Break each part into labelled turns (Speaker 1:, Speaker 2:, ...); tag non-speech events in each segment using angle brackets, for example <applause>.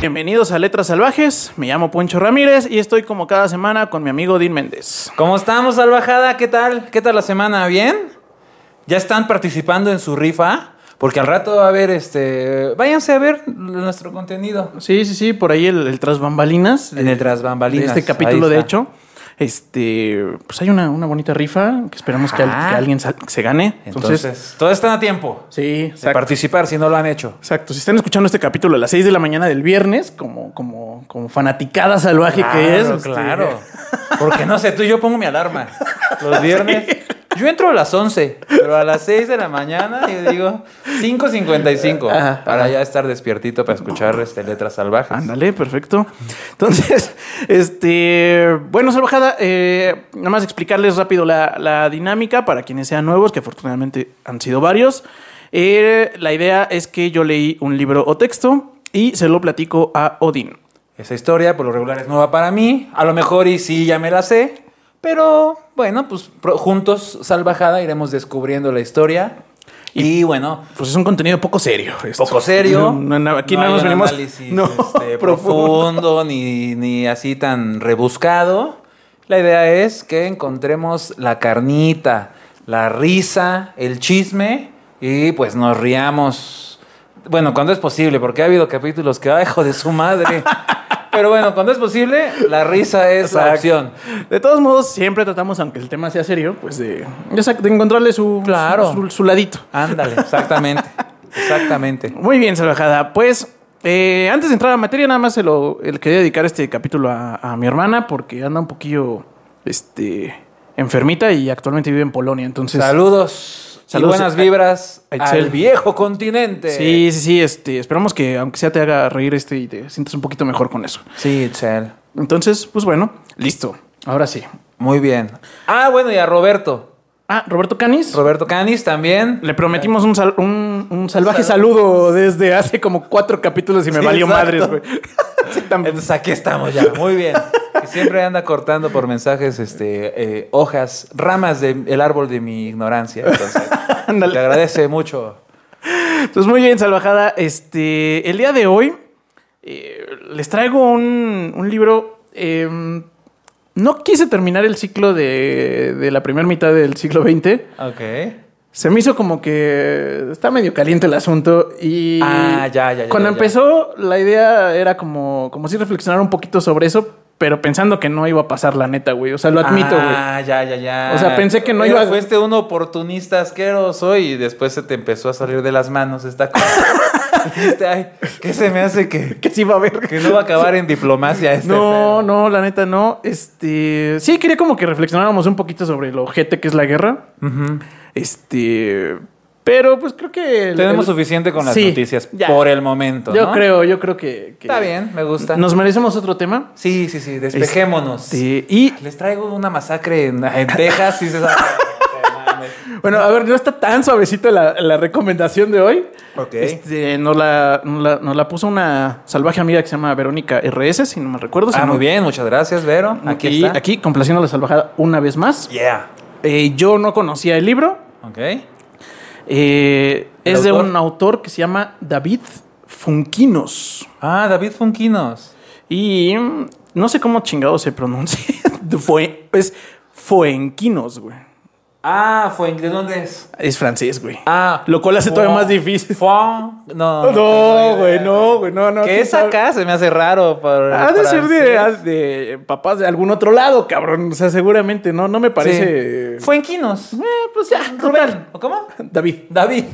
Speaker 1: Bienvenidos a Letras Salvajes, me llamo Poncho Ramírez y estoy como cada semana con mi amigo Dean Méndez.
Speaker 2: ¿Cómo estamos, salvajada? ¿Qué tal? ¿Qué tal la semana? ¿Bien? ¿Ya están participando en su rifa? Porque al rato va a haber este. Váyanse a ver nuestro contenido.
Speaker 1: Sí, sí, sí, por ahí el, el tras bambalinas.
Speaker 2: En el tras
Speaker 1: de
Speaker 2: bambalinas.
Speaker 1: este capítulo,
Speaker 2: Ahí
Speaker 1: de
Speaker 2: está.
Speaker 1: hecho. Este, pues hay una, una bonita rifa que esperamos que, al-
Speaker 2: Ajá.
Speaker 1: que alguien sal- que se gane.
Speaker 2: Entonces,
Speaker 1: Entonces,
Speaker 2: todos están a tiempo
Speaker 1: sí,
Speaker 2: de
Speaker 1: exacto.
Speaker 2: participar si no lo han hecho.
Speaker 1: Exacto. Si están escuchando este capítulo a las 6 de la mañana del viernes, como, como, como fanaticada salvaje que es. este,
Speaker 2: claro. Porque no sé, tú y yo pongo mi alarma los
Speaker 1: <laughs>
Speaker 2: viernes. Yo entro a las 11, pero a las 6 de la mañana yo digo 5.55
Speaker 1: Ajá,
Speaker 2: para ya estar despiertito para escuchar este, letras salvajes.
Speaker 1: Ándale, perfecto. Entonces, <laughs> este, bueno, Salvajada, eh, nada más explicarles rápido la, la dinámica para quienes sean nuevos, que afortunadamente han sido varios. Eh, la idea es que yo leí un libro o texto y se lo platico a Odín.
Speaker 2: Esa historia por lo regular es nueva para mí. A lo mejor y sí ya me la sé. Pero bueno, pues pro- juntos, salvajada, iremos descubriendo la historia. Y, bueno,
Speaker 1: Pues es un contenido poco serio. esto.
Speaker 2: poco
Speaker 1: <laughs>
Speaker 2: serio.
Speaker 1: No, no, no, aquí no,
Speaker 2: hay
Speaker 1: nos
Speaker 2: un
Speaker 1: venimos <laughs>
Speaker 2: análisis,
Speaker 1: no,
Speaker 2: este,
Speaker 1: profundo.
Speaker 2: profundo ni, ni así tan rebuscado. La idea es que encontremos la carnita, la risa, el chisme y pues nos riamos. Bueno, cuando es posible, porque ha habido capítulos que, ¡ay, hijo de
Speaker 1: <laughs>
Speaker 2: su madre! Pero bueno, cuando es posible, la risa es la
Speaker 1: Exacto.
Speaker 2: opción.
Speaker 1: De todos modos, siempre tratamos, aunque el tema sea serio, pues de, de encontrarle su,
Speaker 2: Claro.
Speaker 1: su- su- su ladito.
Speaker 2: Ándale, exactamente. Exactamente.
Speaker 1: Muy bien, Salvajada. Pues eh, antes de entrar a materia, nada más se lo el quería dedicar este capítulo a, a mi hermana porque anda un poquillo este, enfermita y actualmente vive en Polonia. Entonces,
Speaker 2: Saludos. y
Speaker 1: Saludos
Speaker 2: buenas
Speaker 1: a-
Speaker 2: vibras
Speaker 1: a Itzel.
Speaker 2: al viejo continente.
Speaker 1: sí, sí, sí. Este, esperamos que aunque sea te haga reír este y te sientas un poquito mejor con eso.
Speaker 2: Sí, Itzel.
Speaker 1: Entonces, pues bueno, listo. Ahora sí.
Speaker 2: Muy bien. Ah, bueno, y a Roberto.
Speaker 1: Ah, Roberto Canis.
Speaker 2: Roberto Canis también.
Speaker 1: le prometimos un, sal- un- un salvaje saludo desde hace como cuatro capítulos y me
Speaker 2: Sí,
Speaker 1: valió
Speaker 2: exacto.
Speaker 1: madres, güey. Sí, también.
Speaker 2: Entonces aquí estamos ya. Muy bien. Y siempre anda cortando por mensajes este, eh, hojas, ramas del árbol de mi ignorancia. Entonces,
Speaker 1: <laughs> Ándale.
Speaker 2: te agradece mucho.
Speaker 1: Entonces, Pues muy bien, Salvajada. Este, el día de hoy eh, les traigo un, un libro. em, no quise terminar el ciclo de, de la primera mitad del siglo XX.
Speaker 2: Ok.
Speaker 1: Se me hizo como que está medio caliente el asunto y...
Speaker 2: Ah, ya, ya, ya,
Speaker 1: Cuando
Speaker 2: ya, ya.
Speaker 1: empezó, la idea era como, como si reflexionar un poquito sobre eso, pero pensando que no iba a pasar la neta, güey. O sea, lo admito, güey.
Speaker 2: Ah, ya, ya, ya.
Speaker 1: O sea, pensé que no
Speaker 2: Pero
Speaker 1: iba a-
Speaker 2: Fuiste un oportunista asqueroso y después se te empezó a salir de las manos
Speaker 1: <laughs>
Speaker 2: esta cosa. Dijiste, ay, ¿qué se me hace que,
Speaker 1: que sí va a haber...
Speaker 2: que no va a acabar en diplomacia este
Speaker 1: No,
Speaker 2: pedo?
Speaker 1: no, la neta no. Este, sí quería como que reflexionáramos un poquito sobre lo ojete que es la guerra.
Speaker 2: Ujú.
Speaker 1: Este, pero pues creo que el-
Speaker 2: Tenemos
Speaker 1: el-
Speaker 2: suficiente con las
Speaker 1: Sí,
Speaker 2: noticias
Speaker 1: ya.
Speaker 2: por el momento.
Speaker 1: Yo
Speaker 2: ¿no?
Speaker 1: creo, yo creo que, que-
Speaker 2: Está bien, me gusta.
Speaker 1: Nos merecemos otro tema.
Speaker 2: Sí, sí, sí, despejémonos.
Speaker 1: Este, y
Speaker 2: Les traigo una masacre en, en Texas y se <laughs> sabe.
Speaker 1: bueno, a ver, no está tan suavecito la, la recomendación de hoy.
Speaker 2: Ok.
Speaker 1: Este, nos la, nos la- nos la puso una salvaje amiga que se llama Verónica RS, si no me recuerdo. si
Speaker 2: Ah,
Speaker 1: no-
Speaker 2: muy bien, muchas gracias, Vero. Aquí
Speaker 1: Aquí,
Speaker 2: está.
Speaker 1: aquí complaciendo a la salvajada una vez más.
Speaker 2: Yeah.
Speaker 1: Eh, yo no conocía el libro.
Speaker 2: Ok.
Speaker 1: Eh,
Speaker 2: ¿El
Speaker 1: es de
Speaker 2: autor?
Speaker 1: un autor que se llama David Funquinos.
Speaker 2: Ah, David Funquinos.
Speaker 1: Y mm, no sé cómo chingado se pronuncia. <laughs> Fue, es Fuenquinos, güey.
Speaker 2: Ah, fue ¿de dónde es?
Speaker 1: Es francés, güey.
Speaker 2: Ah,
Speaker 1: Lo cual hace
Speaker 2: Fon-
Speaker 1: todavía más difícil.
Speaker 2: Fon- Ah, No, no,
Speaker 1: No,
Speaker 2: tengo
Speaker 1: güey,
Speaker 2: idea.
Speaker 1: no, güey, no, no.
Speaker 2: Que
Speaker 1: quién
Speaker 2: es
Speaker 1: sabe.
Speaker 2: acá, se me hace raro. por-
Speaker 1: Ha de
Speaker 2: para-
Speaker 1: ser de, de papás de algún otro lado, cabrón. O sea, seguramente, ¿no? No me parece.
Speaker 2: Sí. Fuenquinos.
Speaker 1: Eh, pues ya,
Speaker 2: Rubén.
Speaker 1: total.
Speaker 2: ¿O cómo?
Speaker 1: David,
Speaker 2: David.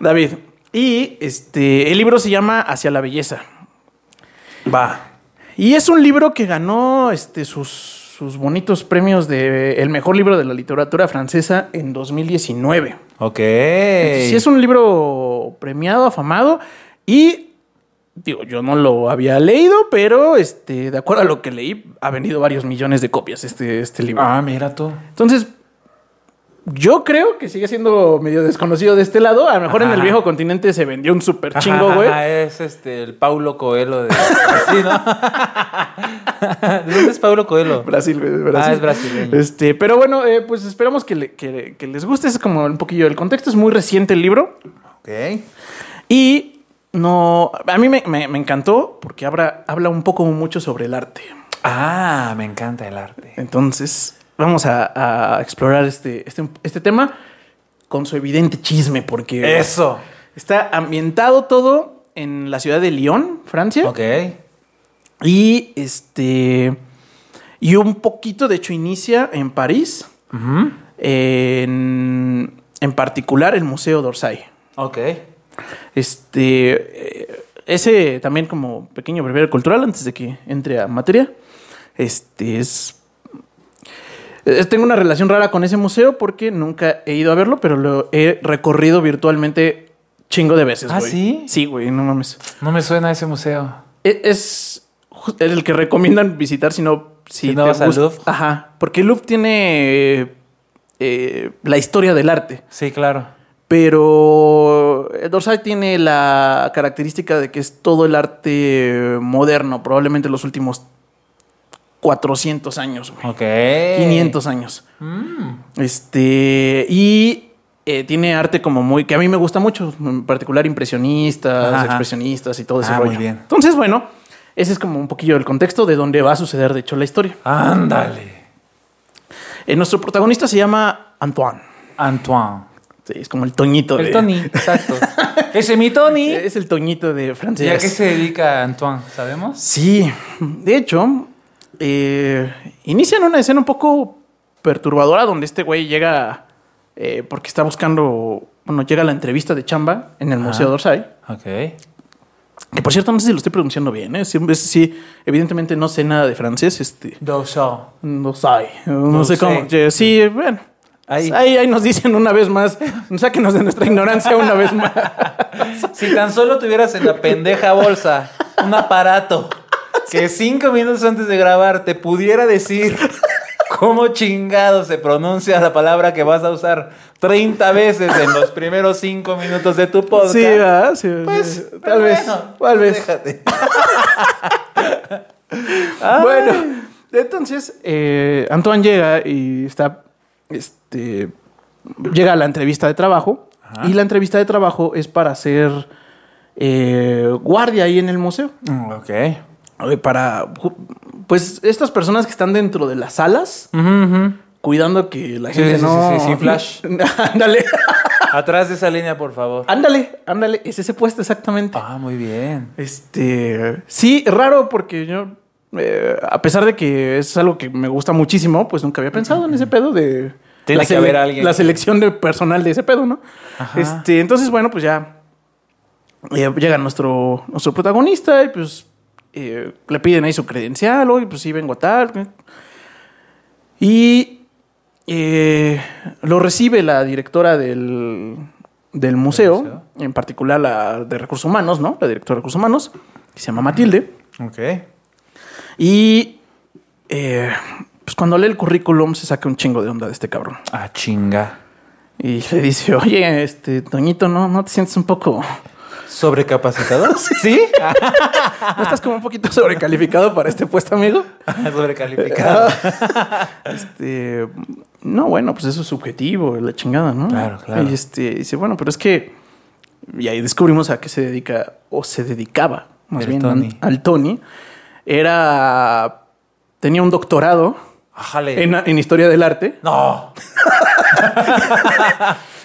Speaker 1: David. Y este, el libro se llama Hacia la belleza.
Speaker 2: Va.
Speaker 1: Y es un libro que ganó este, sus, sus bonitos premios de El mejor libro de la literatura francesa en 2019.
Speaker 2: Ok.
Speaker 1: Entonces, sí es un libro premiado, afamado y digo, yo no lo había leído, pero este, de acuerdo a lo que leí, ha vendido varios millones de copias este, este libro.
Speaker 2: Ah, mira tú.
Speaker 1: Entonces, yo creo que sigue siendo medio desconocido de este lado. A lo mejor en el
Speaker 2: Ajá.
Speaker 1: viejo continente se vendió un super chingo,
Speaker 2: <laughs> Ajá,
Speaker 1: güey.
Speaker 2: ajá, Es este, el Paulo Coelho de. sí, ¿no? <laughs> ¿De ¿Dónde es Paulo Coelho?
Speaker 1: Brasil, güey, es Brasil.
Speaker 2: Ah, es brasileño.
Speaker 1: Este, pero bueno, eh, pues esperamos que, le- que- que les guste. Es como un poquillo el contexto. Es muy reciente el libro.
Speaker 2: Ok.
Speaker 1: Y no. A mí me, me- me encantó porque habla, habla un poco mucho sobre el arte.
Speaker 2: Ah, me encanta el arte.
Speaker 1: Entonces, vamos a, a explorar este, este, este tema con su evidente chisme, porque
Speaker 2: Eso.
Speaker 1: está ambientado todo en la ciudad de Lyon, Francia.
Speaker 2: Ok.
Speaker 1: Y este. Y un poquito, de hecho, inicia en París.
Speaker 2: Ujú.
Speaker 1: En, en particular, el Museo d'Orsay.
Speaker 2: Ok.
Speaker 1: Este. eh, Ese también como pequeño breviario cultural antes de que entre a materia. Este es. eh, Tengo una relación rara con ese museo porque nunca he ido a verlo, pero lo he recorrido virtualmente chingo de veces.
Speaker 2: ¿Ah,
Speaker 1: güey.
Speaker 2: sí?
Speaker 1: Sí, güey, no mames.
Speaker 2: No me suena ese museo.
Speaker 1: E- Es ju- el que recomiendan visitar si no, si
Speaker 2: Si no
Speaker 1: te
Speaker 2: vas al
Speaker 1: gusta-
Speaker 2: Louvre.
Speaker 1: Ajá, porque el Louvre tiene eh, eh, la historia del arte,
Speaker 2: Sí, claro.
Speaker 1: pero el Dorsal tiene la característica de que es todo el arte eh, moderno, probablemente los últimos 400 años, güey.
Speaker 2: Ok.
Speaker 1: 500 años.
Speaker 2: Mm.
Speaker 1: Este, y eh, tiene arte como muy, que a mí me gusta mucho, en particular impresionistas,
Speaker 2: Ajá, ajá.
Speaker 1: expresionistas y todo ese
Speaker 2: Ah,
Speaker 1: rollo.
Speaker 2: muy bien.
Speaker 1: Entonces, bueno, ese es como un poquillo el contexto de donde va a suceder, de hecho, la historia.
Speaker 2: Ándale.
Speaker 1: Eh, nuestro protagonista se llama Antoine.
Speaker 2: Antoine.
Speaker 1: Sí, es como el Toñito.
Speaker 2: El
Speaker 1: de-
Speaker 2: Tony, exacto. <laughs> Ese mi Tony.
Speaker 1: Es el Toñito de
Speaker 2: ¿Y
Speaker 1: francés.
Speaker 2: a qué se dedica Antoine? ¿Sabemos?
Speaker 1: Sí, de hecho, eh, inician una escena un poco perturbadora donde este güey llega eh, porque está buscando, bueno, llega a la entrevista de chamba en el
Speaker 2: Ajá.
Speaker 1: Museo d'Orsay.
Speaker 2: Ok.
Speaker 1: Que por cierto, no sé si lo estoy pronunciando bien, ¿eh? Sí, es- sí, evidentemente no sé nada de francés, este.
Speaker 2: Doso.
Speaker 1: No sé. No,
Speaker 2: No
Speaker 1: sé cómo.
Speaker 2: sé.
Speaker 1: Eh, Sí, bueno.
Speaker 2: Ahí.
Speaker 1: Ahí. Ahí, nos dicen una vez más. Sáquenos de nuestra ignorancia una vez más.
Speaker 2: Si tan solo tuvieras en la pendeja bolsa un aparato que cinco minutos antes de grabar te pudiera decir cómo chingado se pronuncia la palabra que vas a usar 30 veces en los primeros cinco minutos de tu <laughs> podcast.
Speaker 1: Sí, ¿verdad? Sí, sí.
Speaker 2: Pues,
Speaker 1: tal
Speaker 2: pero
Speaker 1: vez.
Speaker 2: bueno, pues
Speaker 1: tal vez.
Speaker 2: déjate.
Speaker 1: Bueno, entonces eh, Antoine llega y está, este, llega a la entrevista de trabajo
Speaker 2: Ajá.
Speaker 1: y la entrevista de trabajo es para ser eh, guardia ahí en el museo,
Speaker 2: Mm, Ok.
Speaker 1: Eh, para, ju- pues estas personas que están dentro de las salas
Speaker 2: Ujú, ujú.
Speaker 1: cuidando que la
Speaker 2: Sí,
Speaker 1: gente
Speaker 2: sí, sí,
Speaker 1: no,
Speaker 2: sí, sí, flash.
Speaker 1: <laughs> ándale,
Speaker 2: Atrás de esa línea, por favor.
Speaker 1: ándale, ándale, es ese puesto exactamente.
Speaker 2: Ah, muy bien.
Speaker 1: Este, sí, raro porque yo, eh, a pesar de que es algo que me gusta muchísimo, pues nunca había pensado en ese pedo de...
Speaker 2: Tiene
Speaker 1: la
Speaker 2: que
Speaker 1: sele-
Speaker 2: haber alguien.
Speaker 1: La selección de personal de ese pedo, ¿no?
Speaker 2: Ajá.
Speaker 1: Este, entonces, bueno, pues ya eh, llega nuestro, nuestro protagonista y pues eh, le piden ahí su credencial, oye, pues sí, vengo a tal. Y eh, lo recibe la directora del, del museo,
Speaker 2: ¿Del museo?
Speaker 1: en particular la de recursos humanos, ¿no? La directora de recursos humanos, que se llama Matilde.
Speaker 2: Ok.
Speaker 1: Y eh, pues cuando lee el currículum se saca un chingo de onda de este cabrón.
Speaker 2: Ah, chinga.
Speaker 1: Y le dice, oye, este, Toñito, ¿no, no te sientes un poco...
Speaker 2: ¿Sobrecapacitador? <laughs> ¿Sí? Ah,
Speaker 1: ¿No estás como un poquito sobrecalificado para este puesto, amigo?
Speaker 2: Ah, Sobrecalificado.
Speaker 1: Ah. <laughs> Este, no, bueno, pues eso es subjetivo, la chingada, ¿no?
Speaker 2: Claro, claro.
Speaker 1: Y este, dice, bueno, pero es que. Y ahí descubrimos a qué se dedica, o se dedicaba, más
Speaker 2: El
Speaker 1: bien,
Speaker 2: Tony.
Speaker 1: an- al Tony. Era. Tenía un doctorado
Speaker 2: Ájale.
Speaker 1: en, en historia del arte
Speaker 2: No.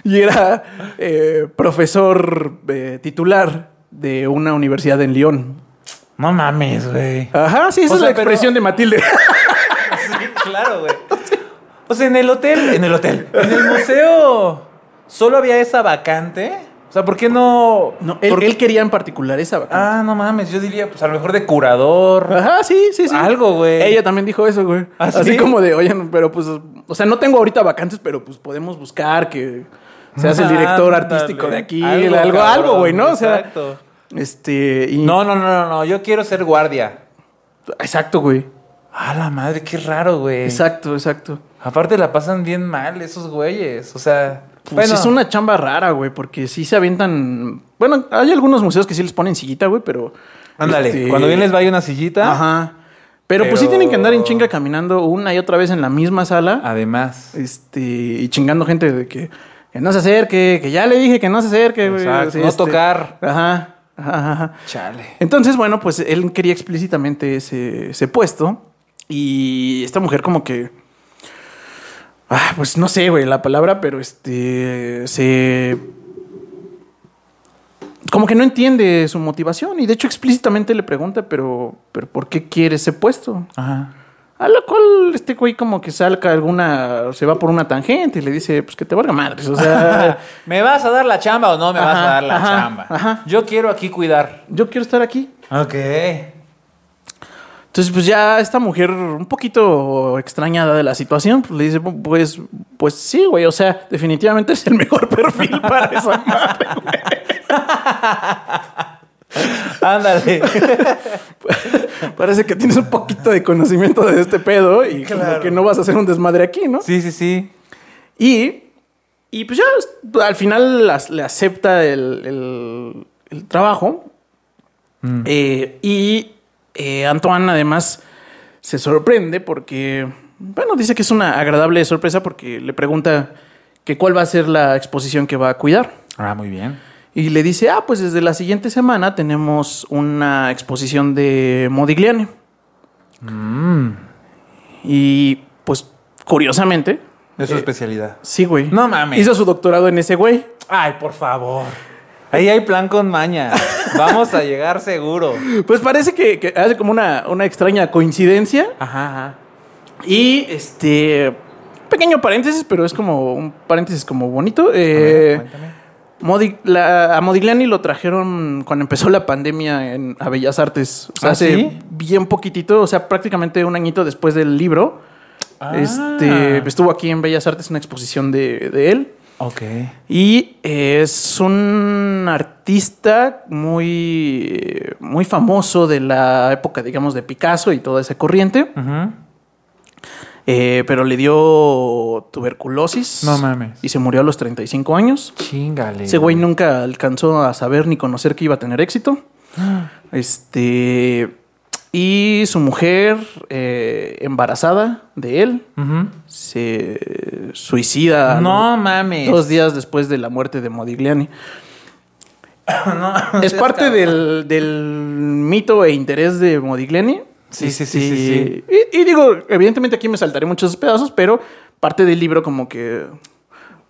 Speaker 1: y era eh, profesor eh, titular de una universidad en Lyon.
Speaker 2: No mames, güey.
Speaker 1: Ajá, sí, esa
Speaker 2: O
Speaker 1: es
Speaker 2: sea,
Speaker 1: la
Speaker 2: pero-
Speaker 1: expresión de Matilde.
Speaker 2: <laughs> Sí, claro, güey. <laughs> O sea, en el hotel. En el hotel. En el museo. Solo había esa vacante. O sea, ¿por qué no?
Speaker 1: <laughs> No, él,
Speaker 2: ¿por-
Speaker 1: él quería en particular esa vacante.
Speaker 2: Ah, no mames. Yo diría, pues a lo mejor de curador.
Speaker 1: Ajá, sí, Ah, sí, sí.
Speaker 2: Algo, güey.
Speaker 1: Ella también dijo eso, güey.
Speaker 2: Eh, ¿Ah, sí?
Speaker 1: Así como de, oye, no, pero pues, o sea, no tengo ahorita vacantes, pero pues podemos buscar que seas el director
Speaker 2: Ándale.
Speaker 1: artístico de aquí, algo, algo,
Speaker 2: cabrón,
Speaker 1: güey, ¿no? O sea,
Speaker 2: Exacto.
Speaker 1: este, y-
Speaker 2: No, no, no, no, no. Yo quiero ser guardia.
Speaker 1: exacto, güey.
Speaker 2: Ah, la madre, qué raro, güey.
Speaker 1: Exacto, exacto.
Speaker 2: Aparte la pasan bien mal esos güeyes. O sea,
Speaker 1: Pues es una chamba rara, güey, porque sí se avientan. Bueno, hay algunos museos que sí les ponen sillita, güey, pero.
Speaker 2: Ándale,
Speaker 1: este,
Speaker 2: cuando bien les vaya una sillita.
Speaker 1: Ajá. Pero, pues sí
Speaker 2: Pero-
Speaker 1: tienen que andar en chinga caminando una y otra vez en la misma sala.
Speaker 2: Además.
Speaker 1: este, y chingando gente de que, que no se acerque, que ya le dije que no se acerque, güey.
Speaker 2: Exacto,
Speaker 1: Sí,
Speaker 2: no
Speaker 1: este,
Speaker 2: tocar.
Speaker 1: Ajá. Ajá, ajá.
Speaker 2: Chale.
Speaker 1: Entonces, bueno, pues él quería explícitamente ese, ese puesto. Y esta mujer, como que. Ah, pues no sé, güey, la palabra, pero este. Se. Como que no entiende su motivación. Y de hecho, explícitamente le pregunta, pero. ¿Pero por qué quiere ese puesto?
Speaker 2: Ajá.
Speaker 1: A lo cual este güey como que salga alguna, se va por una tangente y le dice, pues que te valga madres, o sea,
Speaker 2: <laughs> ¿Me vas a dar la chamba o no me vas
Speaker 1: Ajá,
Speaker 2: a dar la
Speaker 1: ajá,
Speaker 2: chamba?
Speaker 1: ajá.
Speaker 2: Yo quiero aquí cuidar.
Speaker 1: yo quiero estar aquí.
Speaker 2: Ok.
Speaker 1: Entonces, pues ya esta mujer un poquito extrañada de la situación, pues le dice, pues, pues sí, güey, o sea, definitivamente es el mejor <laughs> perfil para esa madre.
Speaker 2: Ándale. <laughs>
Speaker 1: Parece que tienes un poquito de conocimiento de este pedo y como
Speaker 2: Claro.
Speaker 1: que no vas a hacer un desmadre aquí, ¿no?
Speaker 2: sí, sí, sí.
Speaker 1: Y, y pues ya al final las- le acepta el, el- el trabajo.
Speaker 2: Mm.
Speaker 1: Eh, y eh, Antoine además se sorprende porque, bueno, dice que es una agradable sorpresa porque le pregunta que cuál va a ser la exposición que va a cuidar.
Speaker 2: Ah, muy bien.
Speaker 1: Y le dice, ah, pues desde la siguiente semana tenemos una exposición de Modigliani.
Speaker 2: Mm.
Speaker 1: Y pues curiosamente,
Speaker 2: Es su especialidad.
Speaker 1: Sí, güey.
Speaker 2: Eh, No mames.
Speaker 1: Hizo su doctorado en ese güey.
Speaker 2: Ay, por favor. Ahí hay plan con maña. Vamos a llegar seguro.
Speaker 1: Pues parece que, que hace como una, una extraña coincidencia.
Speaker 2: Ajá, ajá.
Speaker 1: Y este. Pequeño paréntesis, pero es como un paréntesis como bonito.
Speaker 2: A ver,
Speaker 1: Eh,
Speaker 2: cuéntame.
Speaker 1: Modi- la- a Modigliani lo trajeron cuando empezó la pandemia en, a Bellas Artes. O sea,
Speaker 2: ¿Ah,
Speaker 1: hace
Speaker 2: sí?
Speaker 1: bien poquitito, o sea, prácticamente un añito después del libro.
Speaker 2: Ah.
Speaker 1: Este estuvo aquí en Bellas Artes una exposición de, de él.
Speaker 2: Ok.
Speaker 1: Y es un artista muy, muy famoso de la época, digamos, de Picasso y toda esa corriente.
Speaker 2: Ujú.
Speaker 1: Eh, pero le dio tuberculosis.
Speaker 2: No mames.
Speaker 1: Y se murió a los 35 años.
Speaker 2: Chingale.
Speaker 1: Ese güey nunca alcanzó a saber ni conocer que iba a tener éxito. Este. Y su mujer, eh, embarazada de él,
Speaker 2: <gasps> Ujú.
Speaker 1: se suicida.
Speaker 2: Ah, No mames.
Speaker 1: Dos días después de la muerte de Modigliani.
Speaker 2: <laughs> Ah,
Speaker 1: es parte del, del mito e interés de Modigliani.
Speaker 2: Sí, sí, sí, sí,
Speaker 1: Este, Y, y digo, evidentemente aquí me saltaré muchos pedazos, pero parte del libro como que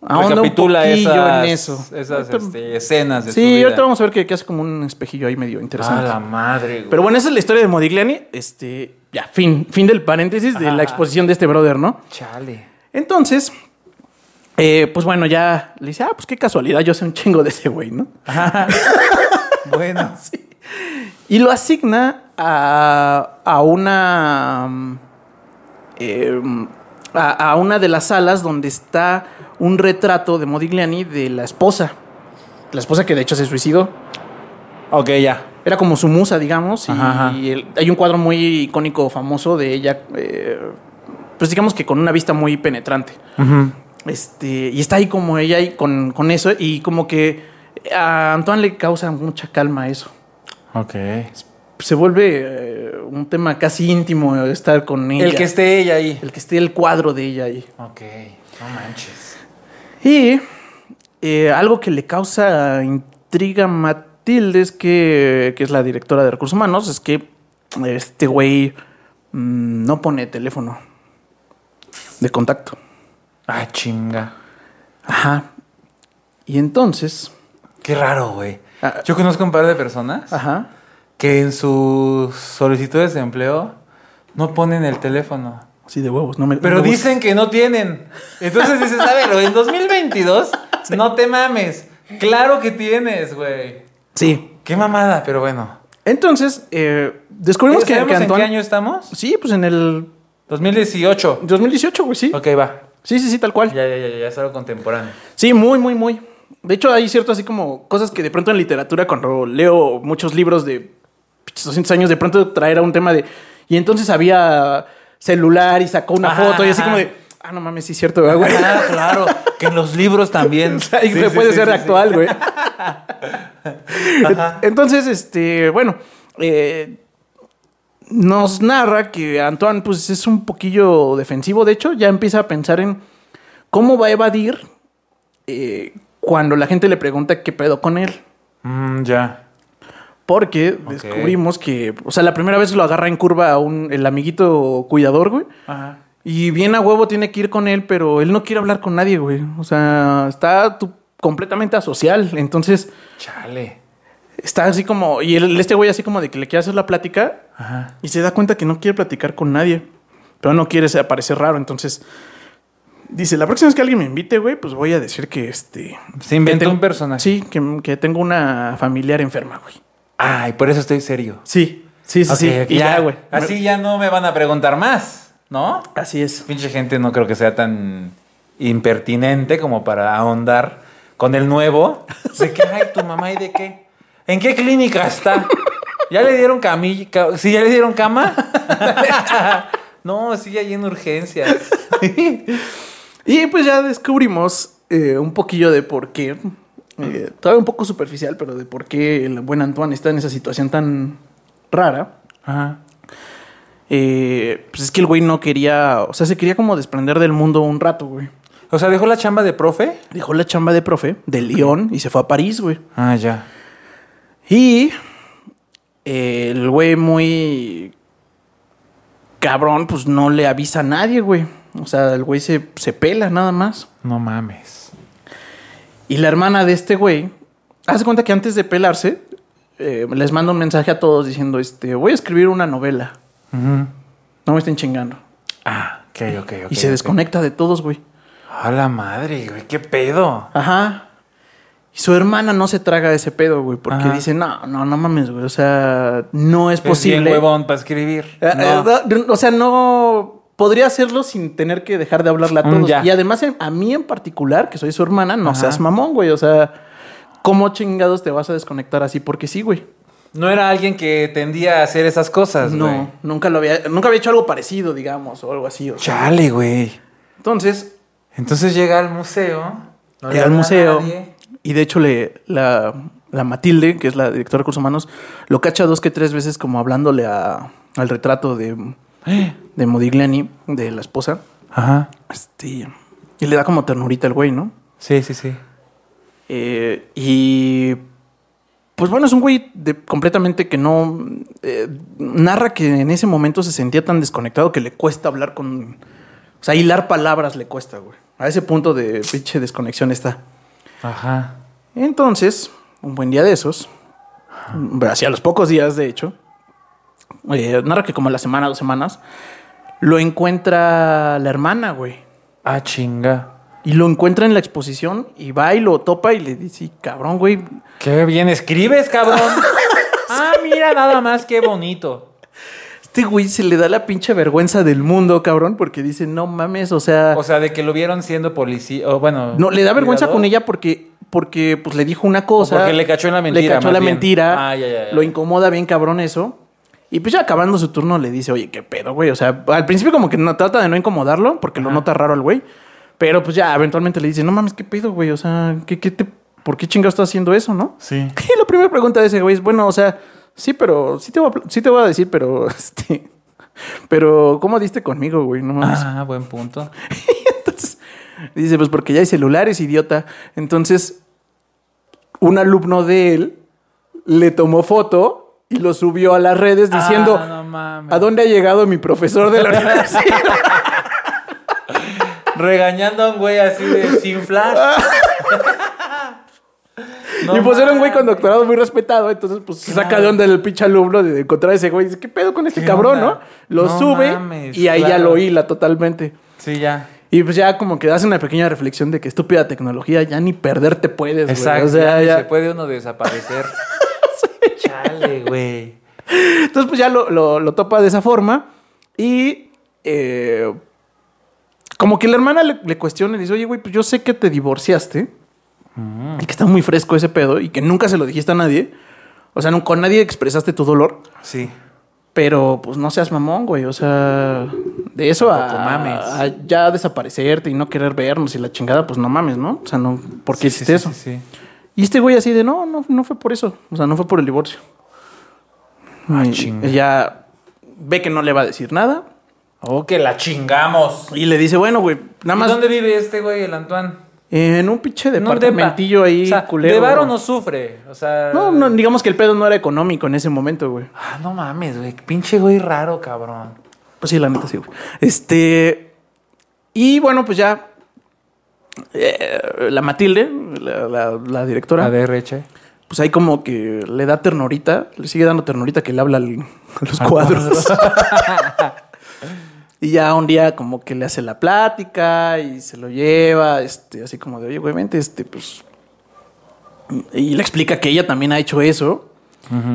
Speaker 1: ahonda un poquillo
Speaker 2: Recapitula esas,
Speaker 1: en eso.
Speaker 2: esas
Speaker 1: Ahorita-
Speaker 2: este, escenas de su
Speaker 1: sí,
Speaker 2: vida.
Speaker 1: ahorita vamos a ver que, que hace como un espejillo ahí medio
Speaker 2: A
Speaker 1: interesante.
Speaker 2: la madre, güey.
Speaker 1: pero bueno, esa es la historia de Modigliani. Este, ya, fin, fin del paréntesis de la
Speaker 2: Ajá.
Speaker 1: exposición de este brother, ¿no?
Speaker 2: Chale. <laughs>
Speaker 1: Entonces, eh, pues bueno, ya le dice, ah, pues qué casualidad, yo sé un chingo de ese güey, ¿no?
Speaker 2: Bueno.
Speaker 1: Y lo asigna a, a una. mm, em, a, a una de las salas donde está un retrato de Modigliani de la esposa. La esposa que de hecho se suicidó.
Speaker 2: Ok, ya.
Speaker 1: Era como su musa, digamos. Y
Speaker 2: Ajá, ajá.
Speaker 1: el- hay un cuadro muy icónico, famoso de ella. eh, pues digamos que con una vista muy penetrante. Este, y está ahí como ella y con, con eso. Y como que a Antoine le causa mucha calma eso.
Speaker 2: Ok.
Speaker 1: Se vuelve eh, un tema casi íntimo estar con ella.
Speaker 2: El que esté ella ahí.
Speaker 1: El que esté el cuadro de ella ahí.
Speaker 2: Ok. No manches.
Speaker 1: Y eh, algo que le causa intriga a Matilde, es que, que es la directora de recursos humanos, es que este güey mm, no pone teléfono de contacto.
Speaker 2: Ah, chinga.
Speaker 1: Ajá. Y entonces.
Speaker 2: Qué raro, güey.
Speaker 1: Ah.
Speaker 2: Yo conozco un par de personas
Speaker 1: Ajá.
Speaker 2: que en sus solicitudes de empleo no ponen el teléfono.
Speaker 1: Sí, de huevos, no me.
Speaker 2: Pero
Speaker 1: no me
Speaker 2: dicen que no tienen. Entonces dices, a ver, güey,
Speaker 1: <laughs>
Speaker 2: en 2022 no te mames. Claro que tienes, güey.
Speaker 1: gusta. Sí.
Speaker 2: Qué mamada, pero bueno.
Speaker 1: Entonces, eh, descubrimos que,
Speaker 2: ¿Sabemos
Speaker 1: que
Speaker 2: en qué
Speaker 1: Antoine-
Speaker 2: año estamos?
Speaker 1: Sí, pues en el
Speaker 2: 2018.
Speaker 1: 2018, güey, sí.
Speaker 2: Ok, va.
Speaker 1: Sí, sí, sí, tal cual.
Speaker 2: Ya, ya, ya, ya, ya es algo contemporáneo.
Speaker 1: Sí, muy, muy, muy. De hecho, hay cierto así como cosas que de pronto en literatura, cuando leo muchos libros de 200 años, de pronto traer a un tema de. Y entonces había celular y sacó una
Speaker 2: Ajá,
Speaker 1: foto y así
Speaker 2: ajá.
Speaker 1: como de. Ah, no mames, sí, es cierto, ¿verdad, güey.
Speaker 2: Ah, claro. Que en los libros
Speaker 1: <laughs>
Speaker 2: también.
Speaker 1: O sea, y
Speaker 2: Sí,
Speaker 1: se
Speaker 2: sí,
Speaker 1: puede
Speaker 2: sí,
Speaker 1: ser
Speaker 2: sí, sí.
Speaker 1: actual, güey. Entonces, este, bueno, eh, nos narra que Antoine, pues, es un poquillo defensivo. De hecho, ya empieza a pensar en cómo va a evadir eh, cuando la gente le pregunta qué pedo con él.
Speaker 2: Mm, ya.
Speaker 1: Porque descubrimos que, o sea, la primera vez lo agarra en curva a un, el amiguito cuidador, güey.
Speaker 2: Ajá.
Speaker 1: Y bien a huevo tiene que ir con él, pero él no quiere hablar con nadie, güey. O sea, está tu- completamente asocial. Entonces,
Speaker 2: Chale.
Speaker 1: está así como. Y el- este güey, así como de que le quiere hacer la plática
Speaker 2: Ajá.
Speaker 1: y se da cuenta que no quiere platicar con nadie, pero no quiere se- parecer raro. Entonces, dice: La próxima vez que alguien me invite, güey, pues voy a decir que este.
Speaker 2: Se inventó
Speaker 1: que tengo-
Speaker 2: un personaje.
Speaker 1: Sí, que, que tengo una familiar enferma, güey.
Speaker 2: Ay, por eso estoy serio.
Speaker 1: Sí, sí, sí,
Speaker 2: Ok,
Speaker 1: sí.
Speaker 2: ok,
Speaker 1: Y ya, güey.
Speaker 2: Así ya no me van a preguntar más, ¿no?
Speaker 1: Así es.
Speaker 2: Pinche gente no creo que sea tan impertinente como para ahondar con el nuevo.
Speaker 1: <laughs>
Speaker 2: ¿De qué hay tu mamá y de qué? ¿En qué clínica está? ¿Ya le dieron camilla? ca- ¿Sí ya le dieron cama? <laughs> no, sigue ahí en urgencias.
Speaker 1: <laughs> Y pues ya descubrimos eh, un poquillo de por qué, eh, todavía un poco superficial, pero de por qué el buen Antoine está en esa situación tan rara.
Speaker 2: Ajá.
Speaker 1: Eh, pues es que el güey no quería, o sea, se quería como desprender del mundo un rato, güey.
Speaker 2: O sea, dejó la chamba de profe.
Speaker 1: Dejó la chamba de profe de León y se fue a París, güey.
Speaker 2: Ah, ya.
Speaker 1: Y eh, el güey muy cabrón, pues no le avisa a nadie, güey. O sea, el güey se, se pela nada más.
Speaker 2: No mames.
Speaker 1: Y la hermana de este güey, hace cuenta que antes de pelarse, eh, les manda un mensaje a todos diciendo, este, voy a escribir una novela,
Speaker 2: Ujú.
Speaker 1: no me estén chingando.
Speaker 2: Ah, ok, ok, ok.
Speaker 1: y se
Speaker 2: ok.
Speaker 1: desconecta de todos, güey.
Speaker 2: A la madre, güey, qué pedo.
Speaker 1: Ajá. Y su hermana no se traga ese pedo, güey, porque
Speaker 2: Ajá.
Speaker 1: dice, no, no, no mames, güey, o sea, no es
Speaker 2: Es
Speaker 1: posible.
Speaker 2: bien huevón para escribir.
Speaker 1: Eh,
Speaker 2: No.
Speaker 1: eh, O sea, no podría hacerlo sin tener que dejar de hablarle a
Speaker 2: Mm,
Speaker 1: todos.
Speaker 2: ya.
Speaker 1: Y además, en- a mí en particular, que soy su hermana, no
Speaker 2: Ajá.
Speaker 1: seas mamón, güey, o sea, ¿cómo chingados te vas a desconectar así? Porque sí, güey.
Speaker 2: No era alguien que tendía a hacer esas cosas,
Speaker 1: No,
Speaker 2: güey.
Speaker 1: nunca lo había, nunca había hecho algo parecido, digamos, o algo así. o sea.
Speaker 2: Chale, güey.
Speaker 1: Entonces,
Speaker 2: Entonces llega al museo. no le
Speaker 1: llega al
Speaker 2: habla a
Speaker 1: museo <gasps>
Speaker 2: nadie.
Speaker 1: y de hecho le, la, la Matilde, que es la directora de recursos humanos, lo cacha dos que tres veces como hablándole a- al retrato de, de Modigliani, de la esposa.
Speaker 2: Ajá.
Speaker 1: Este, y le da como ternurita al güey, ¿no?
Speaker 2: Sí, sí, sí.
Speaker 1: Eh, y pues bueno, es un güey de- completamente que no eh, narra que en ese momento se sentía tan desconectado que le cuesta hablar con. O sea, hilar palabras le cuesta, güey. A ese punto de pinche desconexión está.
Speaker 2: Ajá.
Speaker 1: Entonces, un buen día de esos, hacia los pocos días, de hecho, eh, narra que como a la semana, dos semanas, lo encuentra la hermana, güey.
Speaker 2: Ah, chinga.
Speaker 1: Y lo encuentra en la exposición y va y lo topa y le dice, cabrón, güey,
Speaker 2: Qué bien
Speaker 1: <laughs>
Speaker 2: escribes, cabrón. ah, mira, nada más, qué bonito.
Speaker 1: Este güey se le da la pinche vergüenza del mundo, cabrón, porque dice, no mames, o sea,
Speaker 2: O sea, de que lo vieron siendo policía. O bueno.
Speaker 1: no, le da vergüenza
Speaker 2: cuidador.
Speaker 1: con ella porque, porque pues le dijo una cosa.
Speaker 2: O porque le cachó en la mentira,
Speaker 1: Le cachó
Speaker 2: más
Speaker 1: la
Speaker 2: bien.
Speaker 1: mentira.
Speaker 2: Ah, ya, ya, ya.
Speaker 1: Lo incomoda bien, cabrón, eso. Y pues ya acabando su turno le dice, oye, qué pedo, güey. O sea, al principio como que no, trata de no incomodarlo porque lo nota raro al güey. Pero pues ya eventualmente le dice, no mames, qué pedo, güey. O sea, ¿qué, qué te, ¿por qué chingado estás haciendo eso, no? <laughs>
Speaker 2: Sí.
Speaker 1: Y la primera pregunta de ese güey es, bueno, o sea, sí, pero sí te voy a, pl- sí te voy a decir, pero <laughs> este, pero ¿cómo diste conmigo, güey? No mames.
Speaker 2: Ah, buen punto.
Speaker 1: Entonces, dice, pues porque ya hay celulares, idiota. Entonces, un alumno de él le tomó foto y lo subió a las redes diciendo,
Speaker 2: Ah, no mames.
Speaker 1: ¿a dónde ha llegado mi profesor
Speaker 2: <laughs>
Speaker 1: de la universidad?
Speaker 2: Regañando a un güey así de sin
Speaker 1: <laughs>
Speaker 2: flash.
Speaker 1: y pues era un güey con
Speaker 2: cuando
Speaker 1: doctorado muy respetado, entonces pues se saca de onda el pinche alumno de encontrar a ese güey. Dice, ¿qué pedo con este
Speaker 2: ¿Qué
Speaker 1: cabrón,
Speaker 2: onda?
Speaker 1: no? Lo
Speaker 2: No
Speaker 1: sube
Speaker 2: mames,
Speaker 1: y ahí ya
Speaker 2: claro.
Speaker 1: lo hila totalmente.
Speaker 2: Sí, ya.
Speaker 1: Y pues ya como que hace una pequeña reflexión de que estúpida tecnología, ya ni perderte puedes, güey.
Speaker 2: Exacto.
Speaker 1: O sea,
Speaker 2: ya ni
Speaker 1: ya-
Speaker 2: Se puede
Speaker 1: <laughs>
Speaker 2: uno desaparecer. Chale, güey.
Speaker 1: Entonces pues ya lo, lo- lo topa de esa forma y eh, como que la hermana le, le cuestiona y dice, oye, güey, pues yo sé que te divorciaste
Speaker 2: Mm.
Speaker 1: y que está muy fresco ese pedo y que nunca se lo dijiste a nadie. O sea, no, con nadie expresaste tu dolor.
Speaker 2: Sí.
Speaker 1: Pero pues no seas mamón, güey. O sea, de eso a,
Speaker 2: Tampoco mames.
Speaker 1: a ya desaparecerte y no querer vernos y la chingada, pues no mames, ¿no? O sea, no, ¿por qué
Speaker 2: Sí, sí,
Speaker 1: hiciste
Speaker 2: sí,
Speaker 1: eso?
Speaker 2: sí, sí.
Speaker 1: Y este güey así de no, no, no fue por eso. O sea, no fue por el divorcio.
Speaker 2: Ah,
Speaker 1: Y
Speaker 2: chinga.
Speaker 1: Ella ve que no le va a decir nada
Speaker 2: Oh, que la chingamos.
Speaker 1: y le dice, bueno, güey, nada
Speaker 2: ¿Y
Speaker 1: más. eh,
Speaker 2: ¿Dónde vive este güey, el Antoine?
Speaker 1: En un pinche
Speaker 2: No,
Speaker 1: departamentillo
Speaker 2: depa.
Speaker 1: ahí,
Speaker 2: O sea,
Speaker 1: culero.
Speaker 2: De varo no sufre. O sea.
Speaker 1: No, no, digamos que el pedo no era económico en ese momento, güey.
Speaker 2: Ah, no mames, güey. Pinche güey raro, cabrón.
Speaker 1: Pues sí, la neta sí, güey. Este. Y bueno, pues ya. eh, la Matilde, la, la- la directora,
Speaker 2: A ver, Reche.
Speaker 1: pues ahí como que le da ternorita, le sigue dando ternorita que le habla al- a los cuadros. <laughs> y ya un día como que le hace la plática y se lo lleva, este, así como de, oye, güey, vente, este, pues. Y le explica que ella también ha hecho eso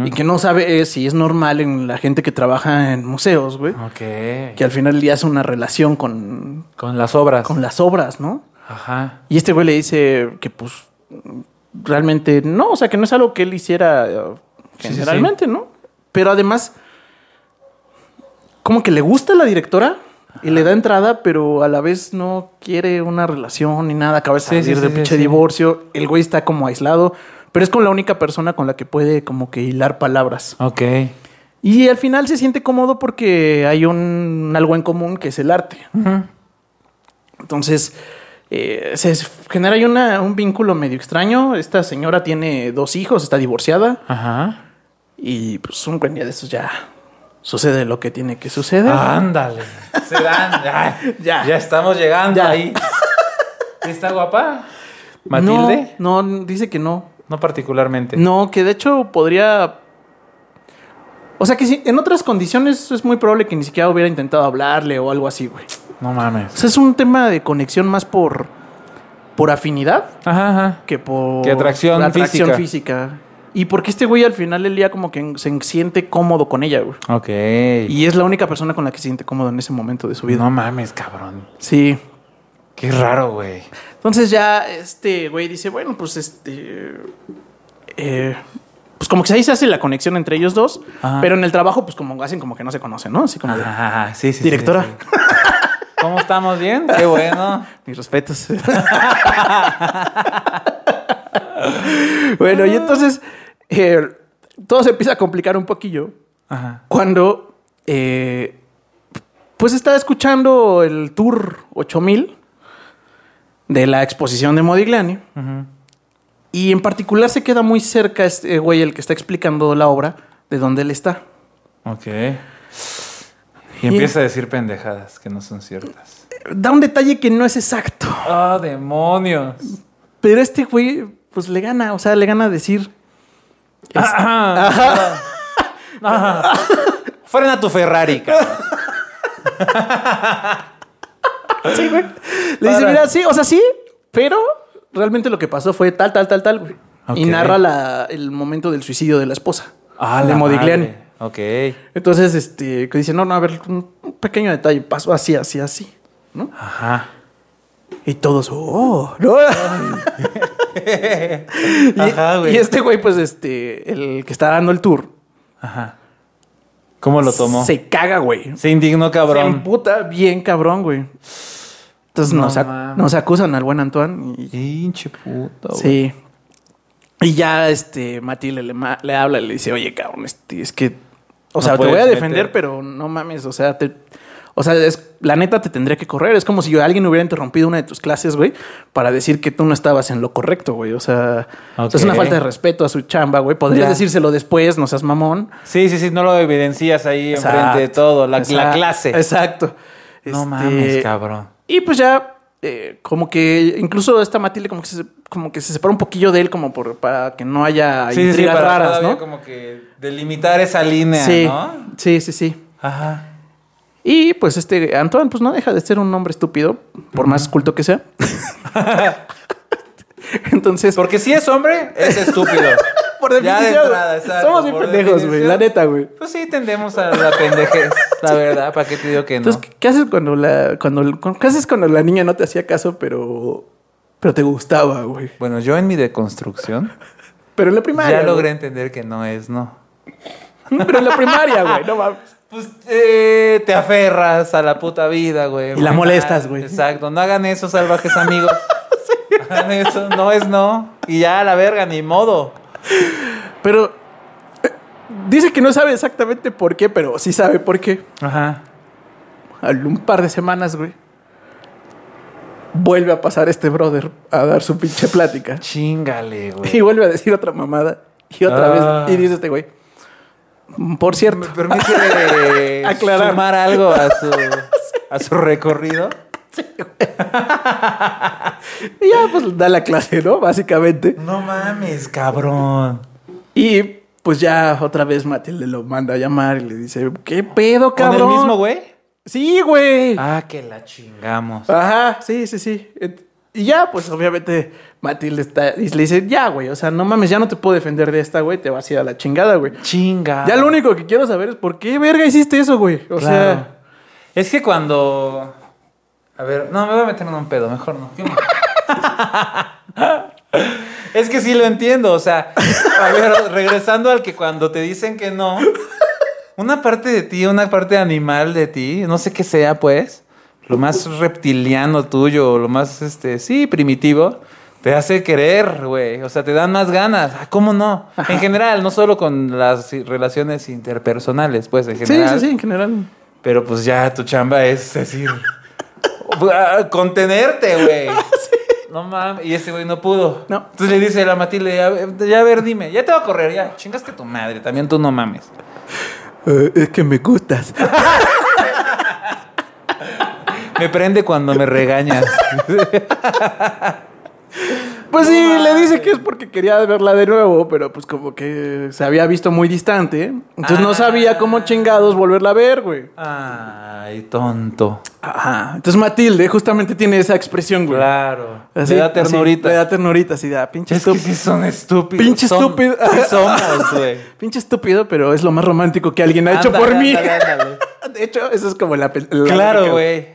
Speaker 1: y que no sabe eh, si es normal en la gente que trabaja en museos, güey
Speaker 2: Ok.
Speaker 1: que al final del día hace una relación con,
Speaker 2: Con las obras.
Speaker 1: con las obras, ¿no?
Speaker 2: Ajá.
Speaker 1: Y este güey le dice que pues realmente no, o sea, que no es algo que él hiciera eh,
Speaker 2: Sí, sí, sí.
Speaker 1: generalmente, ¿no? Pero además, como que le gusta la directora y le da entrada, pero a la vez no quiere una relación ni nada, acaba de
Speaker 2: Sí, sí,
Speaker 1: salir
Speaker 2: sí,
Speaker 1: del
Speaker 2: sí,
Speaker 1: pinche
Speaker 2: sí.
Speaker 1: divorcio, el güey está como aislado, pero es con la única persona con la que puede como que hilar palabras.
Speaker 2: Ok.
Speaker 1: Y al final se siente cómodo porque hay un algo en común que es el arte.
Speaker 2: Ujú.
Speaker 1: Entonces, eh, se s- genera ahí una- un vínculo medio extraño. Esta señora tiene dos hijos, está divorciada
Speaker 2: Ajá.
Speaker 1: y pues un buen día de esos ya sucede lo que tiene que suceder.
Speaker 2: Ah, Ándale. Se dan. Ay,
Speaker 1: Ya.
Speaker 2: ya. estamos llegando
Speaker 1: Ya.
Speaker 2: ahí. ¿Está guapa? ¿Matilde?
Speaker 1: No, no, dice que no.
Speaker 2: No, particularmente.
Speaker 1: No, que de hecho podría... O sea que si, en otras condiciones es muy probable que ni siquiera hubiera intentado hablarle o algo así, güey.
Speaker 2: No
Speaker 1: O
Speaker 2: mames.
Speaker 1: sea, es un tema de conexión más por, por afinidad
Speaker 2: Ajá, ajá.
Speaker 1: que por
Speaker 2: Que atracción
Speaker 1: la atracción
Speaker 2: física.
Speaker 1: física. Y porque este güey al final del día como que en- se siente cómodo con ella, güey.
Speaker 2: Ok.
Speaker 1: Y es la única persona con la que se siente cómodo en ese momento de su vida.
Speaker 2: No mames, cabrón.
Speaker 1: Sí.
Speaker 2: Qué raro, güey.
Speaker 1: Entonces ya este güey dice, bueno, pues este... eh, pues como que ahí se hace la conexión entre ellos dos,
Speaker 2: Ajá.
Speaker 1: pero en el trabajo pues como hacen como que no se conocen, ¿no? Así como de,
Speaker 2: Ajá, ajá, sí, sí, sí.
Speaker 1: Directora.
Speaker 2: sí, sí. ¿Cómo estamos? ¿Bien? Qué bueno.
Speaker 1: mis respetos. <laughs> bueno, y entonces eh, todo se empieza a complicar un poquillo.
Speaker 2: Ajá.
Speaker 1: cuando eh, pues estaba escuchando el tour 8000 de la exposición de Modigliani
Speaker 2: Ujú.
Speaker 1: y en particular se queda muy cerca este güey el que está explicando la obra de donde él está.
Speaker 2: Ok. Y empieza a decir pendejadas que no son ciertas.
Speaker 1: Da un detalle que no es exacto,
Speaker 2: ¡Ah, demonios!
Speaker 1: pero este güey pues le gana, o sea, le gana decir
Speaker 2: Ajá. Ajá. Ah. <laughs> Frena tu Ferrari, cabrón.
Speaker 1: <laughs> Sí, güey. Le dice,
Speaker 2: Para.
Speaker 1: mira, sí, o sea, sí, pero realmente lo que pasó fue tal, tal, tal, tal, güey. Y
Speaker 2: Ok.
Speaker 1: narra la- el momento del suicidio de la esposa
Speaker 2: Ah,
Speaker 1: de
Speaker 2: la
Speaker 1: Modigliani.
Speaker 2: madre. Ok.
Speaker 1: Entonces, este, que dice, no, no, a ver, un un pequeño detalle, pasó así, así, así, ¿no?
Speaker 2: Ajá.
Speaker 1: Y todos, oh,
Speaker 2: <laughs>
Speaker 1: no. y,
Speaker 2: Ajá, güey.
Speaker 1: y este güey, pues, este, el que está dando el tour,
Speaker 2: Ajá. ¿Cómo lo tomó?
Speaker 1: se caga, güey.
Speaker 2: Se indignó,
Speaker 1: Se
Speaker 2: cabrón.
Speaker 1: emputa bien cabrón, güey. Entonces
Speaker 2: No
Speaker 1: nos, ac-
Speaker 2: mames.
Speaker 1: nos acusan al buen Antoine y...
Speaker 2: Pinche puto. güey.
Speaker 1: Sí. Y ya, este, Matilde le, ma- le habla y le dice, oye, cabrón, este, es que... O
Speaker 2: No
Speaker 1: sea, te voy a
Speaker 2: puedes
Speaker 1: defender,
Speaker 2: meter.
Speaker 1: pero no mames, o sea, te... O sea, es, la neta te tendría que correr. Es como si yo, alguien hubiera interrumpido una de tus clases, güey, para decir que tú no estabas en lo correcto, güey. O sea, o sea, es una
Speaker 2: Ok.
Speaker 1: falta de respeto a su chamba, güey. Podrías
Speaker 2: Ya.
Speaker 1: decírselo después, no seas mamón.
Speaker 2: Sí, sí, sí, no lo evidencias ahí enfrente de
Speaker 1: Exacto.
Speaker 2: todo, la, la
Speaker 1: Exacto.
Speaker 2: clase.
Speaker 1: Exacto.
Speaker 2: No
Speaker 1: Este,
Speaker 2: mames, cabrón.
Speaker 1: y pues ya, eh, como que incluso esta Matilde como que, se, como que se separa un poquillo de él como por, para que no haya intrigas
Speaker 2: para
Speaker 1: raras,
Speaker 2: todavía
Speaker 1: ¿no?
Speaker 2: como que delimitar esa línea,
Speaker 1: sí,
Speaker 2: ¿no?
Speaker 1: sí, sí, sí.
Speaker 2: Ajá.
Speaker 1: Y pues este Antoine pues no deja de ser un hombre estúpido, por más culto que sea. <laughs> Entonces,
Speaker 2: Porque si es hombre, es estúpido.
Speaker 1: <laughs> por
Speaker 2: Ya de
Speaker 1: definición,
Speaker 2: entrada, exacto,
Speaker 1: somos bien
Speaker 2: por
Speaker 1: pendejos, güey,
Speaker 2: definición.
Speaker 1: la neta, güey.
Speaker 2: Pues sí, tendemos a la pendejez, la verdad. ¿Para qué te digo que no?
Speaker 1: Entonces, ¿qué- ¿qué haces cuando la cuando qué haces cuando la niña no te hacía caso, pero pero te gustaba, güey?
Speaker 2: Bueno, yo en mi deconstrucción
Speaker 1: Pero en la primaria.
Speaker 2: ya logré
Speaker 1: güey.
Speaker 2: entender que no es no.
Speaker 1: Pero en la
Speaker 2: <laughs>
Speaker 1: primaria, güey, no mames.
Speaker 2: Pues eh, te aferras a la puta vida, güey.
Speaker 1: Y la
Speaker 2: Muy
Speaker 1: molestas,
Speaker 2: mal.
Speaker 1: güey.
Speaker 2: Exacto. No hagan
Speaker 1: <laughs>
Speaker 2: eso, salvajes amigos. Hagan eso, no es no. Y ya, a la verga, ni modo.
Speaker 1: Pero eh, dice que no sabe exactamente por qué, pero sí sabe por qué.
Speaker 2: Ajá.
Speaker 1: Al un par de semanas, güey. vuelve a pasar este brother a dar su pinche plática.
Speaker 2: Chingale, güey.
Speaker 1: Y vuelve a decir otra mamada. Y otra
Speaker 2: Ah.
Speaker 1: vez. Y dice este güey. "Mm, Por
Speaker 2: ¿Me
Speaker 1: cierto.
Speaker 2: permite
Speaker 1: <laughs>
Speaker 2: eh,
Speaker 1: Aclarar.
Speaker 2: sumar algo a
Speaker 1: <laughs>
Speaker 2: su, a su recorrido?
Speaker 1: Y ya, pues da la clase, ¿no? Básicamente.
Speaker 2: No mames, cabrón.
Speaker 1: Y pues ya otra vez Matilde lo manda a llamar y le dice, ¿qué pedo,
Speaker 2: ¿Con
Speaker 1: cabrón?
Speaker 2: el mismo güey?
Speaker 1: Sí, güey.
Speaker 2: Ah, que la chingamos.
Speaker 1: Ajá, sí, sí, sí. Et- Y ya, pues obviamente Matilde está, y le dice, ya, güey, o sea, no mames, ya no te puedo defender de esta, güey, te vas a ir a la chingada, güey.
Speaker 2: Chinga.
Speaker 1: Ya lo único que quiero saber es por qué verga hiciste eso, güey. <laughs> O
Speaker 2: Claro.
Speaker 1: sea,
Speaker 2: Es que cuando. A ver, no, me voy a meter en un pedo, mejor no. ¿Qué más? <laughs> es que sí lo entiendo, o sea. A ver, regresando al que cuando te dicen que no, una parte de ti, una parte animal de ti, no sé qué sea, pues, lo más reptiliano tuyo, lo más, este, sí, primitivo. Te hace querer, güey. O sea, te dan más ganas. Ah, ¿Cómo no? En general, no solo con las relaciones interpersonales, pues, en
Speaker 1: sí,
Speaker 2: general.
Speaker 1: sí, sí, en general.
Speaker 2: Pero pues ya tu chamba es decir. ah,
Speaker 1: <laughs>
Speaker 2: contenerte, güey. No mames. Y ese güey no pudo.
Speaker 1: Ah, No.
Speaker 2: Entonces le dice a la Matilde, "A ver, ya a ver, dime, ya te va a correr, ya. Chingaste tu madre, también tú no mames.
Speaker 1: Eh, es que me gustas.
Speaker 2: Me prende cuando
Speaker 1: <laughs>
Speaker 2: me regañas.
Speaker 1: <laughs> Pues sí,
Speaker 2: No
Speaker 1: le dice
Speaker 2: mames.
Speaker 1: que es porque quería verla de nuevo, pero pues como que se había visto muy distante. Entonces no
Speaker 2: Ah.
Speaker 1: sabía cómo chingados volverla a ver, güey.
Speaker 2: Ay, tonto.
Speaker 1: Ajá. Entonces Matilde justamente tiene esa expresión, güey.
Speaker 2: Claro.
Speaker 1: Así,
Speaker 2: le da
Speaker 1: así,
Speaker 2: ternurita.
Speaker 1: le da ternurita, así da pinche
Speaker 2: Es que
Speaker 1: estúpido.
Speaker 2: sí son estúpidos.
Speaker 1: Pinche
Speaker 2: Son-
Speaker 1: estúpido.
Speaker 2: <laughs> Sí somos, güey.
Speaker 1: Pinche estúpido, pero es lo más romántico que alguien ha hecho
Speaker 2: Ándale,
Speaker 1: por mí. <laughs>
Speaker 2: ándale, ándale.
Speaker 1: De hecho, eso es como la... pe- la
Speaker 2: Claro,
Speaker 1: única-
Speaker 2: güey.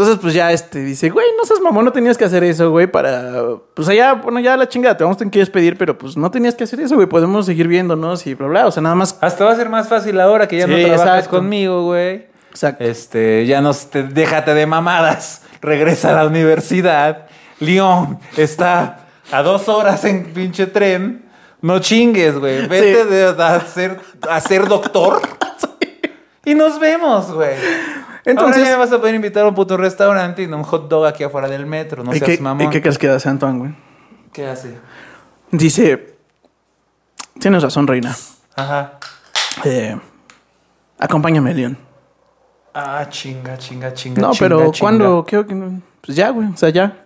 Speaker 1: Entonces, pues ya este dice, güey, no seas mamón, no tenías que hacer eso, güey, para. Pues allá, bueno, ya la chingada, te vamos a tener que despedir, pero pues no tenías que hacer eso, güey, podemos seguir viéndonos y bla, bla. O sea, nada más.
Speaker 2: Hasta va a ser más fácil ahora que ya no
Speaker 1: Sí,
Speaker 2: trabajas
Speaker 1: exacto.
Speaker 2: conmigo, güey.
Speaker 1: Exacto.
Speaker 2: Este, ya no te, déjate de mamadas. <laughs> Regresa a la universidad. León está a dos horas en pinche tren. No chingues, güey. Vete
Speaker 1: Sí.
Speaker 2: de, a, ser, a
Speaker 1: <laughs>
Speaker 2: ser doctor. Y nos vemos, güey. Entonces
Speaker 1: Entonces-
Speaker 2: ya me vas a poder invitar a un puto restaurante y no un hot dog aquí afuera del metro. No
Speaker 1: ¿Y,
Speaker 2: seas
Speaker 1: qué,
Speaker 2: mamón.
Speaker 1: y qué crees que hace Antoine, güey?
Speaker 2: ¿Qué hace?
Speaker 1: Dice. Tienes razón, reina.
Speaker 2: Ajá.
Speaker 1: Eh, acompáñame, León.
Speaker 2: Ah, chinga, chinga, chinga.
Speaker 1: No,
Speaker 2: chinga,
Speaker 1: pero
Speaker 2: chinga.
Speaker 1: ¿cuándo? Creo que no. Pues ya, güey. O sea, ya.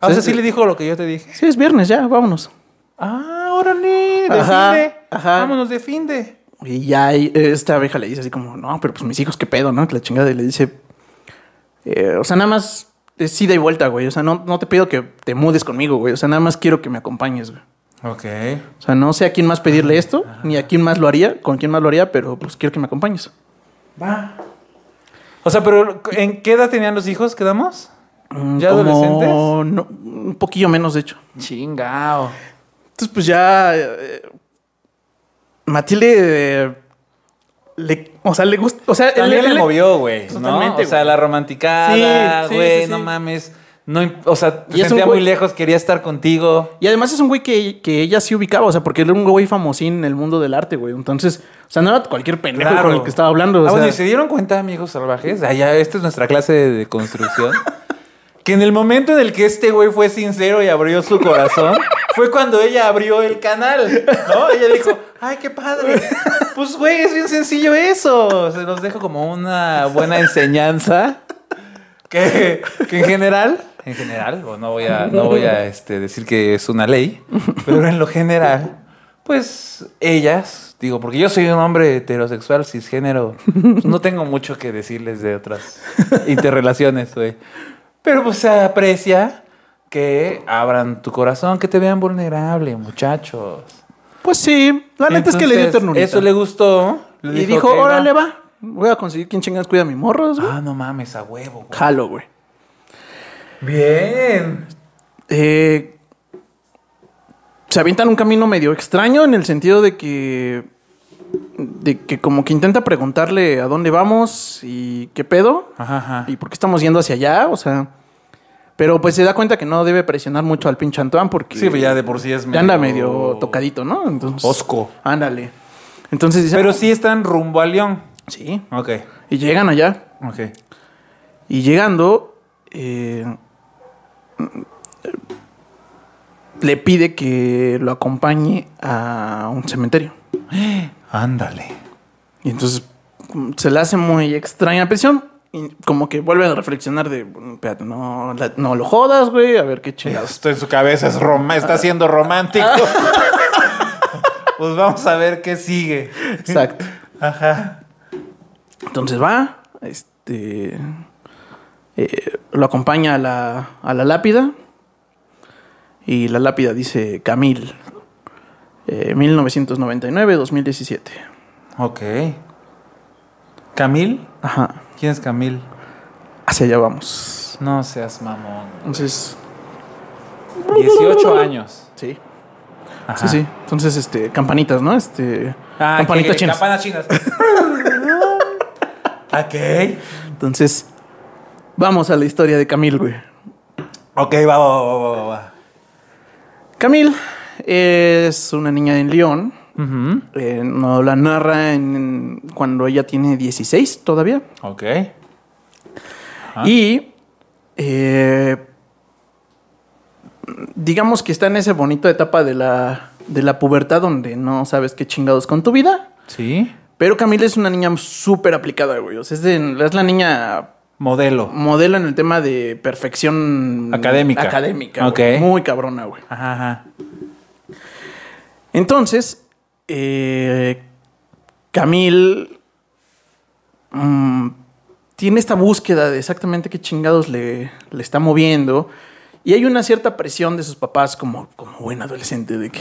Speaker 2: Ah, o sea,
Speaker 1: Sí,
Speaker 2: sí le dijo lo que yo te dije.
Speaker 1: Sí, es viernes, ya, vámonos.
Speaker 2: Ah, órale, de
Speaker 1: Ajá,
Speaker 2: finde.
Speaker 1: ajá.
Speaker 2: Vámonos de finde.
Speaker 1: Y ya y, eh, esta abeja le dice así como, no, pero pues mis hijos, qué pedo, ¿no? Que la chingada y le dice, eh, o sea, nada más es ida y vuelta, güey. O sea, no, no te pido que te mudes conmigo, güey. O sea, nada más quiero que me acompañes, güey.
Speaker 2: Ok.
Speaker 1: O sea, no sé a quién más
Speaker 2: Ah,
Speaker 1: pedirle esto, ni a quién más lo haría, con quién más lo haría, pero pues quiero que me acompañes.
Speaker 2: Va. O sea, pero ¿en qué edad tenían los hijos? ¿Quedamos?
Speaker 1: Mm,
Speaker 2: ¿Ya adolescentes?
Speaker 1: no, un poquillo menos, de hecho.
Speaker 2: Chingao.
Speaker 1: Entonces, pues ya. eh, Matilde. eh, le, o sea, le gusta. O sea, él-
Speaker 2: También
Speaker 1: él-
Speaker 2: le
Speaker 1: él-
Speaker 2: movió, güey. ¿no?
Speaker 1: Totalmente,
Speaker 2: O sea,
Speaker 1: güey.
Speaker 2: la romanticada,
Speaker 1: Sí, sí,
Speaker 2: güey,
Speaker 1: sí, sí.
Speaker 2: no mames. No, im- o sea, te
Speaker 1: Y es un
Speaker 2: sentía muy
Speaker 1: güey-
Speaker 2: lejos, quería estar contigo.
Speaker 1: Y además es un güey que, que ella sí ubicaba, o sea, porque él era un güey famosín en el mundo del arte, güey. Entonces, o sea, no era cualquier pendejo
Speaker 2: Claro.
Speaker 1: con el que estaba hablando. o
Speaker 2: Ah, bueno,
Speaker 1: sea.
Speaker 2: ¿y se dieron cuenta, amigos salvajes? Ah, ya, esta es nuestra clase de, de construcción. <laughs> que en el momento en el que este güey fue sincero y abrió su corazón, <laughs> fue cuando ella abrió el canal, ¿no? Ella dijo, ay,
Speaker 1: <laughs>
Speaker 2: qué padre. pues, güey, es bien sencillo eso. Se los dejo como una buena enseñanza. Que, que en general, en general, o no voy a, no voy a este, decir que es una ley, pero en lo general, pues ellas, digo, porque yo soy un hombre heterosexual, cisgénero, pues, no tengo mucho que decirles de otras interrelaciones, güey. Pero pues se aprecia que abran tu corazón, que te vean vulnerable, muchachos.
Speaker 1: Pues sí, la neta es que le dio
Speaker 2: Entonces,
Speaker 1: ternurita.
Speaker 2: Eso le gustó. le
Speaker 1: y dijo,
Speaker 2: "Ok, va".
Speaker 1: órale, va. Voy a conseguir quien chingas cuida a mi morro, güey.
Speaker 2: Ah, no mames, a huevo. güey.
Speaker 1: Jalo, güey.
Speaker 2: Bien.
Speaker 1: Eh, se avientan un camino medio extraño en el sentido de que. de que como que intenta preguntarle a dónde vamos y qué pedo.
Speaker 2: Ajá, ajá.
Speaker 1: ¿Y por qué estamos yendo hacia allá? O sea. Pero pues se da cuenta que no debe presionar mucho al pinche Antoine porque.
Speaker 2: Sí, pues ya de por sí es
Speaker 1: ya anda medio tocadito, ¿no? Entonces.
Speaker 2: Osco.
Speaker 1: Ándale. Entonces dice. "Ah,
Speaker 2: Pero sí están rumbo a León.
Speaker 1: Sí.
Speaker 2: Ok,
Speaker 1: Y llegan allá.
Speaker 2: ok.
Speaker 1: Y llegando. eh, le pide que lo acompañe a un cementerio.
Speaker 2: Ándale.
Speaker 1: Y entonces mm, se le hace muy extraña la presión. Y como que vuelve a reflexionar de, mm, espérate, no, la- no lo jodas, güey, a ver qué
Speaker 2: <laughs>
Speaker 1: chingados.
Speaker 2: Esto en su cabeza es roma, está siendo <laughs> romántico. pues vamos a ver qué sigue.
Speaker 1: Exacto.
Speaker 2: Ajá.
Speaker 1: Entonces va, este, eh, lo acompaña a la, a la lápida y la lápida dice Camil, eh, 1999-2017.
Speaker 2: Ok. ¿Camil?
Speaker 1: Ajá,
Speaker 2: ¿Quién es Camil?
Speaker 1: hacia allá vamos.
Speaker 2: No seas mamón.
Speaker 1: Entonces,
Speaker 2: 18 años.
Speaker 1: sí,
Speaker 2: Ajá.
Speaker 1: sí, sí. Entonces, este, campanitas, ¿no? Este,
Speaker 2: Ah,
Speaker 1: campanitas
Speaker 2: que-
Speaker 1: chinas.
Speaker 2: Campanas chinas. <laughs> ok.
Speaker 1: Entonces, vamos a la historia de Camil, güey.
Speaker 2: Ok, va, va, va, va, va, va.
Speaker 1: Camil es una niña en León.
Speaker 2: Ujú.
Speaker 1: Eh, no la narra en- en- cuando ella tiene 16 todavía.
Speaker 2: Ok. Ah.
Speaker 1: Y eh, digamos que está en esa bonita etapa de la, de la pubertad donde no sabes qué chingados con tu vida.
Speaker 2: Sí.
Speaker 1: Pero Camila es una niña súper aplicada, güey. O sea, es, de- es la niña
Speaker 2: Modelo.
Speaker 1: modelo en el tema de perfección
Speaker 2: Académica.
Speaker 1: académica güey.
Speaker 2: Ok.
Speaker 1: Muy cabrona, güey.
Speaker 2: Ajá, ajá.
Speaker 1: Entonces, eh, Camil mm, tiene esta búsqueda de exactamente qué chingados le, le está moviendo. Y hay una cierta presión de sus papás como, como buen adolescente de que,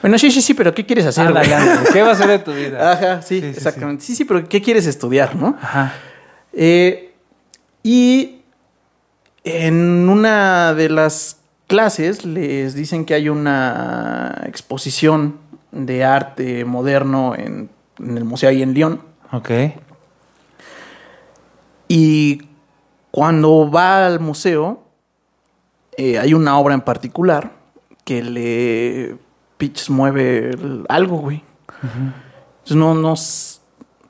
Speaker 1: bueno, sí, sí, sí, pero ¿qué quieres hacer? <laughs>
Speaker 2: Ándale,
Speaker 1: güey?"
Speaker 2: ándale. ¿Qué va a ser de tu vida?
Speaker 1: Ajá, Ah, sí,
Speaker 2: Sí, sí,
Speaker 1: exactamente. Sí. sí, pero ¿qué quieres estudiar, no?
Speaker 2: Ajá.
Speaker 1: Eh, y en una de las clases les dicen que hay una exposición de arte moderno en, en el museo ahí en Lyon.
Speaker 2: Ok.
Speaker 1: Y cuando va al museo, eh, hay una obra en particular que le pitch mueve el- algo, güey. Entonces, no, no s-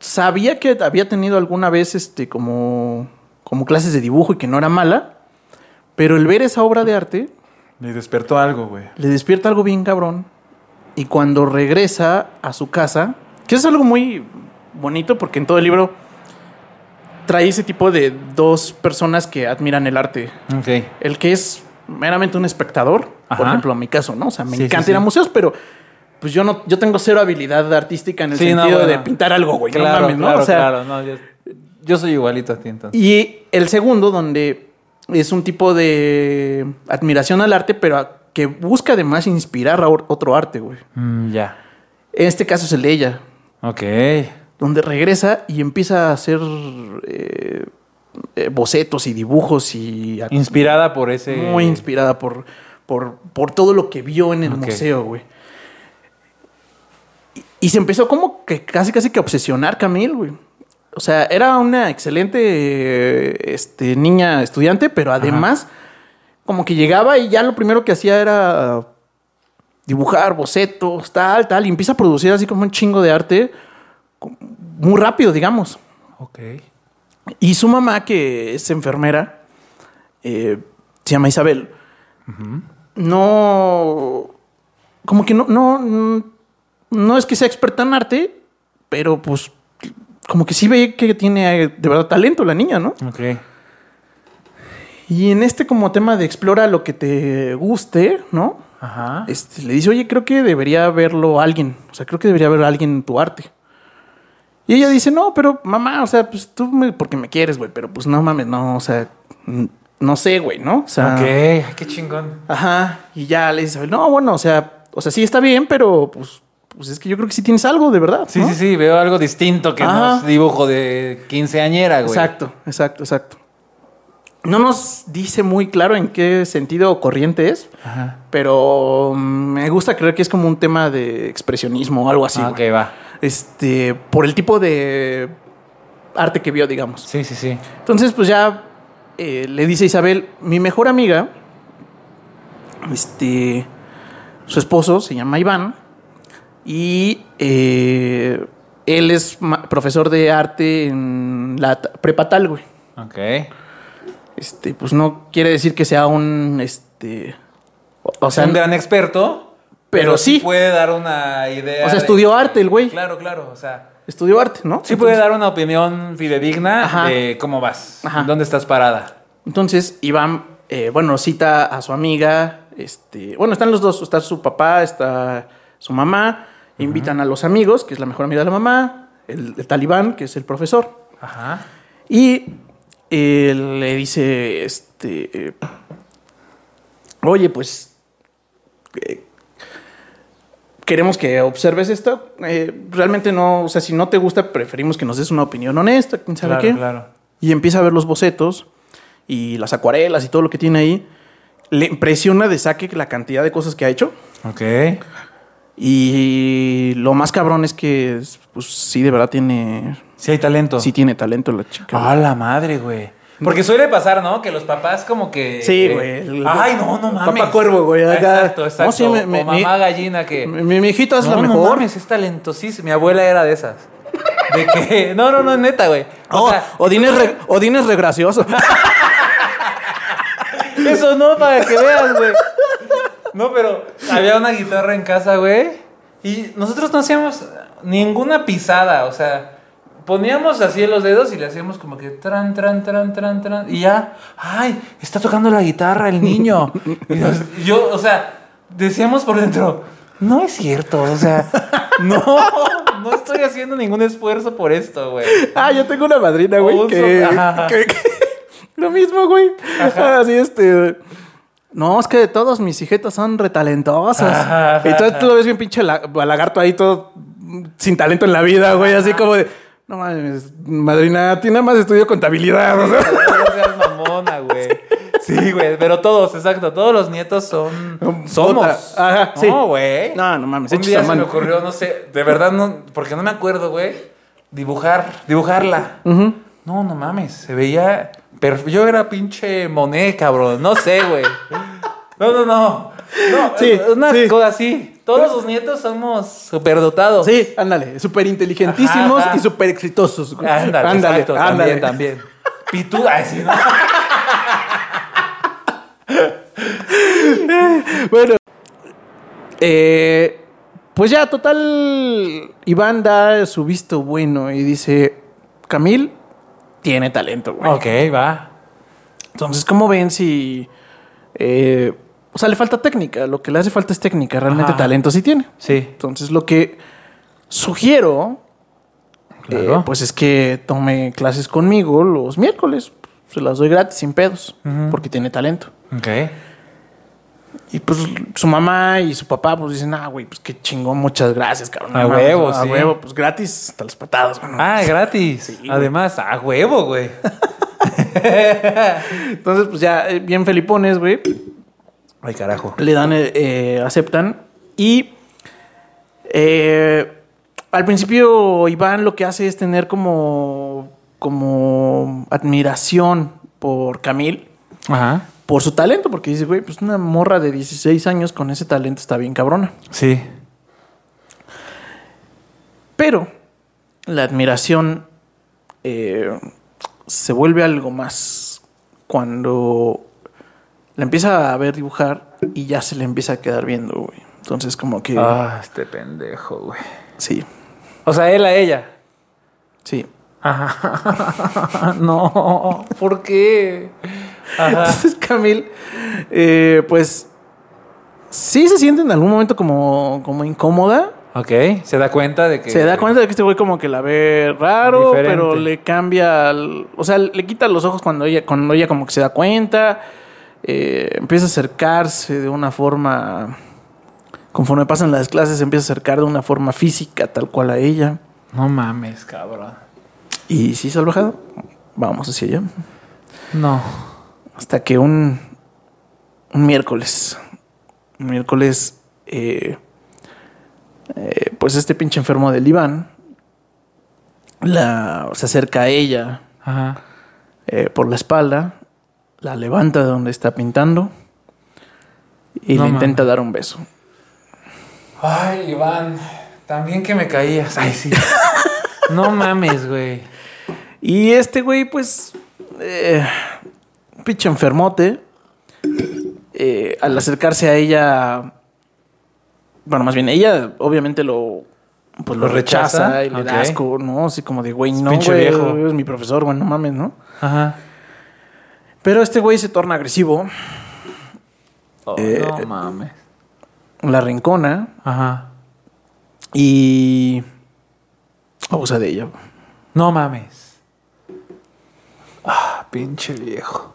Speaker 1: sabía que había tenido alguna vez este como, como clases de dibujo y que no era mala, pero el ver esa obra de arte
Speaker 2: Me despertó algo, güey.
Speaker 1: le despierta algo bien cabrón. Y cuando regresa a su casa, que es algo muy bonito porque en todo el libro trae ese tipo de dos personas que admiran el arte.
Speaker 2: Ok.
Speaker 1: El que es meramente un espectador, por
Speaker 2: Ajá.
Speaker 1: ejemplo, en mi caso, ¿no? O sea, me
Speaker 2: Sí, sí,
Speaker 1: encanta
Speaker 2: sí.
Speaker 1: ir a museos, pero pues yo no, yo tengo cero habilidad artística en el
Speaker 2: Sí, no,
Speaker 1: sentido de
Speaker 2: bueno.
Speaker 1: pintar algo, güey. no
Speaker 2: Claro,
Speaker 1: mames, ¿no?
Speaker 2: claro,
Speaker 1: O sea,
Speaker 2: claro. No, yo, yo soy igualito a ti entonces.
Speaker 1: y el segundo, donde es un tipo de admiración al arte, pero a- que busca además inspirar a or- otro arte, güey.
Speaker 2: Mm, ya.
Speaker 1: En este caso es el de ella,
Speaker 2: Ok.
Speaker 1: donde regresa y empieza a hacer eh, eh, bocetos y dibujos y a-
Speaker 2: Inspirada por ese.
Speaker 1: muy inspirada por, por, por todo lo que vio en el
Speaker 2: Ok.
Speaker 1: museo, güey. Y, y se empezó como que casi casi que a obsesionar Camil, güey. O sea, era una excelente eh, este, niña estudiante, pero además como que llegaba y ya lo primero que hacía era dibujar bocetos, tal, tal, y empieza a producir así como un chingo de arte com- muy rápido, digamos.
Speaker 2: Ok.
Speaker 1: Y su mamá, que es enfermera, eh, se llama Isabel. No. Como que no, no. No es que sea experta en arte, pero pues. Como que sí ve que tiene eh, de verdad talento la niña, ¿no?
Speaker 2: Ok.
Speaker 1: Y en este como tema de explora lo que te guste, ¿no?
Speaker 2: Ajá.
Speaker 1: Este, le dice, oye, creo que debería verlo alguien. O sea, creo que debería ver a alguien en tu arte. Y ella dice, no, pero mamá, o sea, pues tú me- porque me quieres, güey, pero pues no mames, no, o sea, mm, no sé, güey, ¿no? O sea,
Speaker 2: Ok. Ay, Qué chingón.
Speaker 1: ajá. Y ya le dice, no, bueno, o sea, o sea, sí está bien, pero pues, pues es que yo creo que sí tienes algo, de verdad.
Speaker 2: Sí,
Speaker 1: ¿no?
Speaker 2: sí, sí. Veo algo distinto que
Speaker 1: Ajá.
Speaker 2: nos dibujo de quinceañera, güey.
Speaker 1: Exacto, exacto, exacto. No nos dice muy claro en qué sentido o corriente es,
Speaker 2: Ajá.
Speaker 1: pero mm, me gusta creer que es como un tema de expresionismo o algo así.
Speaker 2: Ah,
Speaker 1: güey.
Speaker 2: ok, va.
Speaker 1: este, por el tipo de arte que vio, digamos.
Speaker 2: Sí, sí, sí.
Speaker 1: Entonces, pues ya eh, le dice Isabel, mi mejor amiga, este, su esposo se llama Iván y eh, él es ma- profesor de arte en la ta- prepa tal, güey.
Speaker 2: Ok.
Speaker 1: este, pues no quiere decir que sea un, este, o, o sea,
Speaker 2: un gran experto,
Speaker 1: Pero sí.
Speaker 2: puede dar una idea.
Speaker 1: O sea,
Speaker 2: de-
Speaker 1: estudió arte el güey.
Speaker 2: Claro, claro, o sea,
Speaker 1: estudió arte, ¿no?
Speaker 2: sí puede dar una opinión fidedigna
Speaker 1: Ajá.
Speaker 2: de cómo vas,
Speaker 1: Ajá.
Speaker 2: dónde estás parada.
Speaker 1: Entonces, Iván, eh, bueno, cita a su amiga, este, bueno, están los dos, está su papá, está su mamá, invitan a los amigos, que es la mejor amiga de la mamá, el, el talibán, que es el profesor,
Speaker 2: Ajá.
Speaker 1: y eh, le dice, este, eh, oye, pues, eh, queremos que observes esto, eh, realmente no, o sea, si no te gusta, preferimos que nos des una opinión honesta, quién sabe
Speaker 2: claro,
Speaker 1: qué.
Speaker 2: claro.
Speaker 1: Y empieza a ver los bocetos y las acuarelas y todo lo que tiene ahí. Le impresiona de saque la cantidad de cosas que ha hecho.
Speaker 2: Ok.
Speaker 1: Y lo más cabrón es que, pues sí, de verdad tiene.
Speaker 2: Sí hay talento.
Speaker 1: Sí, tiene talento la chica.
Speaker 2: A la madre, güey. Porque suele pasar, ¿no? Que los papás como que...
Speaker 1: Sí,
Speaker 2: eh,
Speaker 1: güey. El-
Speaker 2: Ay, no, no mames.
Speaker 1: Papá cuervo, güey, acá.
Speaker 2: Exacto, exacto.
Speaker 1: No, sí, me- me-
Speaker 2: o mamá
Speaker 1: me-
Speaker 2: gallina que...
Speaker 1: Mi, mi- mi hijita es la mejor.
Speaker 2: No mames, es talentosísima. Mi abuela era de esas. De que... <laughs> No, no, no, neta, güey. O
Speaker 1: Oh,
Speaker 2: sea,
Speaker 1: Odín, es re- Odín es re
Speaker 2: <laughs>
Speaker 1: gracioso.
Speaker 2: eso no, para que veas, güey. No, pero había una guitarra en casa, güey. Y nosotros no hacíamos ninguna pisada, o sea... Poníamos así los dedos y le hacíamos como que tran, tran, tran, tran, tran. Y ya, ay, está tocando la guitarra el niño. Y nos- yo, o sea, decíamos por dentro, no es cierto, o sea, no, no estoy haciendo ningún esfuerzo por esto, güey.
Speaker 1: <laughs> Ah, yo tengo una madrina, güey,
Speaker 2: Un <laughs>
Speaker 1: que,
Speaker 2: so- Ajá.
Speaker 1: que- que- Lo mismo, güey. <laughs> Así, este... No, es que todos mis hijitos son retalentosas.
Speaker 2: Ajá.
Speaker 1: Y tú, tú lo ves bien pinche la- lagarto ahí todo mm, sin talento en la vida, güey. Así como de... No mames, madrina, tiene más estudio contabilidad. o sea,
Speaker 2: No seas mamona, güey. Sí, güey, pero todos, exacto, todos los nietos son... Somos.
Speaker 1: puta. Ajá, sí.
Speaker 2: No, güey.
Speaker 1: No, no mames,
Speaker 2: Un
Speaker 1: hechos
Speaker 2: día
Speaker 1: a
Speaker 2: se me
Speaker 1: mano.
Speaker 2: ocurrió, no sé, de verdad no, porque no me acuerdo, güey, dibujar, dibujarla. No, no mames, se veía... perf- Yo era pinche Monet, cabrón, no sé, güey. No, no, no. No,
Speaker 1: Sí,
Speaker 2: es una
Speaker 1: sí.
Speaker 2: cosa así. Todos sus nietos somos superdotados.
Speaker 1: Sí, ándale. Súper inteligentísimos
Speaker 2: Ajá, ajá.
Speaker 1: y súper exitosos. güey.
Speaker 2: Ándale, exacto, también, también. Pituda, ay, sí, no.
Speaker 1: Bueno. eh, pues ya, total. Iván da su visto bueno y dice: Camil tiene talento, güey.
Speaker 2: Ok, va.
Speaker 1: Entonces, ¿cómo ven si. eh, o sea, le falta técnica. Lo que le hace falta es técnica. Realmente
Speaker 2: Ajá.
Speaker 1: talento sí tiene.
Speaker 2: Sí.
Speaker 1: Entonces, lo que sugiero.
Speaker 2: Claro.
Speaker 1: eh, pues es que tome clases conmigo los miércoles. Se las doy gratis, sin pedos. Porque tiene talento.
Speaker 2: Ok.
Speaker 1: Y pues su mamá y su papá pues dicen, ah, güey, pues qué chingón, muchas gracias, cabrón.
Speaker 2: A
Speaker 1: No mames,
Speaker 2: huevo,
Speaker 1: A
Speaker 2: sí.
Speaker 1: huevo, pues gratis hasta las patadas, güey.
Speaker 2: Ah, gratis.
Speaker 1: güey.
Speaker 2: Además, a huevo, güey.
Speaker 1: <laughs> Entonces, pues ya, eh, bien felipones, güey.
Speaker 2: Ay, carajo.
Speaker 1: Le dan, eh, eh, aceptan. Y eh, al principio Iván lo que hace es tener como, como admiración por Camil,
Speaker 2: Ajá.
Speaker 1: por su talento, porque dice, güey, pues una morra de 16 años con ese talento está bien cabrona.
Speaker 2: Sí.
Speaker 1: Pero la admiración eh, se vuelve algo más cuando la empieza a ver dibujar y ya se le empieza a quedar viendo, güey. Entonces, como que.
Speaker 2: Ah, este pendejo, güey.
Speaker 1: Sí,
Speaker 2: O sea, él a ella.
Speaker 1: sí.
Speaker 2: Ajá. Ah, no. ¿Por qué? Ajá.
Speaker 1: Entonces, Camil, eh, pues. Sí se siente en algún momento como, como incómoda.
Speaker 2: Ok. Se da cuenta de que.
Speaker 1: Se da cuenta de que este güey como que la ve raro,
Speaker 2: Diferente.
Speaker 1: pero le cambia, al- o sea, le quita los ojos cuando ella, cuando ella como que se da cuenta, eh, empieza a acercarse de una forma, conforme pasan las clases, se empieza a acercar de una forma física tal cual a ella.
Speaker 2: No mames, cabrón.
Speaker 1: Y sí, salvajado, vamos hacia allá.
Speaker 2: No.
Speaker 1: Hasta que un, un miércoles, un miércoles, eh, eh, pues este pinche enfermo del Iván la, se acerca a ella
Speaker 2: Ajá.
Speaker 1: eh, por la espalda, la levanta de donde está pintando y
Speaker 2: No
Speaker 1: le
Speaker 2: mames.
Speaker 1: intenta dar un beso.
Speaker 2: Ay, Iván. También que me caías. Ay, <laughs> sí. no mames, güey.
Speaker 1: Y este güey, pues, eh, pinche enfermote, eh, al acercarse a ella, bueno, más bien ella obviamente lo, pues, lo,
Speaker 2: Lo
Speaker 1: rechaza,
Speaker 2: rechaza,
Speaker 1: y le
Speaker 2: ok.
Speaker 1: da asco, ¿no? Así como de, güey, no,
Speaker 2: pinche
Speaker 1: güey,
Speaker 2: viejo.
Speaker 1: es mi profesor, güey, no mames, ¿no?
Speaker 2: Ajá.
Speaker 1: Pero este güey se torna agresivo,
Speaker 2: Oh,
Speaker 1: Eh,
Speaker 2: no mames.
Speaker 1: la rincona
Speaker 2: Ajá.
Speaker 1: y abusa de ella.
Speaker 2: No mames. Ah, pinche viejo.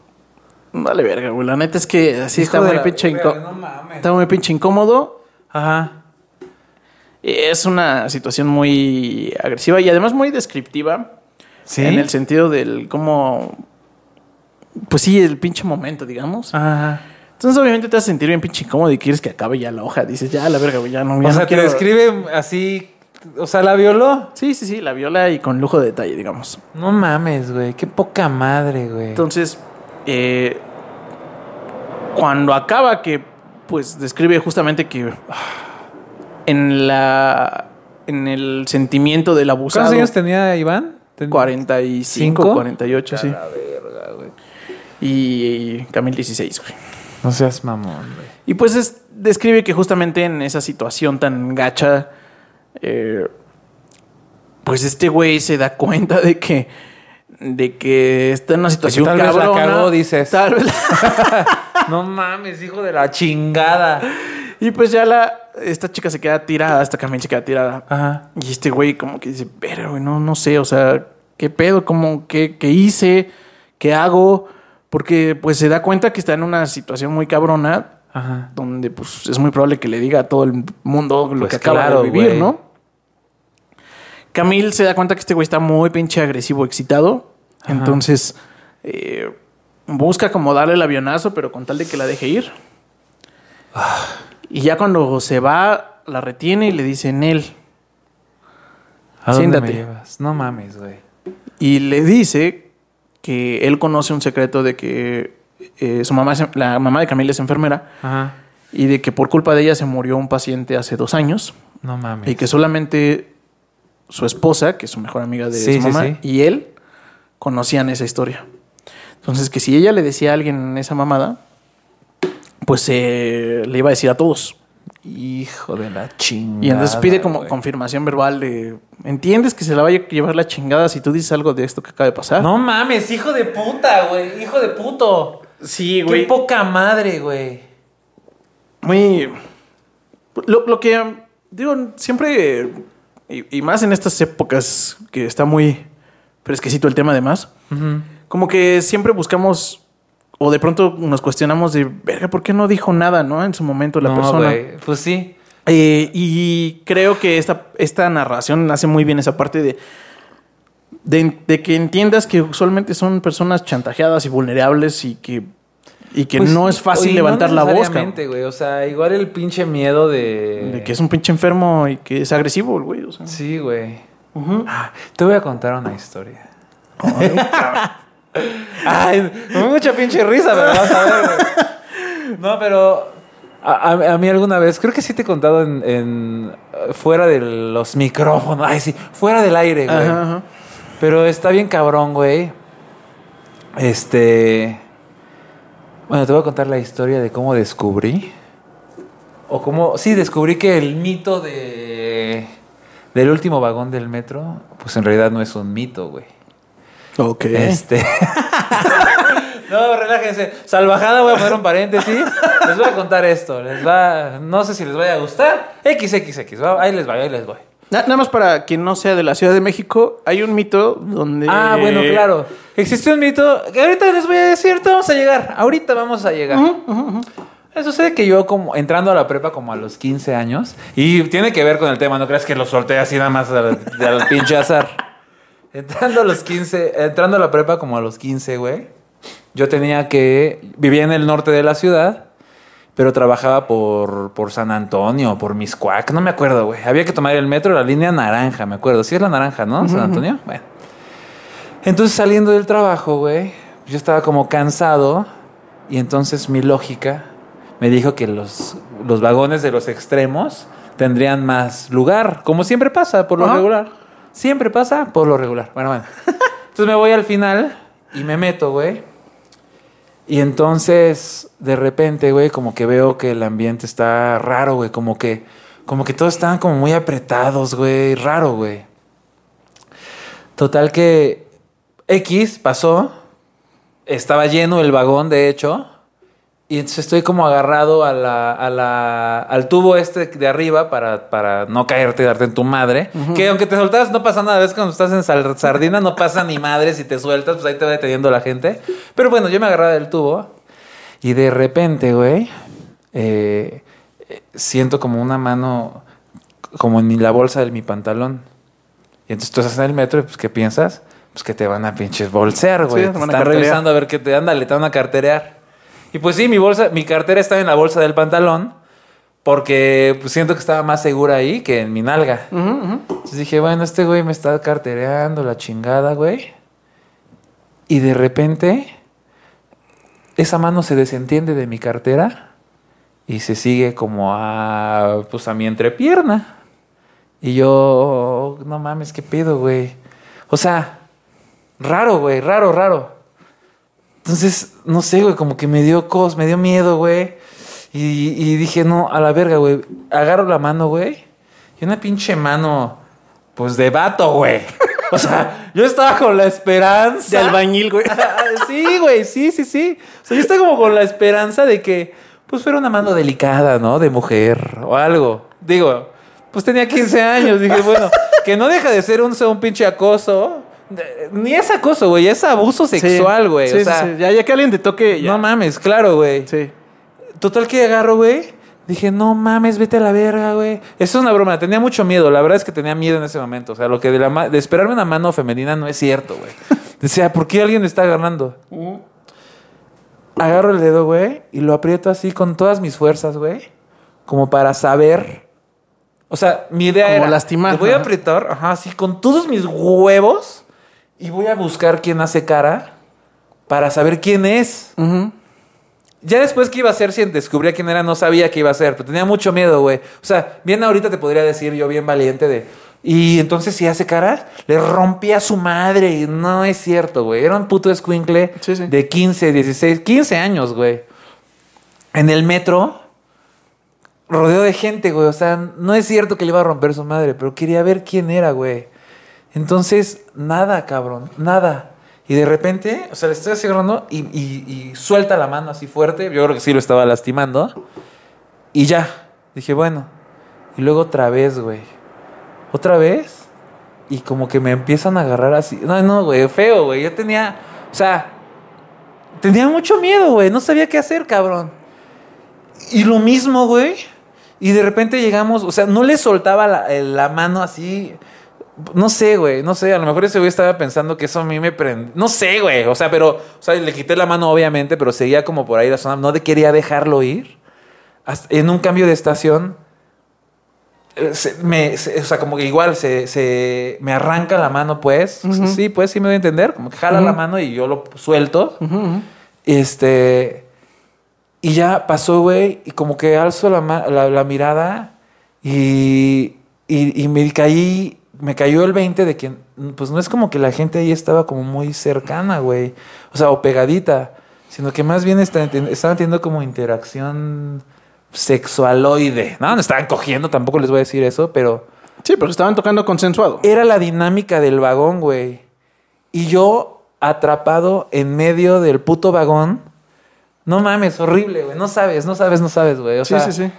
Speaker 1: Vale, verga, güey. La neta es que así
Speaker 2: Hijo
Speaker 1: está
Speaker 2: de
Speaker 1: muy,
Speaker 2: la
Speaker 1: pinche
Speaker 2: verga,
Speaker 1: inco-
Speaker 2: no mames.
Speaker 1: está muy pinche incómodo.
Speaker 2: Ajá.
Speaker 1: Es una situación muy agresiva y además muy descriptiva.
Speaker 2: Sí.
Speaker 1: En el sentido del cómo. Pues sí, el pinche momento, digamos.
Speaker 2: Ajá.
Speaker 1: Entonces, obviamente te vas a sentir bien pinche incómodo y quieres que acabe ya la hoja. Dices, ya, la verga, güey, ya no ya
Speaker 2: O
Speaker 1: no
Speaker 2: sea, te
Speaker 1: quiero-
Speaker 2: describe así. O sea, la violó.
Speaker 1: Sí, sí, sí, la viola y con lujo de detalle, digamos.
Speaker 2: No mames, güey. Qué poca madre, güey.
Speaker 1: Entonces, eh, cuando acaba que, pues, describe justamente que ah, en la en el sentimiento del abusado.
Speaker 2: ¿Cuántos años tenía Iván? Ten-
Speaker 1: 45,
Speaker 2: ¿Cinco?
Speaker 1: 48, sí.
Speaker 2: A la verga, güey.
Speaker 1: Y, y Camil 16, güey.
Speaker 2: No seas mamón, güey.
Speaker 1: Y pues es- describe que justamente en esa situación tan gacha, eh, pues este güey se da cuenta de que de que está en una situación
Speaker 2: tal vez la
Speaker 1: cabrona.
Speaker 2: cagó, dices.
Speaker 1: Tal vez la- <laughs>
Speaker 2: No mames, hijo de la chingada.
Speaker 1: Y pues ya la esta chica se queda tirada, esta Camil se queda tirada.
Speaker 2: Ajá.
Speaker 1: Y este güey como que dice, pero güey, no, no sé, o sea, ¿qué pedo? ¿Cómo, qué, qué hice? ¿Qué hago? Porque pues se da cuenta que está en una situación muy cabrona,
Speaker 2: Ajá.
Speaker 1: donde pues es muy probable que le diga a todo el mundo lo
Speaker 2: Pues
Speaker 1: que acaba
Speaker 2: claro,
Speaker 1: de vivir,
Speaker 2: güey.
Speaker 1: ¿no? Camil se da cuenta que este güey está muy pinche agresivo, excitado.
Speaker 2: Ajá.
Speaker 1: Entonces eh, busca como darle el avionazo, pero con tal de que la deje ir.
Speaker 2: Ah.
Speaker 1: Y ya cuando se va, la retiene y le dice en él.
Speaker 2: ¿A dónde
Speaker 1: Siéntate.
Speaker 2: me llevas? No mames, güey.
Speaker 1: Y le dice que él conoce un secreto de que eh, su mamá, es- la mamá de Camila es enfermera
Speaker 2: Ajá.
Speaker 1: y de que por culpa de ella se murió un paciente hace dos años
Speaker 2: No mames.
Speaker 1: y que solamente su esposa, que es su mejor amiga de
Speaker 2: Sí,
Speaker 1: su
Speaker 2: sí,
Speaker 1: mamá,
Speaker 2: sí.
Speaker 1: y él conocían esa historia. Entonces que si ella le decía a alguien esa mamada, pues eh, le iba a decir a todos.
Speaker 2: Hijo de la chingada.
Speaker 1: Y entonces pide como
Speaker 2: güey.
Speaker 1: confirmación verbal de, ¿entiendes que se la vaya a llevar la chingada si tú dices algo de esto que acaba de pasar?
Speaker 2: No mames, hijo de puta, güey. Hijo de puto.
Speaker 1: Sí,
Speaker 2: Qué poca madre, güey.
Speaker 1: muy. Lo, lo que. um, Digo, siempre. eh, Y, y más en estas épocas que está muy fresquecito el tema, además. Como que siempre buscamos. O de pronto nos cuestionamos de. Verga, ¿por qué no dijo nada, no? En su momento la
Speaker 2: No,
Speaker 1: persona.
Speaker 2: güey. Pues sí.
Speaker 1: Eh, y creo que esta, esta narración hace muy bien esa parte de, de. de que entiendas que usualmente son personas chantajeadas y vulnerables y que. Y que
Speaker 2: Pues,
Speaker 1: no es fácil
Speaker 2: oye,
Speaker 1: levantar
Speaker 2: no
Speaker 1: la voz. cabrón.
Speaker 2: necesariamente, güey. O sea, igual el pinche miedo de.
Speaker 1: De que es un pinche enfermo y que es agresivo el güey. O sea.
Speaker 2: Eh, Sí, güey. Ah, Te voy a contar una historia. <laughs> Ay, me da mucha pinche risa, pero vas a ver, güey. No, pero a, a- a mí alguna vez, creo que sí te he contado en, en, eh, fuera de los micrófonos. Ay, sí, fuera del aire, güey.
Speaker 1: Ajá, ajá.
Speaker 2: Pero está bien cabrón, güey. Este. Bueno, te voy a contar la historia de cómo descubrí. O cómo. Sí, descubrí que el mito de. Del último vagón del metro, pues en realidad no es un mito, güey.
Speaker 1: Ok.
Speaker 2: Este. <laughs> no, relájense. Salvajada, voy a poner un paréntesis. Les voy a contar esto. Les va. No sé si les vaya a gustar. XXX. va, Ahí les voy, ahí les voy.
Speaker 1: Na- nada más para quien no sea de la Ciudad de México, hay un mito donde.
Speaker 2: Ah, bueno, claro. Existe un mito que ahorita les voy a decir, te vamos a llegar. Ahorita vamos a llegar. Eh, Sucede que yo como entrando a la prepa como a los 15 años y tiene que ver con el tema, no creas que lo solté así nada más al, al pinche azar. Entrando a los 15, entrando a la prepa como a los 15, güey. Yo tenía que vivía en el norte de la ciudad, pero trabajaba por por San Antonio, por Miscuac, no me acuerdo, güey. Había que tomar el metro, la línea naranja, me acuerdo. Sí es la naranja, ¿no? San Antonio. Bueno. Entonces saliendo del trabajo, güey, yo estaba como cansado y entonces mi lógica me dijo que los, los vagones de los extremos tendrían más lugar, como siempre pasa por lo
Speaker 1: Ajá.
Speaker 2: regular. Siempre pasa por lo regular. Bueno, bueno. Entonces me voy al final y me meto, güey. Y entonces, de repente, güey, como que veo que el ambiente está raro, güey. Como que, como que todos estaban como muy apretados, güey. Raro, güey. Total que X pasó. Estaba lleno el vagón, de hecho. Y entonces estoy como agarrado a la, a la- al tubo este de arriba para, para no caerte y darte en tu madre. Que aunque te soltas no pasa nada. Ves cuando estás en sal- sardina no pasa ni madre. Si te sueltas, pues ahí te va deteniendo la gente. Pero bueno, yo me agarraba del tubo. Y de repente, güey, eh, eh, siento como una mano como en mi- la bolsa de mi pantalón. Y entonces tú estás en el metro y pues ¿qué piensas? Pues que te van a pinches bolsear, güey.
Speaker 1: te
Speaker 2: te
Speaker 1: van a
Speaker 2: están
Speaker 1: carterear.
Speaker 2: revisando a ver qué te anda, le te van a carterear. Y pues sí, mi bolsa, mi cartera estaba en la bolsa del pantalón porque pues, siento que estaba más segura ahí que en mi nalga. Entonces dije, bueno, este güey me está cartereando la chingada, güey. Y de repente esa mano se desentiende de mi cartera y se sigue como a pues a mi entrepierna. Y yo, no mames, qué pedo, güey. O sea, raro, güey, raro, raro. Entonces, no sé, güey, como que me dio cos, me dio miedo, güey. Y, y dije, no, a la verga, güey. Agarro la mano, güey. Y una pinche mano, pues de vato, güey. <laughs> O sea, yo estaba con la esperanza.
Speaker 1: De albañil, güey.
Speaker 2: Ah, <laughs> sí, güey, sí, sí, sí. O sea, yo estoy como con la esperanza de que, pues, fuera una mano delicada, ¿no? De mujer o algo. Digo, pues tenía 15 años. Dije, bueno, que no deja de ser un, un pinche acoso. De- Ni es acoso, güey, es abuso sexual,
Speaker 1: <laughs>
Speaker 2: güey.
Speaker 1: Sí,
Speaker 2: o sea,
Speaker 1: sí, sí. Ya, ya que alguien te toque. Ya.
Speaker 2: no mames, claro, güey.
Speaker 1: Sí.
Speaker 2: Total que agarro, güey. Dije, no mames, vete a la verga, güey. Eso es una broma. Tenía mucho miedo. La verdad es que tenía miedo en ese momento. O sea, lo que de, la ma- de esperarme una mano femenina no es cierto, güey. Decía, ¿por qué alguien me está agarrando? Agarro el dedo, güey, y lo aprieto así con todas mis fuerzas, güey. Como para saber. O sea, mi idea
Speaker 1: Como
Speaker 2: era...
Speaker 1: lastimar,
Speaker 2: le voy a
Speaker 1: ¿no?
Speaker 2: apretar, ajá, así con todos mis huevos. Y voy a buscar quién hace cara para saber quién es.
Speaker 1: Ujú.
Speaker 2: Ya después que iba a ser, si descubría quién era, no sabía qué iba a ser, pero tenía mucho miedo, güey. O sea, bien ahorita te podría decir yo bien valiente de... Y entonces si hace cara, le rompía a su madre. Y no es cierto, güey. Era un puto escuincle
Speaker 1: Sí, sí.
Speaker 2: de 15, 16, 15 años, güey. En el metro, rodeo de gente, güey. O sea, no es cierto que le iba a romper su madre, pero quería ver quién era, güey. Entonces, nada, cabrón, nada. Y de repente, o sea, le estoy agarrando y, y- y suelta la mano así fuerte. Yo creo que sí lo estaba lastimando. Y ya, dije, bueno. Y luego otra vez, güey. Otra vez. Y como que me empiezan a agarrar así. No, no, güey, feo, güey. Yo tenía, o sea, tenía mucho miedo, güey. No sabía qué hacer, cabrón. Y lo mismo, güey. Y de repente llegamos, o sea, no le soltaba la, eh, la mano así. No sé, güey, no sé. A lo mejor ese güey estaba pensando que eso a mí me prende. No sé, güey. O sea, pero, o sea, le quité la mano, obviamente, pero seguía como por ahí la zona. No de- quería dejarlo ir. Hasta- en un cambio de estación, eh, se- me, se- o sea, como que igual se, se- me arranca la mano, pues.
Speaker 1: Ujú.
Speaker 2: Sí, pues sí me voy a entender. Como que jala la mano y yo lo suelto.
Speaker 1: Ujú, ujú.
Speaker 2: Este. Y ya pasó, güey, y como que alzo la, ma- la- la mirada y, y, y me caí, me cayó el 20 de que, pues no es como que la gente ahí estaba como muy cercana, güey, o sea, o pegadita, sino que más bien está- estaban teniendo como interacción sexualoide. No, no estaban cogiendo, tampoco les voy a decir eso, pero
Speaker 1: Sí, pero estaban tocando consensuado.
Speaker 2: era la dinámica del vagón, güey. Y yo atrapado en medio del puto vagón. No mames, horrible, güey. No sabes, no sabes, no sabes, güey. O
Speaker 1: sí,
Speaker 2: sea,
Speaker 1: sí, sí.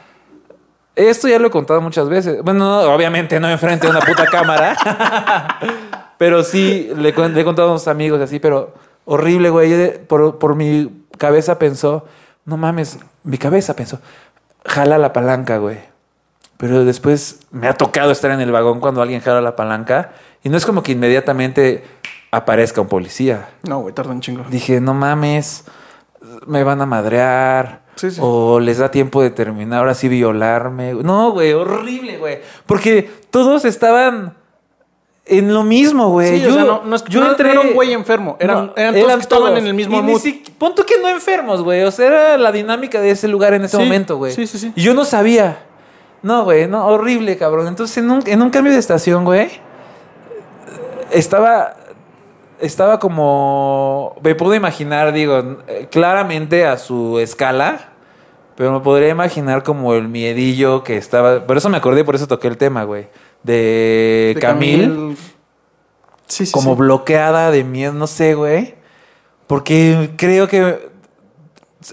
Speaker 2: esto ya lo he contado muchas veces. Bueno, no, obviamente no enfrente de una puta cámara. <laughs> pero sí, le, cuen- le he contado a unos amigos y así, pero horrible, güey. Yo de- Por, por mi cabeza pensó, no mames, mi cabeza pensó, jala la palanca, güey. Pero después me ha tocado estar en el vagón cuando alguien jala la palanca y no es como que inmediatamente aparezca un policía
Speaker 1: No, güey, tarda un chingo.
Speaker 2: dije, no mames, me van a madrear.
Speaker 1: Sí, sí.
Speaker 2: O les da tiempo de terminar, ahora sí violarme. No, güey, horrible, güey. Porque todos estaban en lo mismo, güey.
Speaker 1: Sí, o sea, no- no es- no era un güey enfermo, eran- eran todos que estaban en el mismo
Speaker 2: Y ni
Speaker 1: mood.
Speaker 2: siqui- pon tú que no enfermos, güey. O sea, era la dinámica de ese lugar en ese
Speaker 1: Sí,
Speaker 2: momento, güey.
Speaker 1: sí, sí, sí.
Speaker 2: Y yo no sabía. No, güey, no, horrible, cabrón. Entonces, en un, en un cambio de estación, güey, estaba estaba como. Me pude imaginar, digo, eh, claramente a su escala, pero me podría imaginar como el miedillo que estaba. Por eso me acordé, por eso toqué el tema, güey. De,
Speaker 1: De
Speaker 2: Camil,
Speaker 1: Sí, sí.
Speaker 2: como
Speaker 1: sí.
Speaker 2: bloqueada de miedo, no sé, güey. Porque creo que.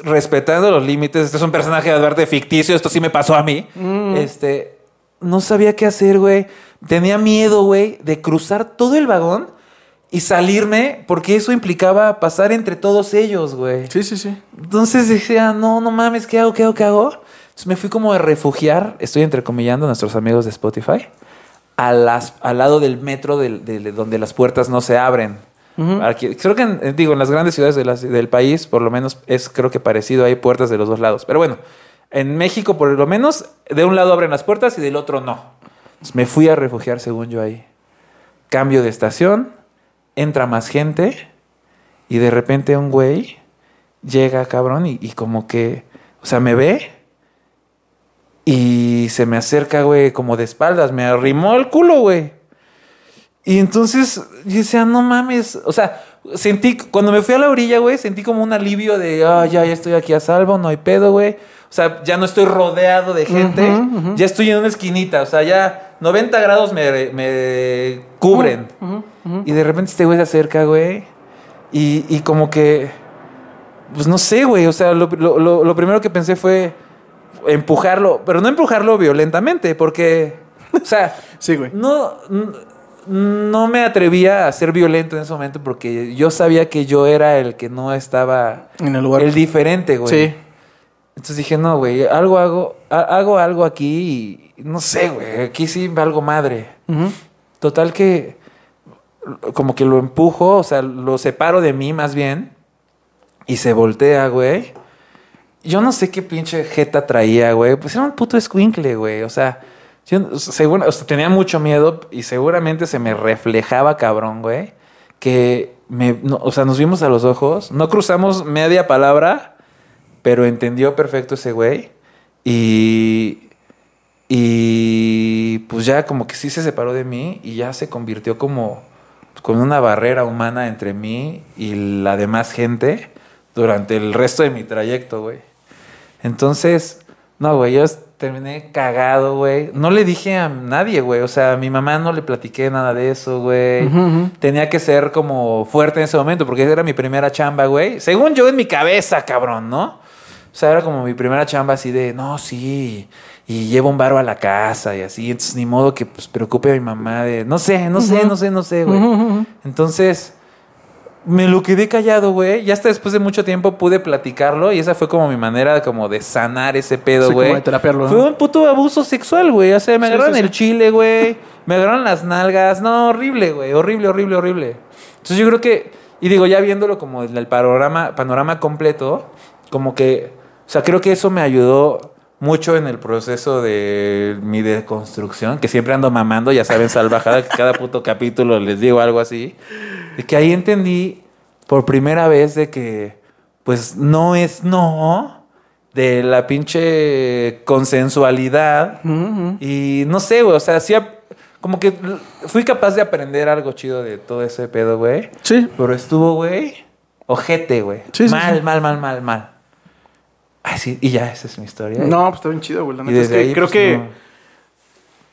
Speaker 2: Respetando los límites, este es un personaje de adverte ficticio, esto sí me pasó a mí.
Speaker 1: Mm.
Speaker 2: Este, no sabía qué hacer, güey. Tenía miedo, güey, de cruzar todo el vagón y salirme, porque eso implicaba pasar entre todos ellos, güey.
Speaker 1: Sí, sí, sí.
Speaker 2: Entonces decía, no, no mames, ¿qué hago? ¿Qué hago? ¿Qué hago? Entonces me fui como a refugiar, estoy entrecomillando a nuestros amigos de Spotify, a las, al lado del metro del- del- donde las puertas no se abren.
Speaker 1: Ujú.
Speaker 2: Aquí- creo que, en, eh, digo, en las grandes ciudades de las- del país, por lo menos es creo que parecido, hay puertas de los dos lados. Pero bueno, en México por lo menos, de un lado abren las puertas y del otro no. Entonces me fui a refugiar según yo ahí. Cambio de estación, entra más gente y de repente un güey llega, cabrón, y, y como que, o sea, me ve y se me acerca, güey, como de espaldas, me arrimó el culo, güey. Y entonces yo decía, no mames, o sea, sentí, cuando me fui a la orilla, güey, sentí como un alivio de, ah, ya, ya estoy aquí a salvo, no hay pedo, güey. O sea, ya no estoy rodeado de gente,
Speaker 1: Ujú, ujú.
Speaker 2: ya estoy en una esquinita, o sea, ya 90 grados me, me cubren.
Speaker 1: Ujú, ujú.
Speaker 2: Y de repente este güey se acerca, güey. Y, y como que. Pues no sé, güey. O sea, lo, lo- lo- lo primero que pensé fue empujarlo. Pero no empujarlo violentamente, porque. O sea,
Speaker 1: Sí, güey.
Speaker 2: no. n- No me atrevía a ser violento en ese momento porque yo sabía que yo era el que no estaba.
Speaker 1: En el lugar.
Speaker 2: El diferente, güey.
Speaker 1: sí.
Speaker 2: Entonces dije, no, güey, algo hago, ha- hago algo aquí y no sé, güey, aquí sí valgo madre.
Speaker 1: Ujú.
Speaker 2: Total que como que lo empujo, o sea, lo separo de mí más bien. Y se voltea, güey. Yo no sé qué pinche jeta traía, güey. Pues era un puto escuincle, güey. O sea, yo seguro, o sea, tenía mucho miedo y seguramente se me reflejaba cabrón, güey. Que me, no, o sea, nos vimos a los ojos, no cruzamos media palabra, pero entendió perfecto ese güey. Y, y pues ya como que sí se separó de mí y ya se convirtió como pues, con una barrera humana entre mí y la demás gente durante el resto de mi trayecto, güey. Entonces, no, güey, yo terminé cagado, güey. No le dije a nadie, güey. O sea, a mi mamá no le platiqué nada de eso, güey.
Speaker 1: Ujú, ujú.
Speaker 2: Tenía que ser como fuerte en ese momento porque esa era mi primera chamba, güey. Según yo en mi cabeza, cabrón, ¿no? O sea, era como mi primera chamba así de, no, sí, y llevo un barro a la casa y así. Entonces, ni modo que pues, preocupe a mi mamá de, no sé, no sé,
Speaker 1: Ujú.
Speaker 2: no sé, no sé, güey.
Speaker 1: Ujú, ujú, ujú.
Speaker 2: Entonces, me lo quedé callado, güey. Ya hasta después de mucho tiempo pude platicarlo y esa fue como mi manera como de sanar ese
Speaker 1: Sí,
Speaker 2: pedo,
Speaker 1: como
Speaker 2: güey.
Speaker 1: de terapearlo, ¿no?
Speaker 2: Fue un puto abuso sexual, güey. O sea, me
Speaker 1: Sí,
Speaker 2: agarraron
Speaker 1: sí, sí.
Speaker 2: el chile, güey. Me agarraron las nalgas. No, horrible, güey. Horrible, horrible, horrible. Entonces yo creo que, y digo, ya viéndolo como en el panorama, panorama completo, como que, o sea, creo que eso me ayudó mucho en el proceso de mi deconstrucción, que siempre ando mamando, ya saben, salvajada, que cada puto capítulo les digo algo así. De que ahí entendí por primera vez de que, pues, no es no, de la pinche consensualidad.
Speaker 1: Ujú, ujú.
Speaker 2: Y no sé, güey, o sea, sí, ap- como que l- fui capaz de aprender algo chido de todo ese pedo, güey.
Speaker 1: Sí.
Speaker 2: Pero estuvo, güey, ojete, güey.
Speaker 1: Sí, sí,
Speaker 2: mal,
Speaker 1: sí.
Speaker 2: mal, mal, mal, mal. Así, y ya, esa es mi historia.
Speaker 1: No, pues está bien chido, güey. La
Speaker 2: Y
Speaker 1: neta es
Speaker 2: desde
Speaker 1: que
Speaker 2: ahí,
Speaker 1: creo
Speaker 2: pues,
Speaker 1: que. <laughs>
Speaker 2: no.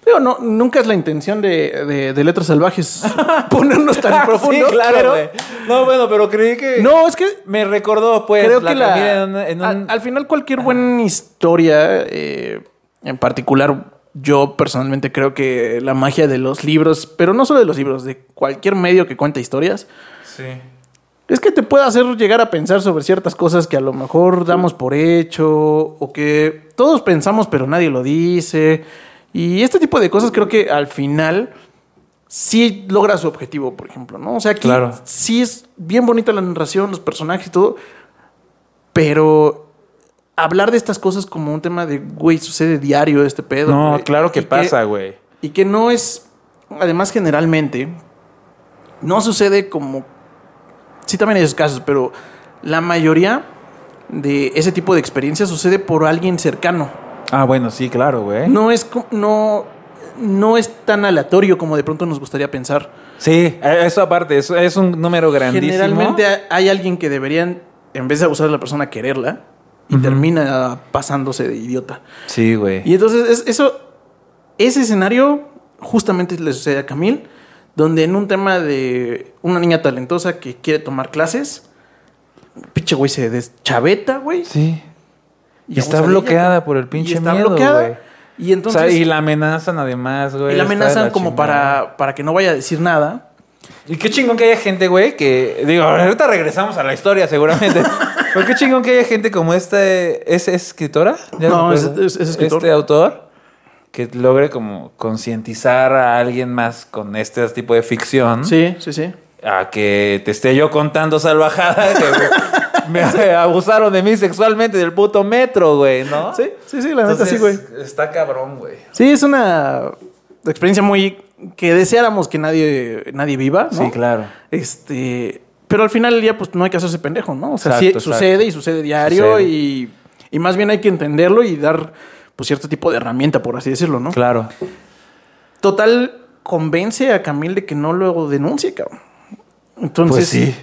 Speaker 1: Digo, no, nunca es la intención de, de, de Letras <laughs> Salvajes ponernos tan profundos.
Speaker 2: <laughs> sí, claro,
Speaker 1: pero-
Speaker 2: güey. No, bueno, pero creí que.
Speaker 1: No, es que
Speaker 2: Me recordó, pues.
Speaker 1: creo que la,
Speaker 2: comida en un- en
Speaker 1: al,
Speaker 2: un- Ah.
Speaker 1: al final cualquier buena historia, eh, en particular yo personalmente creo que la magia de los libros, pero no solo de los libros, de cualquier medio que cuenta historias,
Speaker 2: Sí.
Speaker 1: es que te puede hacer llegar a pensar sobre ciertas cosas que a lo mejor damos por hecho o que todos pensamos pero nadie lo dice. Y este tipo de cosas creo que al final sí logra su objetivo, por ejemplo, ¿no? O sea, aquí
Speaker 2: Claro.
Speaker 1: sí es bien bonita la narración, los personajes y todo, pero hablar de estas cosas como un tema de, güey, sucede diario este pedo.
Speaker 2: No,
Speaker 1: güey,
Speaker 2: claro que
Speaker 1: y
Speaker 2: pasa, güey.
Speaker 1: y que no es, además generalmente, no sucede como, sí también hay esos casos, pero la mayoría de ese tipo de experiencias sucede por alguien cercano.
Speaker 2: Ah, bueno, sí, claro, güey.
Speaker 1: No es, co- no, no es tan aleatorio como de pronto nos gustaría pensar.
Speaker 2: Sí, eh, eso aparte, es, es un número grandísimo.
Speaker 1: Generalmente ha- hay alguien que deberían, en vez de abusar de la persona, quererla y
Speaker 2: Ujú.
Speaker 1: termina pasándose de idiota.
Speaker 2: Sí, güey.
Speaker 1: Y entonces es- eso, ese escenario justamente le sucede a Camille, donde en un tema de una niña talentosa que quiere tomar clases, pinche güey se deschaveta, güey.
Speaker 2: Sí.
Speaker 1: y
Speaker 2: Y está
Speaker 1: abusa de ella,
Speaker 2: bloqueada
Speaker 1: güey.
Speaker 2: por el pinche
Speaker 1: y está
Speaker 2: miedo,
Speaker 1: bloqueada.
Speaker 2: güey.
Speaker 1: Y entonces
Speaker 2: O sea, y la amenazan además, güey.
Speaker 1: y la
Speaker 2: está de
Speaker 1: amenazan
Speaker 2: la
Speaker 1: como
Speaker 2: chingada.
Speaker 1: para, para que no vaya a decir nada.
Speaker 2: Y qué chingón que haya gente, güey, que... Digo, ahorita regresamos a la
Speaker 1: <laughs>
Speaker 2: historia seguramente. Pero qué chingón que haya gente como esta... ¿Es escritora? Ya
Speaker 1: No,
Speaker 2: me
Speaker 1: es-
Speaker 2: acuerdo.
Speaker 1: es- es escritor.
Speaker 2: Este autor que logre como concientizar a alguien más con este tipo de ficción.
Speaker 1: Sí, sí, sí.
Speaker 2: a que te esté yo contando salvajadas que
Speaker 1: <laughs>
Speaker 2: me, me abusaron de mí sexualmente del puto metro, güey, ¿no?
Speaker 1: Sí, sí, sí, la neta sí, güey.
Speaker 2: Está cabrón, güey.
Speaker 1: Sí, es una experiencia muy que deseáramos que nadie, nadie viva, ¿no?
Speaker 2: Sí, claro.
Speaker 1: Este, pero al final del día, pues no hay que hacerse pendejo, ¿no? O sea,
Speaker 2: Exacto,
Speaker 1: sí
Speaker 2: exacto.
Speaker 1: sucede y sucede diario
Speaker 2: Sucede.
Speaker 1: Y, y más bien hay que entenderlo y dar pues cierto tipo de herramienta, por así decirlo, ¿no?
Speaker 2: Claro.
Speaker 1: Total convence a Camil de que no lo denuncie, cabrón. Entonces,
Speaker 2: Pues sí.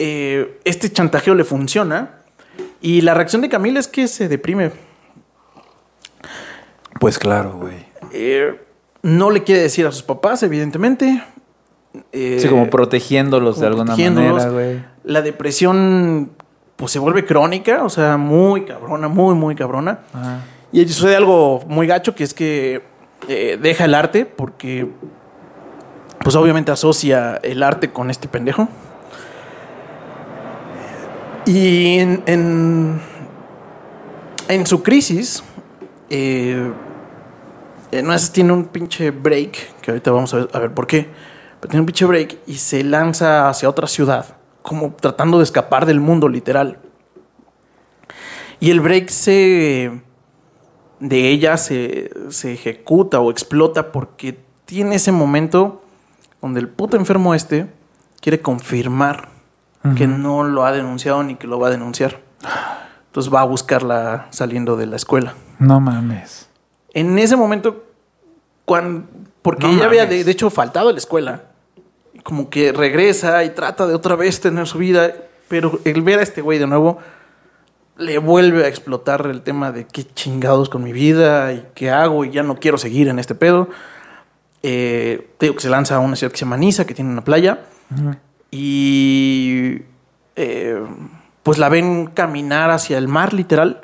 Speaker 1: eh, este chantajeo le funciona y la reacción de Camil es que se deprime.
Speaker 2: Pues claro, güey.
Speaker 1: Eh, no le quiere decir a sus papás, evidentemente. Eh,
Speaker 2: Sí, como protegiéndolos de
Speaker 1: como
Speaker 2: alguna
Speaker 1: protegiéndolos.
Speaker 2: manera, güey.
Speaker 1: La depresión pues se vuelve crónica, o sea, muy cabrona, muy, muy cabrona.
Speaker 2: Ajá.
Speaker 1: Y ahí sucede algo muy gacho, que es que eh, deja el arte porque, pues obviamente asocia el arte con este pendejo. Y en, en, en su crisis, eh, en una de esas tiene un pinche break, que ahorita vamos a ver, a ver por qué, pero tiene un pinche break y se lanza hacia otra ciudad, como tratando de escapar del mundo literal. Y el break se de ella se, se ejecuta o explota porque tiene ese momento donde el puto enfermo este quiere confirmar que no lo ha denunciado ni que lo va a denunciar. Entonces va a buscarla saliendo de la escuela.
Speaker 2: No mames.
Speaker 1: En ese momento, cuan- porque
Speaker 2: No
Speaker 1: ella había de,
Speaker 2: mames.
Speaker 1: de hecho faltado a la escuela, como que regresa y trata de otra vez tener su vida, pero el ver a este güey de nuevo le vuelve a explotar el tema de qué chingados con mi vida y qué hago y ya no quiero seguir en este pedo. Eh, te digo que se lanza a una ciudad que se llama Niza, que tiene una playa. Y eh, pues la ven caminar hacia el mar, literal.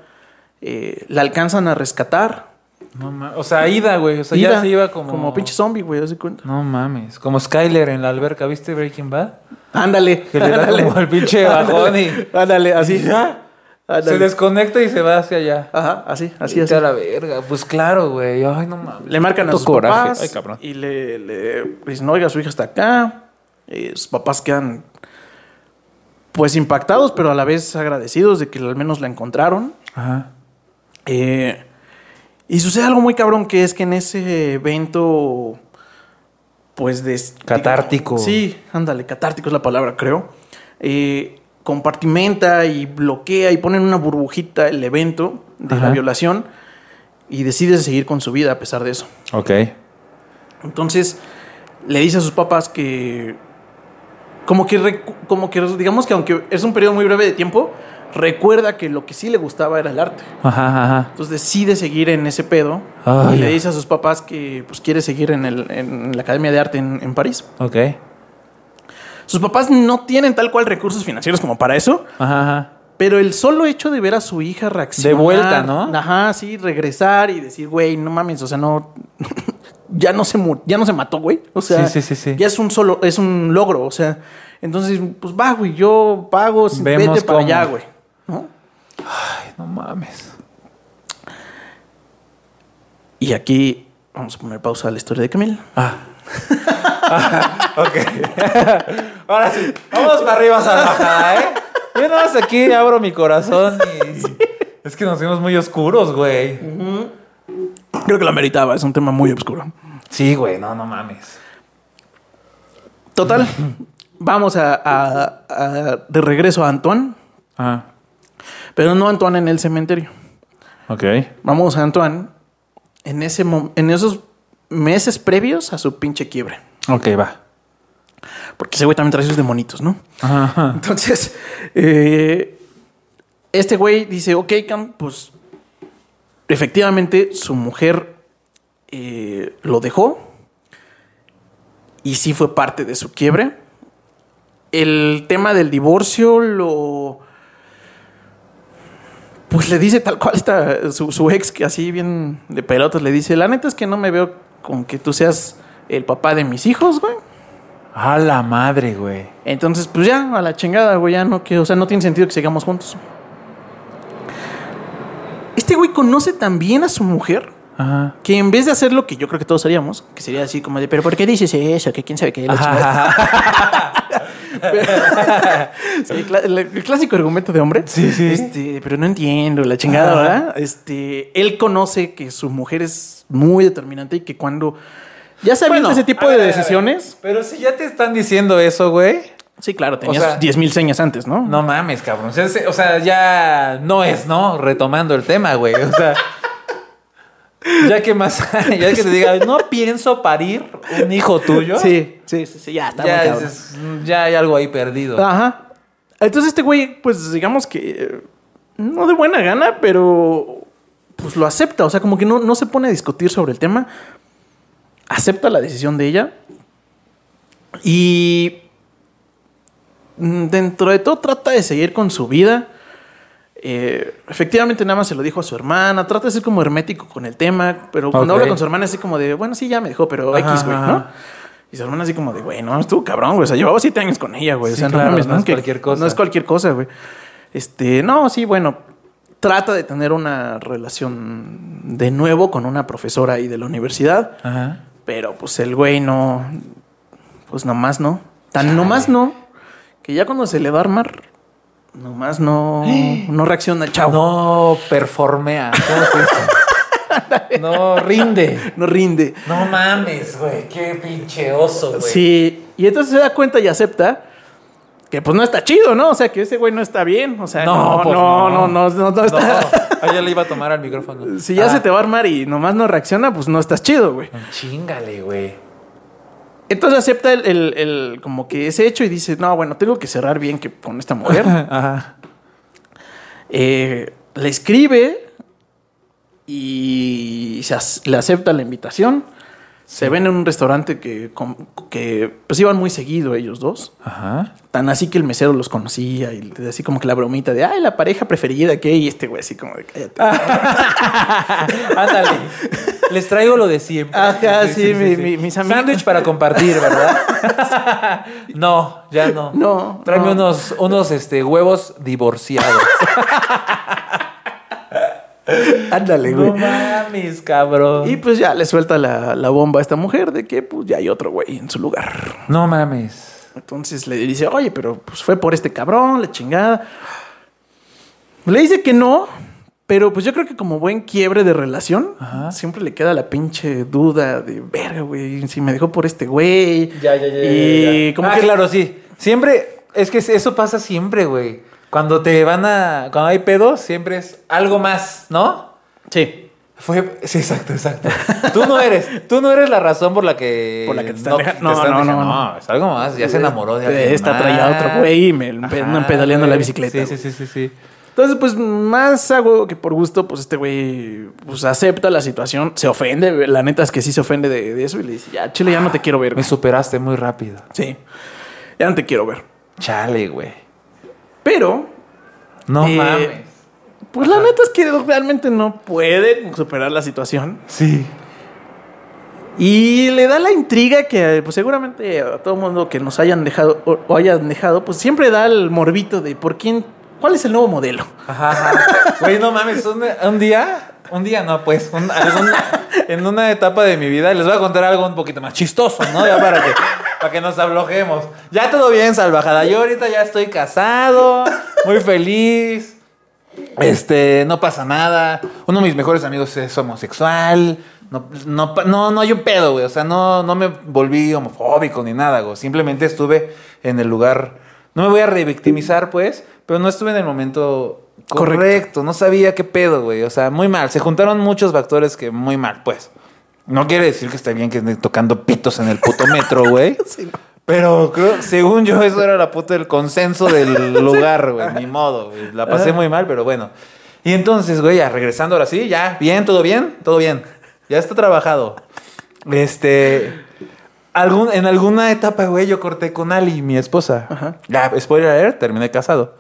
Speaker 1: Eh, la alcanzan a rescatar.
Speaker 2: No mames. O sea, ida, güey. O sea,
Speaker 1: Ida,
Speaker 2: ya se iba como...
Speaker 1: pinche zombie, güey, haz de cuenta.
Speaker 2: No mames. Como Skyler en la alberca. ¿Viste Breaking Bad?
Speaker 1: <laughs> Ándale.
Speaker 2: Que le da
Speaker 1: ándale.
Speaker 2: como el pinche bajón y-
Speaker 1: <laughs> Ándale, así.
Speaker 2: Se
Speaker 1: Ándale.
Speaker 2: desconecta y se va hacia allá.
Speaker 1: Ajá, así, así, así.
Speaker 2: Vete a la verga. Pues claro, güey. Ay, no mames.
Speaker 1: Le marcan a
Speaker 2: Puto
Speaker 1: sus
Speaker 2: coraje.
Speaker 1: papás
Speaker 2: Ay, cabrón.
Speaker 1: y le, le dicen, oiga, su hija está acá. Eh, sus papás quedan pues impactados, pero a la vez agradecidos de que al menos la encontraron.
Speaker 2: Ajá.
Speaker 1: Eh, y sucede algo muy cabrón, que es que en ese evento, pues de...
Speaker 2: Catártico.
Speaker 1: sí, ándale, catártico es la palabra, creo. Eh, compartimenta y bloquea y pone en una burbujita el evento de la
Speaker 2: Ajá.
Speaker 1: violación y decide seguir con su vida a pesar de eso.
Speaker 2: Ok.
Speaker 1: Entonces le dice a sus papás que como que recu- como que digamos que aunque es un periodo muy breve de tiempo, recuerda que lo que sí le gustaba era el arte.
Speaker 2: Ajá, ajá.
Speaker 1: Entonces pues, decide seguir en ese pedo. y
Speaker 2: Ay.
Speaker 1: le dice a sus papás que pues, quiere seguir en, el- en la Academia de Arte en, en París.
Speaker 2: Ok.
Speaker 1: Sus papás no tienen tal cual recursos financieros como para eso,
Speaker 2: Ajá, ajá.
Speaker 1: pero el solo hecho de ver a su hija reaccionar.
Speaker 2: De vuelta, ¿no?
Speaker 1: Ajá, sí, regresar y decir, güey, no mames, o sea, no. <laughs> ya, no se mu- ya no se mató, güey. O sea,
Speaker 2: Sí, sí, sí, sí.
Speaker 1: ya es un solo, es un logro, o sea. Entonces, pues va, güey, yo pago,
Speaker 2: Vemos
Speaker 1: vete para
Speaker 2: cómo.
Speaker 1: allá, güey. ¿no?
Speaker 2: Ay, no mames.
Speaker 1: Y aquí vamos a poner pausa a la historia de Camila.
Speaker 2: Ah. <laughs> ok. Ahora sí. Vamos para arriba, salvajada, ¿eh? Yo nada más aquí abro mi corazón y... Es que nos vimos muy oscuros, güey.
Speaker 1: Creo que lo meritaba, es un tema muy oscuro.
Speaker 2: Sí, güey. No, no mames.
Speaker 1: Total, vamos a, a- a- de regreso a Antoine,
Speaker 2: Ah.
Speaker 1: pero no Antoine en el cementerio.
Speaker 2: Ok.
Speaker 1: Vamos a Antoine en, ese mom- en esos meses previos a su pinche quiebre.
Speaker 2: Ok, va.
Speaker 1: Porque ese güey también trae sus demonitos, ¿no?
Speaker 2: Ajá, ajá.
Speaker 1: Entonces, eh, este güey dice, ok, Cam, pues efectivamente su mujer eh, lo dejó y sí fue parte de su quiebre. El tema del divorcio lo... Pues le dice tal cual está su, su ex, que así bien de pelotas, le dice, la neta es que no me veo con que tú seas el papá de mis hijos, güey.
Speaker 2: A la madre, güey.
Speaker 1: Entonces, pues ya, a la chingada, güey, ya no quiero, o sea, no tiene sentido que sigamos juntos. Este güey conoce también a su mujer,
Speaker 2: Ajá.
Speaker 1: que en vez de hacer lo que yo creo que todos haríamos, que sería así como de, pero ¿por qué dices eso? Que quién sabe qué. la chingada". Sí, cla- el el clásico argumento de hombre.
Speaker 2: Sí, sí.
Speaker 1: Este, pero no entiendo, la chingada,
Speaker 2: Ajá.
Speaker 1: ¿verdad? Este, él conoce que su mujer es muy determinante y que cuando ya se avienta ese tipo
Speaker 2: a
Speaker 1: de
Speaker 2: ver, a ver,
Speaker 1: decisiones.
Speaker 2: Pero si ya te están diciendo eso, güey.
Speaker 1: Sí, claro, tenías
Speaker 2: sea-
Speaker 1: 10.000 señas antes, ¿no?
Speaker 2: No mames, cabrón. O sea, se- o sea, ya no es, ¿no? Retomando el tema, güey. O sea. <laughs> ya que más. <laughs> ya que te diga, no pienso parir un hijo tuyo.
Speaker 1: Sí, sí, sí, sí, ya está muy
Speaker 2: Ya,
Speaker 1: cabrón. Ah.
Speaker 2: dices, "Mm, ya hay algo ahí perdido.
Speaker 1: Ajá. Entonces este güey, pues digamos que eh, no de buena gana, pero pues lo acepta. O sea, como que no, no se pone a discutir sobre el tema. Acepta la decisión de ella. Y mm, dentro de todo trata de seguir con su vida. Eh, efectivamente nada más se lo dijo a su hermana. Trata de ser como hermético con el tema. Pero cuando
Speaker 2: Ok.
Speaker 1: habla con su hermana así como de, bueno, sí, ya me dejó, pero
Speaker 2: Ajá,
Speaker 1: X, güey,
Speaker 2: ajá.
Speaker 1: ¿no? Y su hermana así como de, güey, no, estuvo cabrón, güey. O sea, llevaba siete años con ella, güey. O
Speaker 2: Sí,
Speaker 1: sea, no
Speaker 2: claro,
Speaker 1: mames,
Speaker 2: no es cualquier cosa.
Speaker 1: No es cualquier cosa, güey. Este, no, sí, bueno. Trata de tener una relación de nuevo con una profesora ahí de la universidad.
Speaker 2: Ajá.
Speaker 1: Pero pues el güey no. Pues nomás no. Tan nomás no. Que ya cuando se le va a armar, nomás
Speaker 2: <gasps>
Speaker 1: no. No reacciona el chavo.
Speaker 2: No performea. ¿Cómo
Speaker 1: <laughs>
Speaker 2: se dice? no rinde.
Speaker 1: no rinde.
Speaker 2: No mames, güey. Qué pinche oso, güey.
Speaker 1: Sí, y entonces se da cuenta y acepta que pues no está chido, ¿no? O sea, que ese güey no está bien, o sea, no,
Speaker 2: No, pues,
Speaker 1: no,
Speaker 2: no.
Speaker 1: no, no, no, no está.
Speaker 2: Ah, ya le iba a tomar al
Speaker 1: <laughs>
Speaker 2: micrófono.
Speaker 1: Si ya
Speaker 2: Ah,
Speaker 1: se te va a armar y nomás no reacciona, pues no estás chido, güey. <laughs>
Speaker 2: Chingale, güey.
Speaker 1: Entonces acepta el, el- el- como que ese hecho y dice, no, bueno, tengo que cerrar bien que con esta mujer.
Speaker 2: Ajá.
Speaker 1: <laughs> Eh, le escribe y se ac- le acepta la invitación. Se ven en un restaurante que, com- que pues iban muy seguido ellos dos.
Speaker 2: Ajá.
Speaker 1: Tan así que el mesero los conocía y le- así como que la bromita de, ay, la pareja preferida que hay", y este güey así como de, cállate.
Speaker 2: Ah, Ándale. Les traigo lo de siempre.
Speaker 1: Ajá, sí, mi- mi- mis amigos.
Speaker 2: Sándwich para compartir, ¿verdad?
Speaker 1: <laughs>
Speaker 2: no, ya no.
Speaker 1: No,
Speaker 2: Tráeme
Speaker 1: no.
Speaker 2: unos, unos este, huevos
Speaker 1: <laughs>
Speaker 2: divorciados.
Speaker 1: <laughs> Ándale, güey.
Speaker 2: no mames, cabrón.
Speaker 1: y pues ya le suelta la, la bomba a esta mujer de que pues ya hay otro güey en su lugar.
Speaker 2: No mames.
Speaker 1: Entonces le dice, oye, pero pues fue por este cabrón, la chingada. Le dice que no, pero pues yo creo que como buen quiebre de relación,
Speaker 2: Ajá.
Speaker 1: siempre le queda la pinche duda de, verga, güey, si me dejó por este güey. Y como
Speaker 2: ah,
Speaker 1: que
Speaker 2: claro, sí. Siempre, es que eso pasa siempre, güey. Cuando te van a. Cuando hay pedo, siempre es algo más, ¿no?
Speaker 1: Sí.
Speaker 2: Fue. Sí, exacto, exacto. Tú no eres. Tú no eres la razón por la que.
Speaker 1: Por la que te están deja-
Speaker 2: te
Speaker 1: no, no,
Speaker 2: dejando.
Speaker 1: no,
Speaker 2: es algo más. Ya se enamoró de alguien.
Speaker 1: Esta
Speaker 2: más.
Speaker 1: traía a otro güey y me andan pedaleando la
Speaker 2: güey.
Speaker 1: bicicleta,
Speaker 2: Sí, sí, sí, sí, sí.
Speaker 1: Entonces, pues más hago que por gusto, pues este güey pues, acepta la situación, se ofende, la neta es que sí se ofende de, de eso y le dice, ya, chile, ya no te quiero ver.
Speaker 2: Me
Speaker 1: güey".
Speaker 2: superaste muy rápido.
Speaker 1: Sí, ya no te quiero ver.
Speaker 2: Chale, güey.
Speaker 1: Pero,
Speaker 2: No
Speaker 1: Eh,
Speaker 2: mames.
Speaker 1: pues la neta es que realmente no puede superar la situación.
Speaker 2: Sí.
Speaker 1: Y le da la intriga que pues seguramente a todo mundo que nos hayan dejado o, o hayan dejado, pues siempre da el morbito de por quién, cuál es el nuevo modelo.
Speaker 2: Ajá, ajá. Güey, no mames, un, un día, un día no, pues, un- algún- en una etapa de mi vida les voy a contar algo un poquito más chistoso, ¿no? Ya para que, para que nos ablojemos. Ya todo bien, salvajada. Yo ahorita ya estoy casado, muy feliz. Este, no pasa nada. Uno de mis mejores amigos es homosexual. No, no, pa- no, no hay un pedo, güey. O sea, no, no me volví homofóbico ni nada, güey. Simplemente estuve en el lugar. No me voy a revictimizar, pues, pero no estuve en el momento correcto.
Speaker 1: Correcto.
Speaker 2: No sabía qué pedo, güey. O sea, muy mal. Se juntaron muchos factores que muy mal, pues. No quiere decir que esté bien que esté tocando pitos en el puto metro, güey.
Speaker 1: Sí, no.
Speaker 2: Pero creo, según yo, eso era la puta el consenso del lugar, güey. Ni modo, güey. La pasé muy mal, pero bueno. Y entonces, güey, ya regresando ahora sí, ya, bien, todo bien, todo bien. Ya está trabajado. Este. Algún, en alguna etapa, güey, yo corté con Ali, mi esposa.
Speaker 1: Ajá.
Speaker 2: Ya, spoiler alert, terminé casado.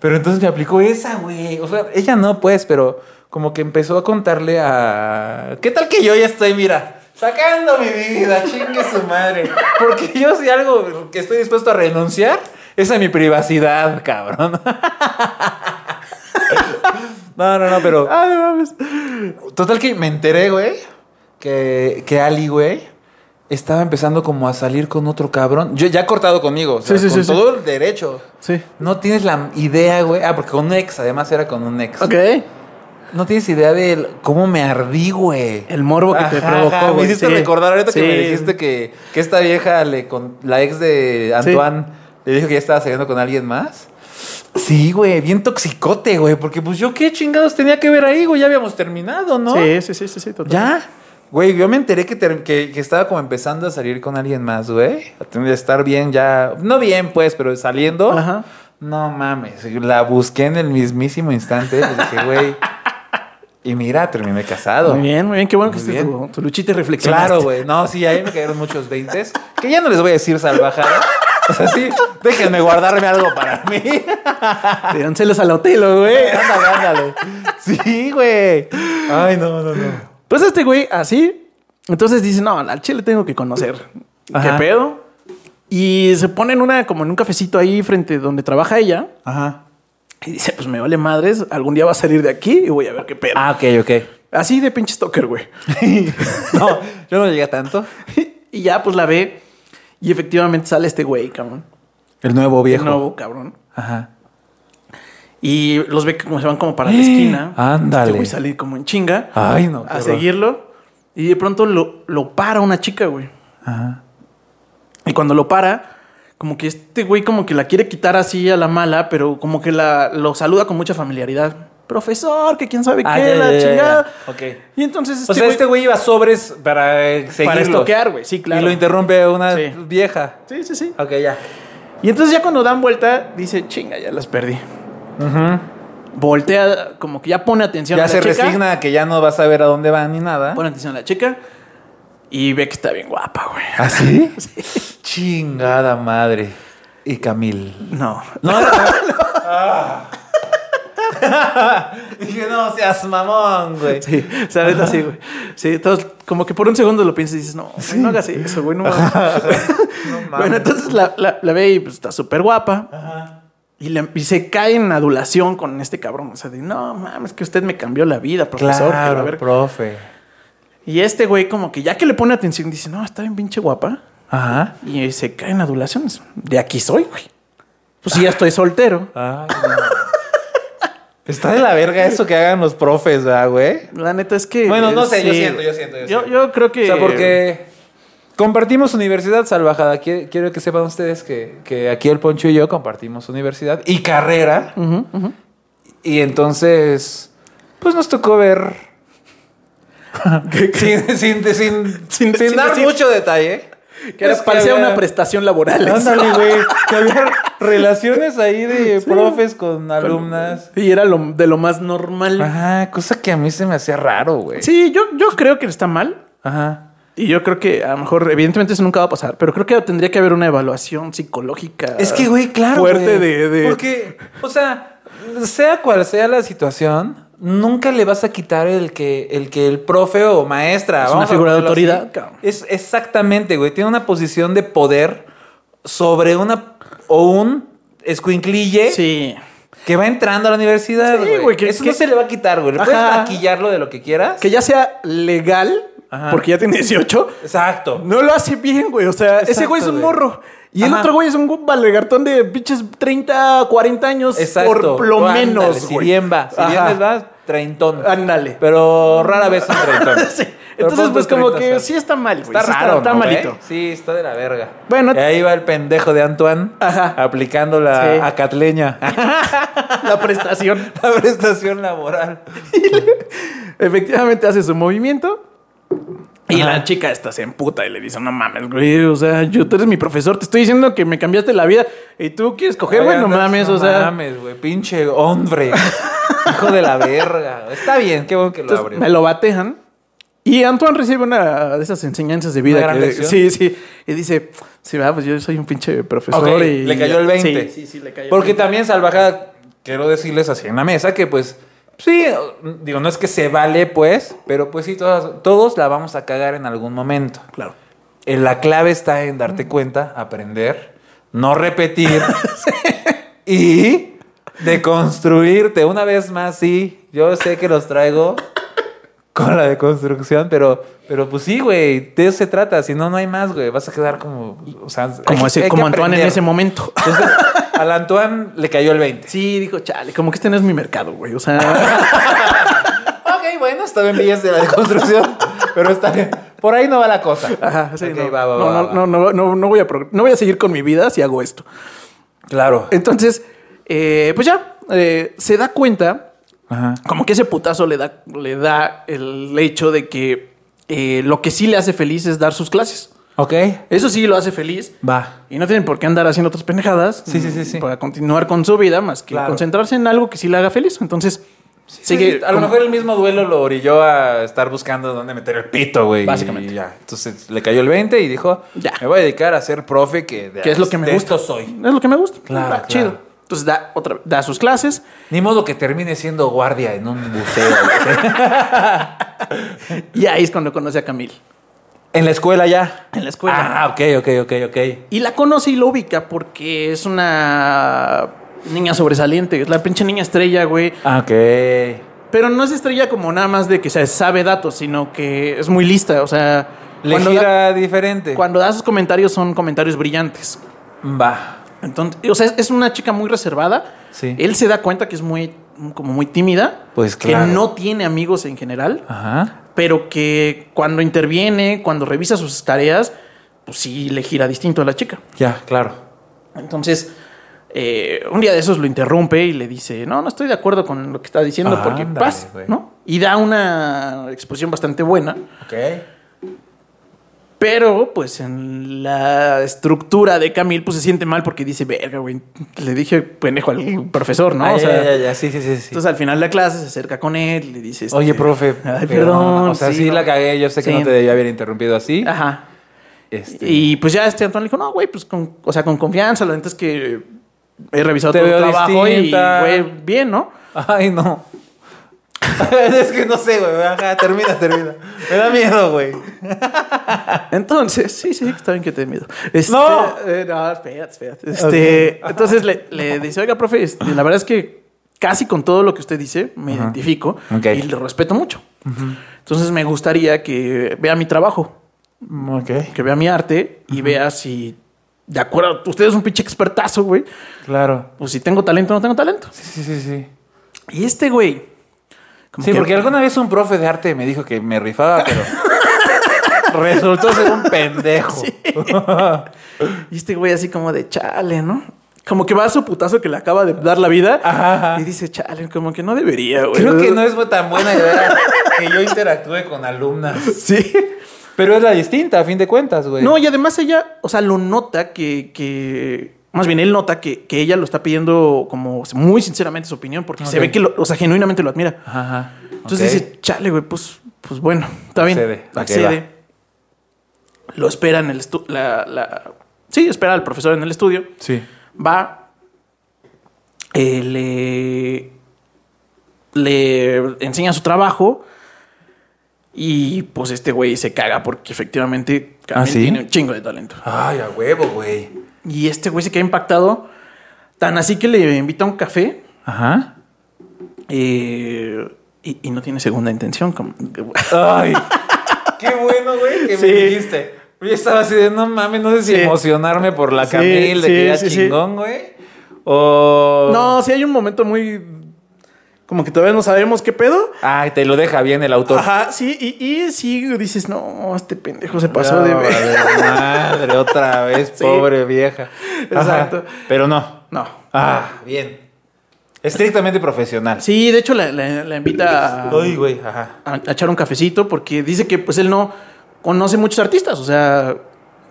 Speaker 2: Pero entonces me aplicó esa, güey. O sea, ella no, pues, pero como que empezó a contarle a. ¿Qué tal que yo ya estoy, mira? Sacando mi vida, chingue su madre. Porque yo, si algo que estoy dispuesto a renunciar, es a mi privacidad, cabrón. <laughs> No, no, no, pero.
Speaker 1: Ah, no mames.
Speaker 2: Total que me enteré, güey, que, que Ali, güey, estaba empezando como a salir con otro cabrón. Yo ya he cortado conmigo, o sea,
Speaker 1: Sí, sí,
Speaker 2: con
Speaker 1: sí, sí.
Speaker 2: todo el derecho.
Speaker 1: Sí.
Speaker 2: No tienes la idea, güey. Ah, porque con un ex, además era con un ex.
Speaker 1: Ok.
Speaker 2: No tienes idea de cómo me ardí, güey.
Speaker 1: El morbo que te
Speaker 2: Ajá,
Speaker 1: provocó,
Speaker 2: ajá, Me
Speaker 1: güey,
Speaker 2: hiciste
Speaker 1: sí.
Speaker 2: recordar ahorita
Speaker 1: Sí.
Speaker 2: que me dijiste que, que esta vieja, le con, la ex de
Speaker 1: Sí.
Speaker 2: Antoine, le dijo que ya estaba saliendo con alguien más. Sí, güey, bien toxicote, güey. Porque pues yo qué chingados tenía que ver ahí, güey. Ya habíamos terminado, ¿no?
Speaker 1: Sí, sí, sí, sí, sí, total.
Speaker 2: Ya. Güey, yo me enteré que, ter- que, que estaba como empezando a salir con alguien más, güey. A tener- estar bien ya. No bien, pues, pero saliendo.
Speaker 1: Ajá.
Speaker 2: No mames. La busqué en el mismísimo instante. Pues dije, <laughs> güey. Y mira, este terminé casado.
Speaker 1: Muy bien, muy bien. Qué bueno que
Speaker 2: Muy
Speaker 1: estés
Speaker 2: bien.
Speaker 1: tu, tu luchita y reflexionaste.
Speaker 2: Claro, güey. No, sí, ahí me cayeron muchos veintes. Que ya no les voy a decir salvajadas. O sea, sí, déjenme guardarme algo para
Speaker 1: <laughs>
Speaker 2: mí. <laughs>
Speaker 1: Te dan celos al hotel, güey.
Speaker 2: ándale, ándale. Sí, güey. Ay, no, no, no.
Speaker 1: Pues este güey, así. Entonces dice, no, al chile tengo que conocer.
Speaker 2: Ajá.
Speaker 1: ¿Qué pedo? Y se pone en una, como en un cafecito ahí frente donde trabaja ella.
Speaker 2: Ajá.
Speaker 1: Y dice, pues me vale madres, algún día va a salir de aquí y voy a ver qué pedo.
Speaker 2: Ah, ok, ok.
Speaker 1: Así de pinche stalker,
Speaker 2: <laughs>
Speaker 1: güey. <laughs>
Speaker 2: no, yo no llegué a tanto.
Speaker 1: y ya pues la ve y efectivamente sale este güey, cabrón.
Speaker 2: El nuevo
Speaker 1: De
Speaker 2: viejo.
Speaker 1: nuevo, cabrón.
Speaker 2: Ajá.
Speaker 1: Y los ve que como se van como
Speaker 2: <gasps>
Speaker 1: para la esquina.
Speaker 2: Ándale.
Speaker 1: Este güey sale como en chinga
Speaker 2: Ay, no. qué
Speaker 1: a
Speaker 2: horror.
Speaker 1: seguirlo. Y de pronto lo, lo para una chica, güey.
Speaker 2: Ajá.
Speaker 1: Y cuando lo para, como que este güey como que la quiere quitar así a la mala, pero como que la, lo saluda con mucha familiaridad. Profesor, que quién sabe qué,
Speaker 2: Ah, ya,
Speaker 1: la
Speaker 2: ya, ya,
Speaker 1: chingada.
Speaker 2: ya. Ok.
Speaker 1: Y entonces
Speaker 2: o sea, este güey iba sobres para eh, seguirlo.
Speaker 1: para estoquear, güey. Sí, claro.
Speaker 2: Y lo interrumpe una
Speaker 1: Sí.
Speaker 2: vieja.
Speaker 1: Sí, sí, sí.
Speaker 2: Ok, ya.
Speaker 1: Y entonces ya cuando dan vuelta, dice, chinga, ya las perdí. Voltea, como que ya pone atención a
Speaker 2: Ya
Speaker 1: la
Speaker 2: se
Speaker 1: chica.
Speaker 2: resigna a que ya no va a saber a dónde va ni nada.
Speaker 1: Pone Ah. atención a la chica y ve que está bien guapa, güey.
Speaker 2: Ah. <laughs> ¿Así? Chingada madre. Y Camil.
Speaker 1: No. <laughs>
Speaker 2: No, no. Ah. <laughs> Dije, no seas mamón, güey.
Speaker 1: Sí, o sea, neta, sí, güey. Sí, todos, como que por un segundo lo piensas y dices, no, güey, no hagas eso, güey, no mames".
Speaker 2: No mames.
Speaker 1: Bueno, entonces la, la- la ve y pues, está súper guapa. Y, le- y se cae en adulación con este cabrón. O sea, de no mames, que usted me cambió la vida, profesor. que la
Speaker 2: Claro,
Speaker 1: verga".
Speaker 2: profe.
Speaker 1: Y este güey, como que ya que le pone atención, dice, no, está bien pinche guapa.
Speaker 2: Ajá.
Speaker 1: Y eh, se cae en adulaciones. De aquí soy, güey. Pues sí, ya estoy soltero.
Speaker 2: Ay, no. <laughs> Está de la verga eso que hagan los profes, ¿verdad, güey?
Speaker 1: La neta es que.
Speaker 2: Bueno, no
Speaker 1: eh,
Speaker 2: sé, yo
Speaker 1: sí.
Speaker 2: siento, yo siento, yo
Speaker 1: Yo,
Speaker 2: siento.
Speaker 1: yo creo que.
Speaker 2: O sea, porque compartimos universidad salvajada. Qui- Quiero que sepan ustedes que, que aquí el Poncho y yo compartimos universidad y carrera.
Speaker 1: Ujú, ujú.
Speaker 2: Y entonces, pues nos
Speaker 1: <laughs>
Speaker 2: tocó ver. <laughs> sin, sin, sin,
Speaker 1: Sin-
Speaker 2: sin
Speaker 1: sin
Speaker 2: dar
Speaker 1: decir-
Speaker 2: mucho detalle.
Speaker 1: Que era-
Speaker 2: Pues
Speaker 1: parecía
Speaker 2: había-
Speaker 1: una prestación laboral. eso.
Speaker 2: <laughs> Ándale, güey.
Speaker 1: <laughs>
Speaker 2: Que había relaciones ahí de profes con alumnas.
Speaker 1: Y era lo, de lo más normal.
Speaker 2: Ajá, cosa que a mí se me hacía raro, güey.
Speaker 1: Sí, yo, yo creo que está mal.
Speaker 2: Ajá.
Speaker 1: Y yo creo que a lo mejor, evidentemente, eso nunca va a pasar, pero creo que tendría que haber una evaluación psicológica.
Speaker 2: Es que, güey, claro.
Speaker 1: Fuerte
Speaker 2: güey.
Speaker 1: de, de-
Speaker 2: Porque, o sea, sea cual sea la situación, nunca le vas a quitar el que el, que el profe o maestra.
Speaker 1: Es
Speaker 2: vamos
Speaker 1: una
Speaker 2: a
Speaker 1: figura de
Speaker 2: ponerlo así,
Speaker 1: autoridad, cabrón.
Speaker 2: Es exactamente, güey. Tiene una posición de poder sobre una o un escuinclille
Speaker 1: Sí.
Speaker 2: que va entrando a la universidad.
Speaker 1: Sí,
Speaker 2: güey.
Speaker 1: güey, que-
Speaker 2: Eso
Speaker 1: que-
Speaker 2: no se le va a quitar, güey. Le puedes
Speaker 1: Ajá.
Speaker 2: maquillarlo de lo que quieras.
Speaker 1: Que ya sea legal,
Speaker 2: Ajá.
Speaker 1: porque ya tiene 18,
Speaker 2: Exacto.
Speaker 1: no lo hace bien, güey. O sea, ese
Speaker 2: Exacto,
Speaker 1: güey es un
Speaker 2: güey.
Speaker 1: morro. Y el
Speaker 2: Ajá.
Speaker 1: otro güey es un gu- valegartón de pinches 30, 40 años
Speaker 2: Exacto.
Speaker 1: por lo
Speaker 2: Ándale,
Speaker 1: menos.
Speaker 2: Si
Speaker 1: güey.
Speaker 2: bien va. Si
Speaker 1: Ajá.
Speaker 2: bien les va, treintón.
Speaker 1: Ándale.
Speaker 2: Pero rara vez son treintón.
Speaker 1: <laughs> Sí.
Speaker 2: Pero
Speaker 1: Entonces,
Speaker 2: pon
Speaker 1: pues
Speaker 2: tus
Speaker 1: como
Speaker 2: treintas,
Speaker 1: que
Speaker 2: o sea,
Speaker 1: sí está mal, güey.
Speaker 2: Está
Speaker 1: Sí
Speaker 2: raro,
Speaker 1: Está
Speaker 2: ¿no, güey?
Speaker 1: malito.
Speaker 2: Sí, está de la verga.
Speaker 1: Bueno.
Speaker 2: Y ahí va el pendejo de Antoine.
Speaker 1: Ajá.
Speaker 2: Aplicando la
Speaker 1: Sí.
Speaker 2: acatleña. <laughs>
Speaker 1: La prestación. <laughs>
Speaker 2: la prestación laboral.
Speaker 1: Efectivamente hace su movimiento Y
Speaker 2: Ajá.
Speaker 1: la chica esta se emputa y le dice, no mames, güey, o sea, yo, tú eres mi profesor, te estoy diciendo que me cambiaste la vida y tú quieres coger, güey,
Speaker 2: Oye,
Speaker 1: no
Speaker 2: andas-
Speaker 1: mames, o sea.
Speaker 2: No mames, güey. Pinche hombre. Hijo de la verga. Está bien, qué bueno que lo
Speaker 1: Entonces,
Speaker 2: abrió.
Speaker 1: me lo batejan. Y Antoine recibe una de esas enseñanzas de vida.
Speaker 2: Una gran
Speaker 1: que-
Speaker 2: lección.
Speaker 1: sí, sí. Y dice, sí, va, pues yo soy un pinche profesor.
Speaker 2: Ok,
Speaker 1: y,
Speaker 2: le cayó el 20.
Speaker 1: Sí, sí, sí, le cayó el
Speaker 2: Porque
Speaker 1: 20.
Speaker 2: también salvajada, quiero decirles así en la mesa que pues sí, digo, no es que se vale pues, pero pues sí, todas, todos la vamos a cagar en algún momento.
Speaker 1: Claro.
Speaker 2: Eh, La clave está en darte cuenta, aprender,
Speaker 1: <laughs>
Speaker 2: no repetir y deconstruirte. Una vez más, sí, yo sé que los traigo con la deconstrucción, pero, pero pues sí, güey, de eso se trata. Si no, no hay más, güey. Vas a quedar como, o sea, hay
Speaker 1: Como,
Speaker 2: que-
Speaker 1: ese-
Speaker 2: hay que
Speaker 1: como Antoine en
Speaker 2: aprender.
Speaker 1: ese
Speaker 2: <laughs>
Speaker 1: momento.
Speaker 2: Entonces, al Antoine le cayó el 20.
Speaker 1: Este. Sí, dijo, chale, como que este no es mi mercado, güey. O sea,
Speaker 2: Ok, bueno, está bien vías de la deconstrucción, pero está bien. Por ahí no va la cosa.
Speaker 1: <laughs> <laughs> ajá, sí,
Speaker 2: Ok,
Speaker 1: no,
Speaker 2: va, va,
Speaker 1: no,
Speaker 2: va,
Speaker 1: no,
Speaker 2: va.
Speaker 1: no, no, no, no voy a prog- no voy a seguir con mi vida si hago esto.
Speaker 2: Claro.
Speaker 1: Entonces, eh, pues ya, eh, se da cuenta
Speaker 2: Ajá.
Speaker 1: como que ese putazo le da, le da el hecho de que eh, lo que sí le hace feliz es dar sus clases.
Speaker 2: Ok,
Speaker 1: Eso sí lo hace feliz.
Speaker 2: va.
Speaker 1: Y no tienen por qué andar haciendo otras pendejadas.
Speaker 2: Sí, sí,
Speaker 1: mm,
Speaker 2: sí, sí.
Speaker 1: Para continuar con su vida, más que
Speaker 2: Claro.
Speaker 1: concentrarse en algo que sí le haga feliz. Entonces,
Speaker 2: Sí,
Speaker 1: sigue.
Speaker 2: a lo
Speaker 1: como-
Speaker 2: mejor el mismo duelo lo orilló a estar buscando dónde meter el pito, güey.
Speaker 1: Básicamente.
Speaker 2: Y ya. Entonces le cayó el 20 y dijo,
Speaker 1: Ya.
Speaker 2: me voy a dedicar a ser profe que de,
Speaker 1: Que es lo que me
Speaker 2: de
Speaker 1: gusta.
Speaker 2: esto soy.
Speaker 1: Es lo que me gusta.
Speaker 2: Claro,
Speaker 1: Va,
Speaker 2: claro.
Speaker 1: Chido. Entonces da, otra, da sus clases.
Speaker 2: Ni modo que termine siendo guardia en un museo. güey.
Speaker 1: Y ahí es cuando conoce a Camille
Speaker 2: <laughs> en la escuela ya.
Speaker 1: en la escuela.
Speaker 2: Ah, ok, ok, ok, ok.
Speaker 1: Y la conoce y lo ubica porque es una niña sobresaliente. Es la pinche niña estrella, güey.
Speaker 2: Ah, Ok.
Speaker 1: Pero no es estrella como nada más de que se sabe datos, sino que es muy lista. O sea,
Speaker 2: Le
Speaker 1: cuando
Speaker 2: gira
Speaker 1: da-
Speaker 2: diferente.
Speaker 1: cuando da sus comentarios son comentarios brillantes.
Speaker 2: Va.
Speaker 1: Entonces, o sea, es- es una chica muy reservada.
Speaker 2: Sí.
Speaker 1: Él se da cuenta que es muy, como muy tímida.
Speaker 2: Pues
Speaker 1: Que
Speaker 2: claro.
Speaker 1: no tiene amigos en general,
Speaker 2: Ajá.
Speaker 1: pero que cuando interviene, cuando revisa sus tareas, pues sí le gira distinto a la chica.
Speaker 2: Ya, claro.
Speaker 1: Entonces, eh, un día de esos lo interrumpe y le dice, no, no estoy de acuerdo con lo que está diciendo
Speaker 2: Ah,
Speaker 1: porque
Speaker 2: ándale,
Speaker 1: paz,
Speaker 2: güey.
Speaker 1: ¿no? Y da una exposición bastante buena.
Speaker 2: Ok.
Speaker 1: Pero, pues, en la estructura de Camil, pues se siente mal porque dice, verga, güey, le dije pendejo al profesor, ¿no?
Speaker 2: Ah,
Speaker 1: o
Speaker 2: ya,
Speaker 1: sea,
Speaker 2: ya, ya, ya. Sí, sí, sí. sí.
Speaker 1: entonces al final de la clase se acerca con él y le dice, este,
Speaker 2: Oye, profe.
Speaker 1: ay,
Speaker 2: pero no,
Speaker 1: perdón.
Speaker 2: O sea, sí, Ah,
Speaker 1: no".
Speaker 2: la cagué. Yo sé que
Speaker 1: Sí.
Speaker 2: no te debía haber interrumpido así.
Speaker 1: Ajá.
Speaker 2: Este,
Speaker 1: Y pues ya este Antoine le dijo, no, güey, pues con, o sea, con confianza, la neta es que he revisado
Speaker 2: Te
Speaker 1: todo
Speaker 2: veo
Speaker 1: el trabajo
Speaker 2: distinta.
Speaker 1: y, güey, bien, ¿no?
Speaker 2: Ay, no. <laughs> es que no sé, güey. Ajá, termina, termina. Me da miedo, güey.
Speaker 1: Entonces, sí, sí, está bien que te dé miedo. Este,
Speaker 2: ¡No!
Speaker 1: eh, no, espérate, espérate. Este, Entonces le, le dice, oiga, profe, este, la verdad es que casi con todo lo que usted dice me identifico
Speaker 2: Ok.
Speaker 1: y lo respeto mucho. Entonces me gustaría que vea mi trabajo,
Speaker 2: Ok.
Speaker 1: que vea mi arte y vea si, de acuerdo, usted es un pinche expertazo, güey.
Speaker 2: Claro.
Speaker 1: Pues si tengo talento o no tengo talento.
Speaker 2: Sí, sí, sí, sí.
Speaker 1: Y este güey... como
Speaker 2: Sí,
Speaker 1: que-
Speaker 2: porque alguna vez un profe de arte me dijo que me rifaba, pero. <laughs> Resultó ser un pendejo.
Speaker 1: Y este güey así como de chale, ¿no? Como que va a su putazo que le acaba de dar la vida.
Speaker 2: Ajá, ajá.
Speaker 1: Y dice, chale, como que no debería, güey.
Speaker 2: Creo que no es tan buena <laughs> idea que yo interactúe con alumnas.
Speaker 1: Sí.
Speaker 2: Pero es la distinta, a fin de cuentas, güey.
Speaker 1: No, y además ella, o sea, lo nota que... que... Más bien, él nota que, que ella lo está pidiendo como muy sinceramente su opinión. Porque se
Speaker 2: Ok.
Speaker 1: ve que, lo- o sea, genuinamente lo admira.
Speaker 2: Ajá.
Speaker 1: Entonces dice, chale, güey, pues, pues bueno, está bien.
Speaker 2: Accede. Ok,
Speaker 1: Accede.
Speaker 2: va.
Speaker 1: Lo espera en el estu- la, la- Sí, espera al profesor en el estudio.
Speaker 2: Sí.
Speaker 1: va, eh, le, le enseña su trabajo y pues este güey se caga porque efectivamente Camil
Speaker 2: ¿Ah, sí?
Speaker 1: tiene un chingo de talento.
Speaker 2: Ay, a huevo, güey.
Speaker 1: Y este güey se queda impactado, tan así que le invita a un café
Speaker 2: Ajá.
Speaker 1: eh, y, y no tiene segunda intención. como-
Speaker 2: <laughs> Ay. Qué bueno, güey, que
Speaker 1: Sí.
Speaker 2: me dijiste. Yo estaba así de, no mames, no sé si
Speaker 1: Sí.
Speaker 2: emocionarme por la
Speaker 1: Sí,
Speaker 2: Camille de que
Speaker 1: sí,
Speaker 2: era
Speaker 1: sí, sí.
Speaker 2: chingón, güey. O.
Speaker 1: No, sí hay un momento muy... Como que todavía no sabemos qué pedo.
Speaker 2: Ay, te lo deja bien el autor.
Speaker 1: Ajá, sí, y, y sí dices, no, este pendejo se pasó de...
Speaker 2: No,
Speaker 1: ver-
Speaker 2: vale, madre, otra vez,
Speaker 1: Sí.
Speaker 2: pobre vieja. Ajá.
Speaker 1: Exacto.
Speaker 2: Pero no.
Speaker 1: No,
Speaker 2: Ah, bien. Estrictamente profesional.
Speaker 1: Sí, de hecho la, la- la invita a,
Speaker 2: Ay, güey, ajá.
Speaker 1: a- a echar un cafecito porque dice que pues él no, conoce muchos artistas, o sea,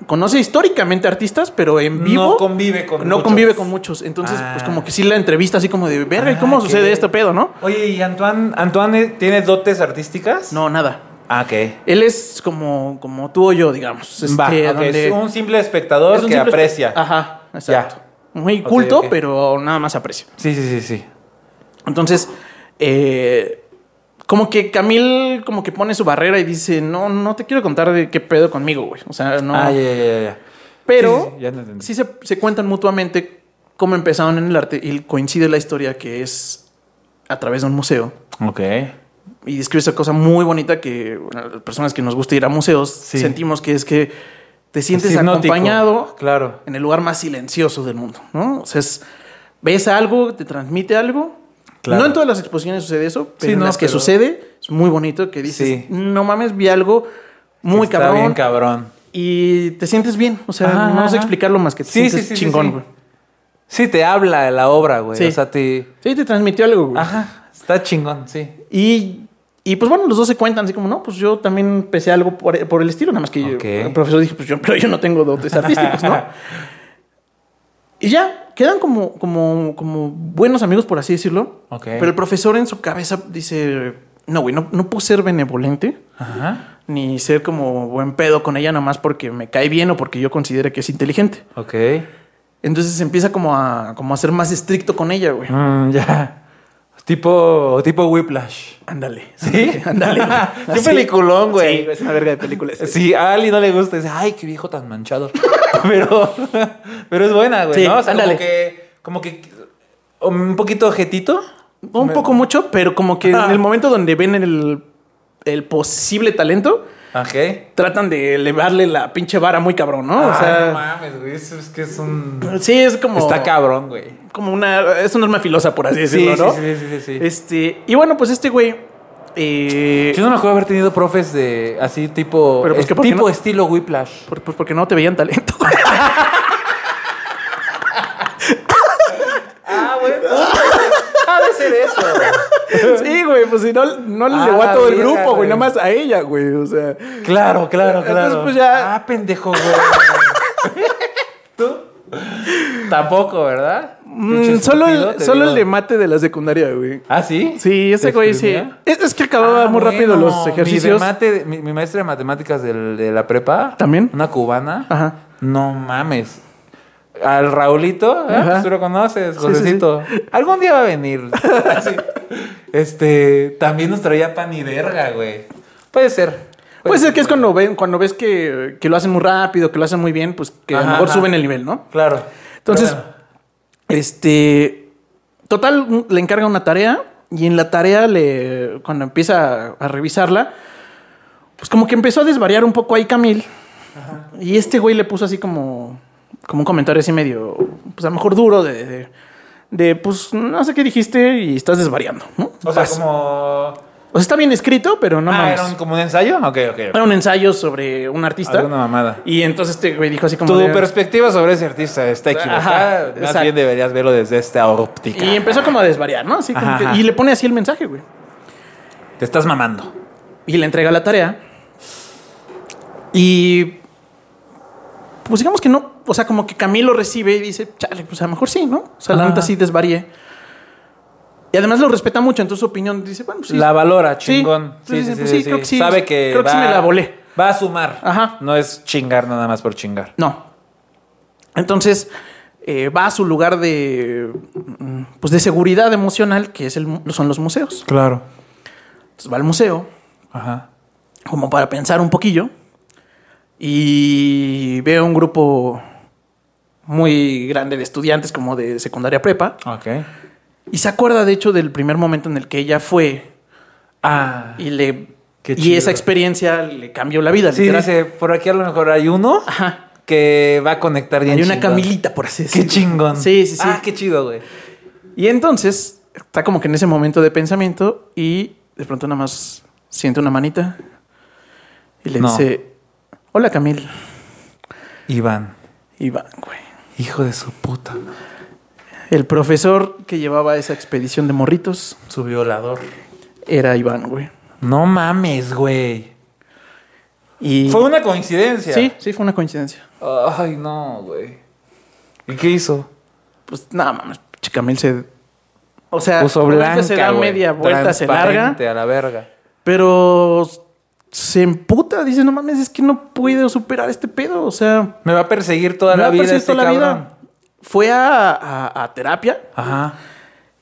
Speaker 1: conoce históricamente artistas, pero en vivo
Speaker 2: no convive con
Speaker 1: no
Speaker 2: muchos.
Speaker 1: convive con muchos. Entonces,
Speaker 2: Ah.
Speaker 1: pues como que sí la entrevista así como de, verga, ¿y
Speaker 2: Ah,
Speaker 1: cómo
Speaker 2: qué
Speaker 1: sucede
Speaker 2: bien.
Speaker 1: este pedo, no?
Speaker 2: Oye, ¿y Antoine, Antoine tiene dotes artísticas?
Speaker 1: No, Este, nada.
Speaker 2: Ah, ok.
Speaker 1: Él es como, como tú o yo, digamos. Este,
Speaker 2: Va, ok,
Speaker 1: donde-
Speaker 2: es un simple
Speaker 1: es
Speaker 2: espectador
Speaker 1: un
Speaker 2: que
Speaker 1: simple- Ah.
Speaker 2: aprecia.
Speaker 1: Ajá, exacto. Muy
Speaker 2: Ok,
Speaker 1: culto,
Speaker 2: ok.
Speaker 1: pero nada más aprecio.
Speaker 2: Sí, sí, sí, sí.
Speaker 1: Entonces, eh, como que Camil como que pone su barrera y dice, no, no te quiero contar de qué pedo conmigo, güey. O sea, no.
Speaker 2: Ah, ya, ya, ya, ya.
Speaker 1: Pero
Speaker 2: Sí, sí, ya lo entendí.
Speaker 1: sí se, se cuentan mutuamente cómo empezaron en el arte y coincide la historia que es a través de un museo.
Speaker 2: Ok.
Speaker 1: Y describe esa cosa muy bonita que bueno, las personas que nos gusta ir a museos
Speaker 2: Sí.
Speaker 1: sentimos que es que te sientes
Speaker 2: Es hipnótico.
Speaker 1: acompañado
Speaker 2: Claro.
Speaker 1: en el lugar más silencioso del mundo, ¿no? O sea, es- ves algo, te transmite algo.
Speaker 2: Claro.
Speaker 1: No en todas las exposiciones sucede eso, pero
Speaker 2: Sí,
Speaker 1: en
Speaker 2: no,
Speaker 1: las que
Speaker 2: pero-
Speaker 1: sucede es muy bonito que dices,
Speaker 2: Sí.
Speaker 1: no mames, vi algo muy
Speaker 2: Está
Speaker 1: cabrón
Speaker 2: bien cabrón.
Speaker 1: y te sientes bien, o sea,
Speaker 2: Ajá,
Speaker 1: no sé
Speaker 2: ajá.
Speaker 1: explicarlo más que te
Speaker 2: Sí, sí,
Speaker 1: sientes
Speaker 2: sí, sí,
Speaker 1: chingón,
Speaker 2: sí.
Speaker 1: güey.
Speaker 2: Sí, te habla la obra, güey.
Speaker 1: Sí.
Speaker 2: O sea, te...
Speaker 1: Sí, te transmitió algo, güey.
Speaker 2: Ajá, está chingón, sí.
Speaker 1: Y, y, pues bueno, los dos se cuentan así como, no, pues yo también empecé algo por, por el estilo, nada más que yo-
Speaker 2: Ok.
Speaker 1: el profesor dijo, pues yo, pero yo no tengo dotes artísticos,
Speaker 2: <laughs>
Speaker 1: ¿no? Y ya, quedan como, como, como buenos amigos, por así decirlo.
Speaker 2: Ok.
Speaker 1: Pero el profesor en su cabeza dice, no, güey, no, no puedo ser benevolente.
Speaker 2: Ajá.
Speaker 1: Ni ser como buen pedo con ella, nada más porque me cae bien o porque yo considere que es inteligente.
Speaker 2: Ok.
Speaker 1: Entonces empieza como a, como a ser más estricto con ella, güey.
Speaker 2: Mm, ya. Tipo, tipo Whiplash.
Speaker 1: Ándale.
Speaker 2: ¿Sí? <laughs>
Speaker 1: Ándale. güey.
Speaker 2: Qué
Speaker 1: Así.
Speaker 2: peliculón, güey.
Speaker 1: Sí, es una verga de películas.
Speaker 2: <laughs> Sí, a Ali no le gusta. Dice, ay, qué viejo tan manchado. <laughs> pero, pero es buena, güey.
Speaker 1: Sí,
Speaker 2: ¿no? O sea,
Speaker 1: ándale.
Speaker 2: como que, como que um, un poquito objetito.
Speaker 1: Un
Speaker 2: Me-
Speaker 1: poco mucho, pero como que en el momento donde ven el, el posible talento,
Speaker 2: Ok.
Speaker 1: tratan de elevarle la pinche vara muy cabrón, ¿no?
Speaker 2: Ay,
Speaker 1: o
Speaker 2: no
Speaker 1: sea,
Speaker 2: mames, güey. Eso es que es un.
Speaker 1: sí, es como.
Speaker 2: Está cabrón, güey.
Speaker 1: Como una. Es una arma filosa, por así decirlo, ¿no?
Speaker 2: sí, sí, sí, sí, sí.
Speaker 1: Este. Y bueno, pues este güey. eh,
Speaker 2: Yo no me acuerdo haber tenido profes de así tipo.
Speaker 1: Pero, pues,
Speaker 2: es-
Speaker 1: que ¿por qué
Speaker 2: tipo
Speaker 1: no?
Speaker 2: estilo Whiplash.
Speaker 1: por- pues porque no te veían
Speaker 2: <laughs>
Speaker 1: talento.
Speaker 2: Ah, güey. Ha de ser eso.
Speaker 1: sí, güey. Pues si no, no le
Speaker 2: Ah,
Speaker 1: llegó a todo el
Speaker 2: verga,
Speaker 1: grupo, güey.
Speaker 2: güey.
Speaker 1: Nada más a ella, güey. O sea.
Speaker 2: Claro, claro, claro.
Speaker 1: Entonces, pues, ya-
Speaker 2: Ah, pendejo, güey.
Speaker 1: <laughs>
Speaker 2: ¿Tú? Tampoco, ¿verdad?
Speaker 1: mm,
Speaker 2: Pinche
Speaker 1: solo
Speaker 2: estúpido,
Speaker 1: el,
Speaker 2: te
Speaker 1: solo
Speaker 2: digo.
Speaker 1: el de mate de las de secundaria, güey.
Speaker 2: ¿Ah, sí?
Speaker 1: Sí, ese
Speaker 2: ¿Te
Speaker 1: güey sí.
Speaker 2: exprimía?
Speaker 1: Es, es que acababa
Speaker 2: Ah,
Speaker 1: muy rápido
Speaker 2: bueno,
Speaker 1: los
Speaker 2: Mi, de
Speaker 1: ejercicios.
Speaker 2: mate- mi- mi maestra de matemáticas del- de la prepa.
Speaker 1: ¿También?
Speaker 2: Una cubana.
Speaker 1: Ajá.
Speaker 2: No mames. Al Raulito, ¿eh?
Speaker 1: Ajá.
Speaker 2: tú lo conoces,
Speaker 1: Sí, sí, sí.
Speaker 2: Josecito. Algún día va a venir. <laughs> Así. Este, también nos traía pan y verga, güey. Puede ser.
Speaker 1: Puede ser que es cuando, ven, cuando ves que, que lo hacen muy rápido, que lo hacen muy bien, pues que a lo
Speaker 2: Ajá,
Speaker 1: mejor
Speaker 2: ajá.
Speaker 1: suben el nivel, ¿no?
Speaker 2: Claro.
Speaker 1: Entonces,
Speaker 2: Pero bueno.
Speaker 1: este. Total, un- le encarga una tarea y en la tarea, le, cuando empieza a, a revisarla, pues como que empezó a desvariar un poco ahí Camil. Y este güey le puso así como, como un comentario así medio, pues a lo mejor duro de, de, de, pues no sé qué dijiste y estás desvariando, ¿no?
Speaker 2: o sea,
Speaker 1: Vas.
Speaker 2: como.
Speaker 1: O sea, está bien escrito, pero pues, no
Speaker 2: ah,
Speaker 1: mames.
Speaker 2: era un- como un ensayo. Ok, ok.
Speaker 1: Era un ensayo sobre un artista.
Speaker 2: Alguna mamada.
Speaker 1: Y entonces este güey dijo así como.
Speaker 2: Tu
Speaker 1: de-
Speaker 2: perspectiva sobre ese artista está equivocada.
Speaker 1: Ajá,
Speaker 2: Más
Speaker 1: exacto.
Speaker 2: bien deberías verlo desde esta óptica.
Speaker 1: y empezó como a desvariar, ¿no? Así como
Speaker 2: Ajá,
Speaker 1: que-
Speaker 2: ajá.
Speaker 1: y le pone así el mensaje, güey.
Speaker 2: Te estás mamando.
Speaker 1: Y le entrega la tarea. Y. Pues digamos que no. O sea, como que Camilo recibe y dice, chale, pues a lo mejor sí, ¿no? O sea, la
Speaker 2: Ajá.
Speaker 1: neta sí desvaríe. Y además lo respeta mucho, entonces su opinión dice, bueno, pues sí.
Speaker 2: La valora,
Speaker 1: Sí.
Speaker 2: chingón.
Speaker 1: Sí, sí, pues sí, creo que sí.
Speaker 2: Sabe que.
Speaker 1: Creo que sí me la volé.
Speaker 2: Va a sumar.
Speaker 1: Ajá.
Speaker 2: No es chingar nada más por chingar.
Speaker 1: No. Entonces eh, va a su lugar de, mm, pues de seguridad emocional, que es el, mu- son los museos.
Speaker 2: Claro.
Speaker 1: Entonces va al museo,
Speaker 2: Ajá.
Speaker 1: como para pensar un poquillo, y ve un grupo muy grande de estudiantes, como de secundaria prepa,
Speaker 2: Ok.
Speaker 1: y se acuerda de hecho del primer momento en el que ella fue
Speaker 2: Ah.
Speaker 1: y le...
Speaker 2: Qué
Speaker 1: y
Speaker 2: chido.
Speaker 1: esa experiencia le cambió la vida.
Speaker 2: Sí,
Speaker 1: literal.
Speaker 2: dice, por aquí a lo mejor hay uno
Speaker 1: Ajá.
Speaker 2: que va a conectar bien.
Speaker 1: Hay una
Speaker 2: chingón.
Speaker 1: Camilita, por así decirlo.
Speaker 2: Qué chingón.
Speaker 1: Sí, sí, sí.
Speaker 2: Ah, qué chido, güey.
Speaker 1: Y entonces está como que en ese momento de pensamiento y de pronto nada más siente una manita y le
Speaker 2: No.
Speaker 1: dice, hola Camil.
Speaker 2: Iván,
Speaker 1: Y va, güey.
Speaker 2: hijo de su puta.
Speaker 1: El profesor que llevaba esa expedición de morritos
Speaker 2: Su violador.
Speaker 1: era Iván, güey.
Speaker 2: No mames, güey.
Speaker 1: Y
Speaker 2: Fue una coincidencia.
Speaker 1: Sí, sí, fue una coincidencia.
Speaker 2: Ay, no, güey. ¿Y qué hizo?
Speaker 1: Pues nada mames, Chicamil se. O sea,
Speaker 2: Puso
Speaker 1: obviamente
Speaker 2: blanca,
Speaker 1: se da
Speaker 2: güey.
Speaker 1: media vuelta, se larga.
Speaker 2: Transparente, a la verga.
Speaker 1: Pero se emputa, dice, no mames, es que no puedo superar este pedo. O sea,
Speaker 2: Me va a perseguir toda
Speaker 1: me
Speaker 2: la
Speaker 1: va a
Speaker 2: vida
Speaker 1: perseguir
Speaker 2: este
Speaker 1: toda la
Speaker 2: cabrón.
Speaker 1: vida. Fue a, a- a terapia
Speaker 2: Ajá.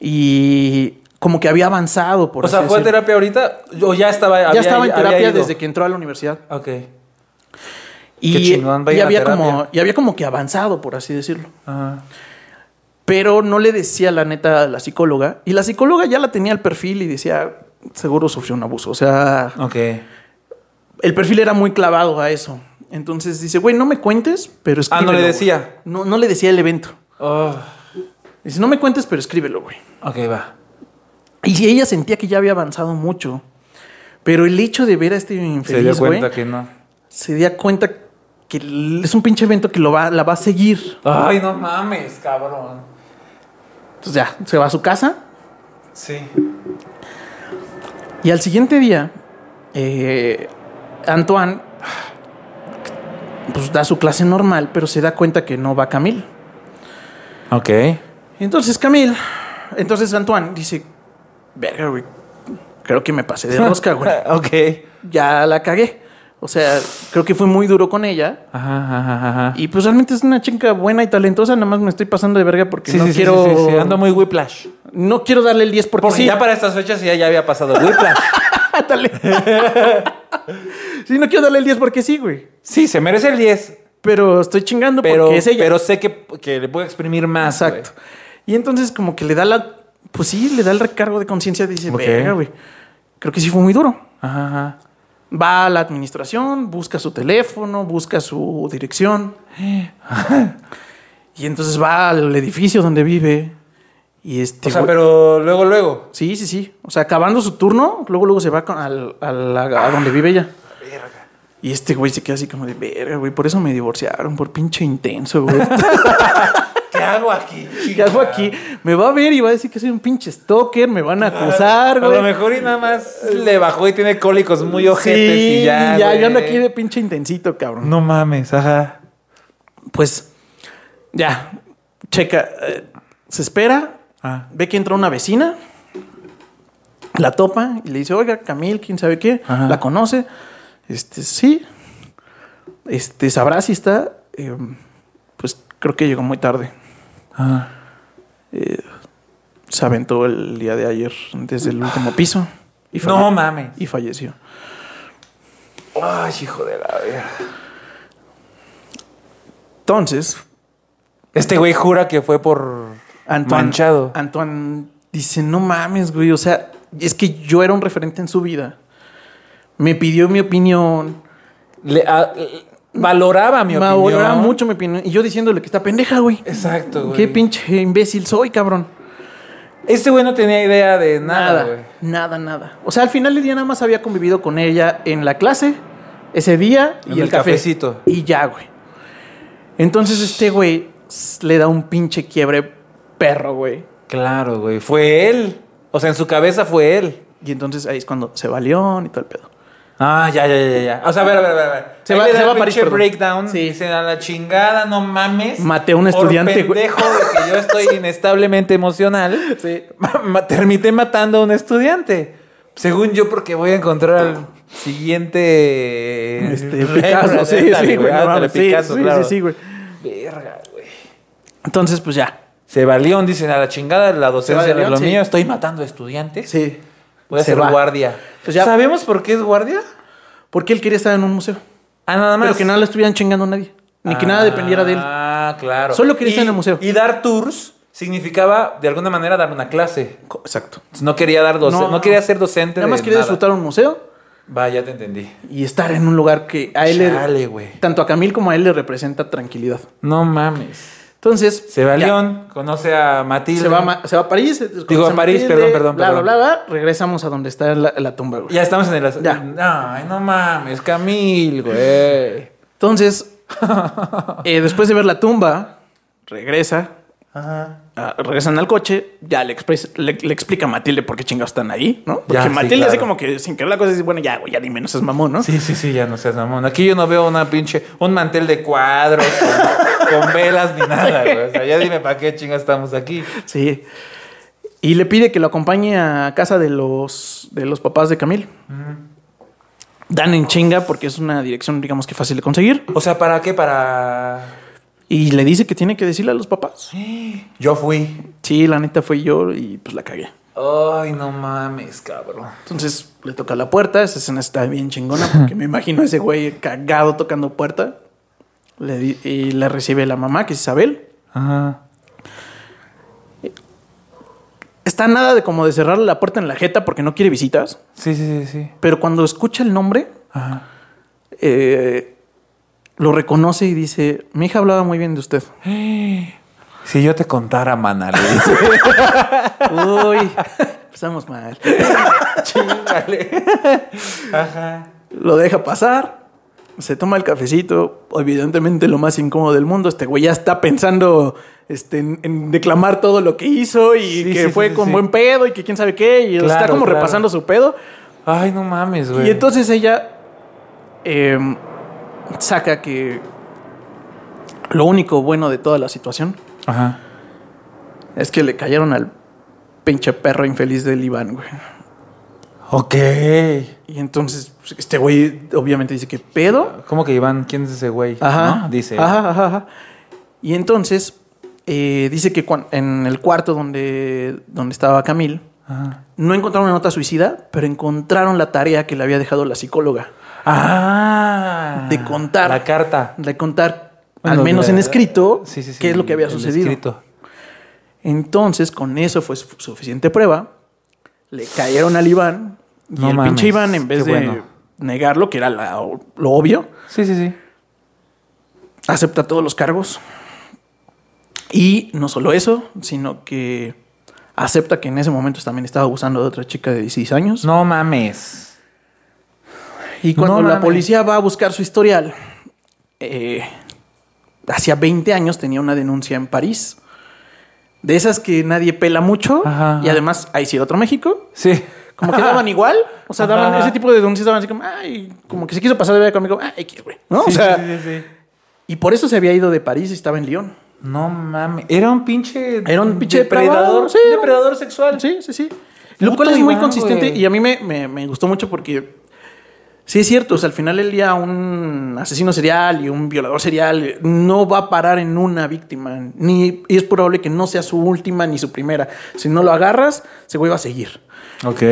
Speaker 1: y como que había avanzado por
Speaker 2: O sea,
Speaker 1: así
Speaker 2: ¿fue a
Speaker 1: decirlo.
Speaker 2: terapia ahorita? ¿O ya estaba
Speaker 1: Ya estaba en terapia desde que entró a la universidad.
Speaker 2: Ok.
Speaker 1: Y,
Speaker 2: Qué chingón,
Speaker 1: y
Speaker 2: vayan a
Speaker 1: había como,
Speaker 2: terapia.
Speaker 1: y había como que avanzado, por así decirlo.
Speaker 2: Ajá.
Speaker 1: Pero no le decía la neta a la psicóloga. Y la psicóloga ya la tenía el perfil y decía, seguro sufrió un abuso. O sea,
Speaker 2: Ok.
Speaker 1: el perfil era muy clavado a eso. Entonces dice, güey, no me cuentes, pero
Speaker 2: Ah,
Speaker 1: escríbelo.
Speaker 2: no le
Speaker 1: güey".
Speaker 2: decía.
Speaker 1: No, no le decía el evento.
Speaker 2: Oh,
Speaker 1: Dice, no me cuentes, pero escríbelo, güey.
Speaker 2: ok, va.
Speaker 1: Y ella sentía que ya había avanzado mucho. Pero el hecho de ver a este
Speaker 2: Se dio
Speaker 1: infeliz, güey,
Speaker 2: cuenta que no.
Speaker 1: se dio cuenta que l- es un pinche evento que lo va, la va a seguir.
Speaker 2: Ay, no mames, cabrón.
Speaker 1: Entonces ya, se va a su casa.
Speaker 2: Sí.
Speaker 1: Y al siguiente día, eh, Antoine pues da su clase normal, pero se da cuenta que no va Camille.
Speaker 2: Ok.
Speaker 1: Entonces Camille, entonces Antoine dice, verga, güey, creo que me pasé
Speaker 2: <laughs>
Speaker 1: de rosca, güey.
Speaker 2: ok.
Speaker 1: Ya la cagué. O sea, creo que fui muy duro con ella.
Speaker 2: Ajá, ajá, ajá.
Speaker 1: Y pues realmente es una chica buena y talentosa, nada más me estoy pasando de verga porque
Speaker 2: Sí,
Speaker 1: no
Speaker 2: sí, sí,
Speaker 1: quiero...
Speaker 2: sí, sí, sí, Ando muy whiplash.
Speaker 1: No quiero darle el 10 porque,
Speaker 2: Porque
Speaker 1: sí.
Speaker 2: ya para estas fechas ya, ya había pasado whiplash.
Speaker 1: <laughs> Ándale. sí, no quiero darle el 10 porque sí, güey.
Speaker 2: <laughs> sí, se merece el 10.
Speaker 1: Pero estoy chingando
Speaker 2: Pero,
Speaker 1: porque es ella.
Speaker 2: pero sé que, que le puedo exprimir más.
Speaker 1: Exacto. Y entonces como que le da la... Pues sí, le da el recargo de conciencia. Dice,
Speaker 2: Ok.
Speaker 1: verga, güey. Creo que sí fue muy duro.
Speaker 2: güey. Ajá, ajá.
Speaker 1: Va a la administración, busca su teléfono, busca su
Speaker 2: <gasps>
Speaker 1: dirección. y entonces va al edificio donde vive. Y este...
Speaker 2: O sea,
Speaker 1: güey-
Speaker 2: pero luego, luego.
Speaker 1: Sí, sí, sí. O sea, acabando su turno, luego luego se va con- al, al-
Speaker 2: Ah,
Speaker 1: a donde vive ella. Y este güey se queda así como de verga, güey. Por eso me divorciaron, por pinche intenso, güey.
Speaker 2: <laughs> ¿Qué hago aquí?
Speaker 1: ¿Qué hago aquí? Me va a ver y va a decir que soy un pinche stalker, me van a acusar,
Speaker 2: A
Speaker 1: güey.
Speaker 2: lo mejor y nada más le bajó y tiene cólicos muy
Speaker 1: Sí,
Speaker 2: ojetes y ya.
Speaker 1: ya,
Speaker 2: güey.
Speaker 1: yo ando aquí de pinche intensito, cabrón.
Speaker 2: No mames, ajá.
Speaker 1: Pues, ya, checa, eh, se espera,
Speaker 2: Ah.
Speaker 1: ve que entra una vecina, la topa y le dice, oiga, Camil, quién sabe qué,
Speaker 2: Ajá.
Speaker 1: la conoce. Este, sí, este, sabrá si está, eh, pues creo que llegó muy tarde. Eh,
Speaker 2: Ah.
Speaker 1: Se aventó el día de ayer desde el último piso y, falle-
Speaker 2: No mames.
Speaker 1: y falleció.
Speaker 2: Ay, hijo de la verga.
Speaker 1: Entonces,
Speaker 2: Este güey jura que fue por
Speaker 1: Antoine,
Speaker 2: manchado.
Speaker 1: Antoine dice, no mames, güey, o sea, es que yo era un referente en su vida. Me pidió mi opinión,
Speaker 2: Le- a- le- valoraba mi
Speaker 1: me
Speaker 2: opinión.
Speaker 1: valoraba mucho mi opinión, y yo diciéndole que está pendeja, güey.
Speaker 2: Exacto, güey.
Speaker 1: Qué pinche imbécil soy, cabrón.
Speaker 2: Este güey no tenía idea de nada, güey.
Speaker 1: nada, nada, nada. O sea, al final del día nada más había convivido con ella en la clase, ese día
Speaker 2: En
Speaker 1: y el,
Speaker 2: el
Speaker 1: café.
Speaker 2: cafecito.
Speaker 1: Y ya, güey. Entonces este güey s- le da un pinche quiebre perro, güey.
Speaker 2: Claro, güey. Fue él. O sea, en su cabeza fue él.
Speaker 1: Y entonces ahí es cuando se va León y todo el pedo.
Speaker 2: Ah, ya, ya, ya, ya. O sea, a ver, a ver, a ver, a ver.
Speaker 1: Se
Speaker 2: Ahí
Speaker 1: va-
Speaker 2: le
Speaker 1: se
Speaker 2: da el
Speaker 1: va a París,
Speaker 2: pinche
Speaker 1: perdón.
Speaker 2: breakdown.
Speaker 1: Sí.
Speaker 2: Sí. Se da la chingada, no mames.
Speaker 1: Maté a un estudiante,
Speaker 2: Por
Speaker 1: güey.
Speaker 2: pendejo de que yo
Speaker 1: <laughs>
Speaker 2: estoy inestablemente emocional.
Speaker 1: Sí.
Speaker 2: ma- ma- Terminé matando a un estudiante. Según yo, porque voy a encontrar al
Speaker 1: <laughs>
Speaker 2: siguiente.
Speaker 1: Este, Picasso, sí,
Speaker 2: Ándale,
Speaker 1: sí, güey. no
Speaker 2: ándale,
Speaker 1: mames, sí,
Speaker 2: Picasso,
Speaker 1: sí,
Speaker 2: claro.
Speaker 1: sí, sí, güey.
Speaker 2: Verga, güey.
Speaker 1: Entonces, pues ya.
Speaker 2: Se va León, dicen a la chingada, la docencia
Speaker 1: de
Speaker 2: no es
Speaker 1: León,
Speaker 2: lo
Speaker 1: sí.
Speaker 2: mío, estoy matando estudiantes.
Speaker 1: Sí.
Speaker 2: Voy a
Speaker 1: Se
Speaker 2: ser
Speaker 1: va.
Speaker 2: guardia.
Speaker 1: Pues ya-
Speaker 2: ¿Sabemos por qué es guardia?
Speaker 1: Porque él quería estar en un museo.
Speaker 2: Ah, nada más.
Speaker 1: Pero que no le estuvieran chingando a nadie. Ni que nada dependiera de él.
Speaker 2: Ah, claro.
Speaker 1: Solo quería
Speaker 2: Y-
Speaker 1: estar en el museo.
Speaker 2: Y dar tours significaba, de alguna manera, dar una clase.
Speaker 1: Co- Exacto.
Speaker 2: No quería dar doce- no, quería ser docente.
Speaker 1: Nada más
Speaker 2: de
Speaker 1: quería disfrutar un museo
Speaker 2: Vaya, te entendí.
Speaker 1: y estar en un lugar que a él
Speaker 2: Chale,
Speaker 1: le.
Speaker 2: güey.
Speaker 1: Tanto a Camil como a él le representa tranquilidad.
Speaker 2: No mames.
Speaker 1: Entonces.
Speaker 2: Se va a
Speaker 1: ya.
Speaker 2: León, conoce a Matilde.
Speaker 1: Se va, a Ma- se va a París.
Speaker 2: Digo, a París, perdón, perdón,
Speaker 1: Bla, bla,
Speaker 2: perdón.
Speaker 1: bla, bla. Regresamos a donde está la, la tumba, güey.
Speaker 2: Ya estamos en el... as-
Speaker 1: Ya.
Speaker 2: Ay, no mames, Camil, güey.
Speaker 1: <laughs> Entonces, eh, después de ver la tumba, regresa
Speaker 3: Ajá.
Speaker 1: Ah, regresan al coche, ya le, expres- le- le explica a Matilde por qué chingados están ahí, ¿no? Porque
Speaker 2: Ya, sí,
Speaker 1: Matilde así
Speaker 2: claro.
Speaker 1: como que sin querer la cosa dice, bueno, ya, güey, ya dime, no seas mamón, ¿no?
Speaker 2: Sí, sí, sí, ya no seas mamón. Aquí yo no veo una pinche, un mantel de cuadros con, con velas ni nada, güey. O sea, ya dime para qué chingas estamos aquí.
Speaker 1: Sí. Y le pide que lo acompañe a casa de los, de los papás de Camil. Dan en chinga porque es una dirección, digamos que fácil de conseguir.
Speaker 2: O sea, ¿para qué? Para.
Speaker 1: Y le dice que tiene que decirle a los papás.
Speaker 2: Yo fui.
Speaker 1: Sí, la neta fui yo y pues la cagué.
Speaker 2: Ay, no mames, cabrón.
Speaker 1: Entonces le toca la puerta. Esa escena está bien chingona porque me imagino a ese güey cagado tocando puerta. Le di- y la recibe la mamá, que es Isabel.
Speaker 2: Ajá.
Speaker 1: Está nada de como de cerrarle la puerta en la jeta porque no quiere visitas.
Speaker 2: Sí, sí, sí, sí.
Speaker 1: Pero cuando escucha el nombre,
Speaker 2: Ajá.
Speaker 1: eh, lo reconoce y dice: Mi hija hablaba muy bien de usted.
Speaker 2: Si yo te contara, mana, le <laughs> dice.
Speaker 1: <laughs> Uy, estamos mal.
Speaker 2: Chingale. Ajá.
Speaker 1: Lo deja pasar. Se toma el cafecito, evidentemente lo más incómodo del mundo. Este güey ya está pensando este, en, en declamar todo lo que hizo y
Speaker 2: Sí,
Speaker 1: que
Speaker 2: sí,
Speaker 1: fue
Speaker 2: sí,
Speaker 1: con
Speaker 2: sí.
Speaker 1: buen pedo y que quién sabe qué. Y está
Speaker 2: Claro,
Speaker 1: como
Speaker 2: claro.
Speaker 1: repasando su pedo.
Speaker 2: Ay, no mames, güey.
Speaker 1: Y entonces ella eh, saca que lo único bueno de toda la situación
Speaker 2: Ajá.
Speaker 1: es que le cayeron al pinche perro infeliz del Iván, güey.
Speaker 2: Ok.
Speaker 1: Y entonces pues, este güey obviamente dice que pedo.
Speaker 2: ¿Cómo que Iván? ¿Quién es ese güey?
Speaker 1: Ajá.
Speaker 2: ¿No? Dice.
Speaker 1: Ajá, ajá, ajá. Y entonces eh, dice que cuan- en el cuarto donde, donde estaba Camil,
Speaker 2: Ajá.
Speaker 1: no encontraron una nota suicida, pero encontraron la tarea que le había dejado la psicóloga
Speaker 2: Ah.
Speaker 1: De contar.
Speaker 2: La carta.
Speaker 1: de contar,
Speaker 2: Bueno,
Speaker 1: al menos
Speaker 2: la-
Speaker 1: en escrito,
Speaker 2: Sí, sí, sí,
Speaker 1: qué es lo que había
Speaker 2: el
Speaker 1: sucedido.
Speaker 2: escrito.
Speaker 1: Entonces, con eso fue su- suficiente prueba. Le cayeron al Iván y
Speaker 2: No
Speaker 1: el
Speaker 2: mames,
Speaker 1: pinche Iván, en vez
Speaker 2: qué
Speaker 1: de
Speaker 2: bueno.
Speaker 1: negarlo, que era la- lo obvio,
Speaker 2: Sí, sí, sí.
Speaker 1: acepta todos los cargos. Y no solo eso, sino que acepta que en ese momento también estaba abusando de otra chica de 16 años.
Speaker 2: No mames.
Speaker 1: y cuando
Speaker 2: no
Speaker 1: la
Speaker 2: mames.
Speaker 1: policía va a buscar su historial, eh, hacía 20 años tenía una denuncia en París. De esas que nadie pela mucho.
Speaker 2: Ajá,
Speaker 1: Y
Speaker 2: ajá.
Speaker 1: además, ahí sí era otro México.
Speaker 2: Sí.
Speaker 1: Como
Speaker 2: <laughs>
Speaker 1: que daban igual. O sea, daban
Speaker 2: Ajá.
Speaker 1: ese tipo de denuncias, daban así como, ay, como que se quiso pasar de vida conmigo. Ay, qué güey. ¿No? o
Speaker 2: Sí,
Speaker 1: sea,
Speaker 2: sí, sí, sí.
Speaker 1: y por eso se había ido de París y estaba en Lyon.
Speaker 2: No mames. Era un pinche.
Speaker 1: Era un pinche depravado,
Speaker 2: depredador.
Speaker 1: sí.
Speaker 2: depredador sexual.
Speaker 1: Sí, sí, sí. Lo
Speaker 2: Puto
Speaker 1: cual es muy
Speaker 2: Iván,
Speaker 1: consistente
Speaker 2: güey.
Speaker 1: y a mí me, me- me gustó mucho porque sí es cierto. O sea, al final el día un asesino serial y un violador serial eh, no va a parar en una víctima. Ni y es probable que no sea su última ni su primera. Si no lo agarras, se güey va a seguir.
Speaker 2: Ok.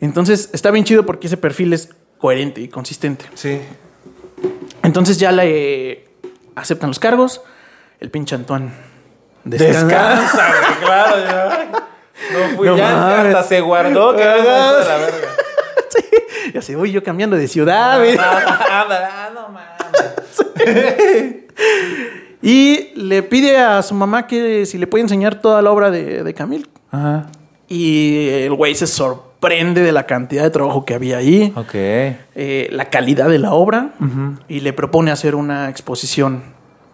Speaker 1: Entonces está bien chido porque ese perfil es coherente y consistente.
Speaker 2: Sí.
Speaker 1: Entonces ya le aceptan los cargos. El pinche Antoine <laughs>
Speaker 2: Descansa, güey. Claro, ya. No fui.
Speaker 1: No
Speaker 2: ya
Speaker 1: mames.
Speaker 2: hasta se guardó. Que
Speaker 1: Ajá.
Speaker 2: era de
Speaker 1: <laughs>
Speaker 2: la verga.
Speaker 1: Y así voy yo cambiando de ciudad. y-
Speaker 2: Ah, no mames.
Speaker 1: Y le pide a su mamá que si le puede enseñar toda la obra de, de Camil.
Speaker 2: Ajá.
Speaker 1: Y el güey se sorprende de la cantidad de trabajo que había ahí,
Speaker 2: Ok.
Speaker 1: eh, la calidad de la obra, y le propone hacer una exposición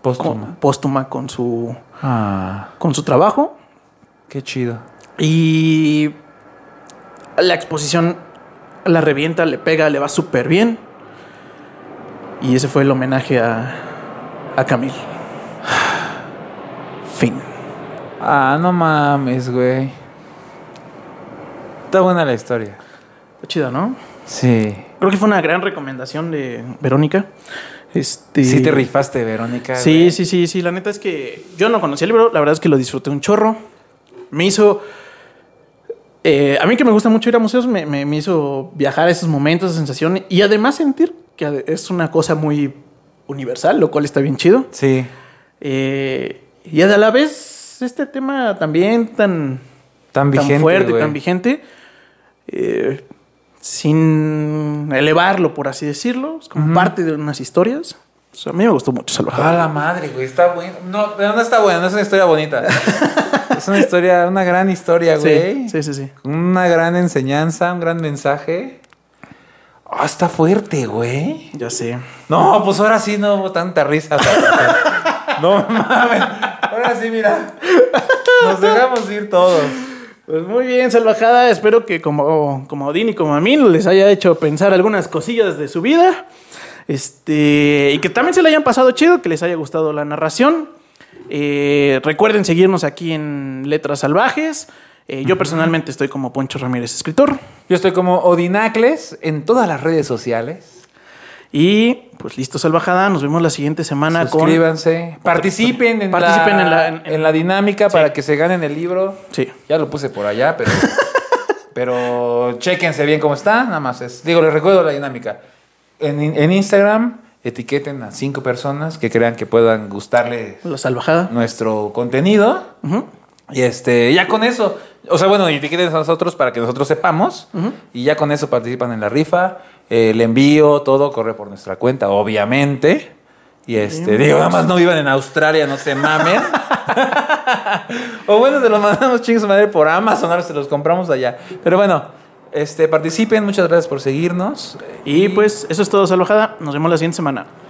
Speaker 2: Póstuma.
Speaker 1: con- póstuma con su,
Speaker 2: Ah,
Speaker 1: con su trabajo.
Speaker 2: qué chido.
Speaker 1: Y la exposición la revienta, le pega, le va súper bien. Y ese fue el homenaje a, a Camil. Fin.
Speaker 2: Ah, no mames, güey. Está buena la historia.
Speaker 1: Está chida, ¿no?
Speaker 2: Sí.
Speaker 1: Creo que fue una gran recomendación de Verónica. Este.
Speaker 2: Sí te rifaste, Verónica.
Speaker 1: Sí,
Speaker 2: güey.
Speaker 1: sí, sí, sí. La neta es que yo no conocía el libro. La verdad es que lo disfruté un chorro. Me hizo. eh, a mí que me gusta mucho ir a museos, me, me- me hizo viajar a esos momentos, esa sensación y además sentir que ade- es una cosa muy universal, lo cual está bien chido.
Speaker 2: Sí.
Speaker 1: Eh, y a la vez, este tema también tan
Speaker 2: Tan vigente.
Speaker 1: tan fuerte,
Speaker 2: güey.
Speaker 1: tan vigente, eh, sin elevarlo, por así decirlo, es como parte de unas historias. O sea, a mí me gustó mucho
Speaker 2: A
Speaker 1: Salvador.
Speaker 2: Ah, la madre, güey. Está bueno. No, pero no está bueno. No es una
Speaker 1: <laughs>
Speaker 2: historia bonita. es una historia, una gran historia,
Speaker 1: sí,
Speaker 2: güey.
Speaker 1: sí, sí, sí.
Speaker 2: Una gran enseñanza, un gran mensaje. Ah, está fuerte, güey.
Speaker 1: Ya
Speaker 2: <laughs>
Speaker 1: sé.
Speaker 2: No, pues ahora sí no hubo tanta risa. güey. no mames. Ahora sí, mira. Nos dejamos ir todos.
Speaker 1: Pues muy bien, salvajada. Espero que como, como a Odín y como a mí les haya hecho pensar algunas cosillas de su vida. Este, y que también se le hayan pasado chido, que les haya gustado la narración. Eh, recuerden seguirnos aquí en Letras Salvajes. Eh, yo personalmente estoy como Poncho Ramírez, escritor.
Speaker 2: Yo estoy como Odinacles en todas las redes sociales.
Speaker 1: Y pues listo, salvajada. Nos vemos la siguiente semana
Speaker 2: Suscríbanse. participen en,
Speaker 1: Participen
Speaker 2: la,
Speaker 1: en
Speaker 2: en,
Speaker 1: la-
Speaker 2: la,
Speaker 1: en-
Speaker 2: dinámica para que se ganen el libro.
Speaker 1: Sí.
Speaker 2: Ya lo puse por allá,
Speaker 1: <laughs>
Speaker 2: pero. pero chéquense bien cómo está. Nada más es. Digo, les recuerdo la dinámica. En, en Instagram, etiqueten a cinco personas que crean que puedan gustarle
Speaker 1: con La salvajada.
Speaker 2: nuestro contenido.
Speaker 1: Ujú.
Speaker 2: Y este, ya con eso, o sea, bueno, etiqueten a nosotros para que nosotros sepamos. Y ya con eso participan en la rifa. El envío, todo corre por nuestra cuenta, obviamente. Y este, digo, nada más no vivan en Australia, no se mamen. <laughs> o bueno, se los mandamos chingos madre por Amazon, ahora se los compramos allá. Pero bueno, este, participen, muchas gracias por seguirnos.
Speaker 1: Y pues eso es todo, salvajada. Nos vemos la siguiente semana.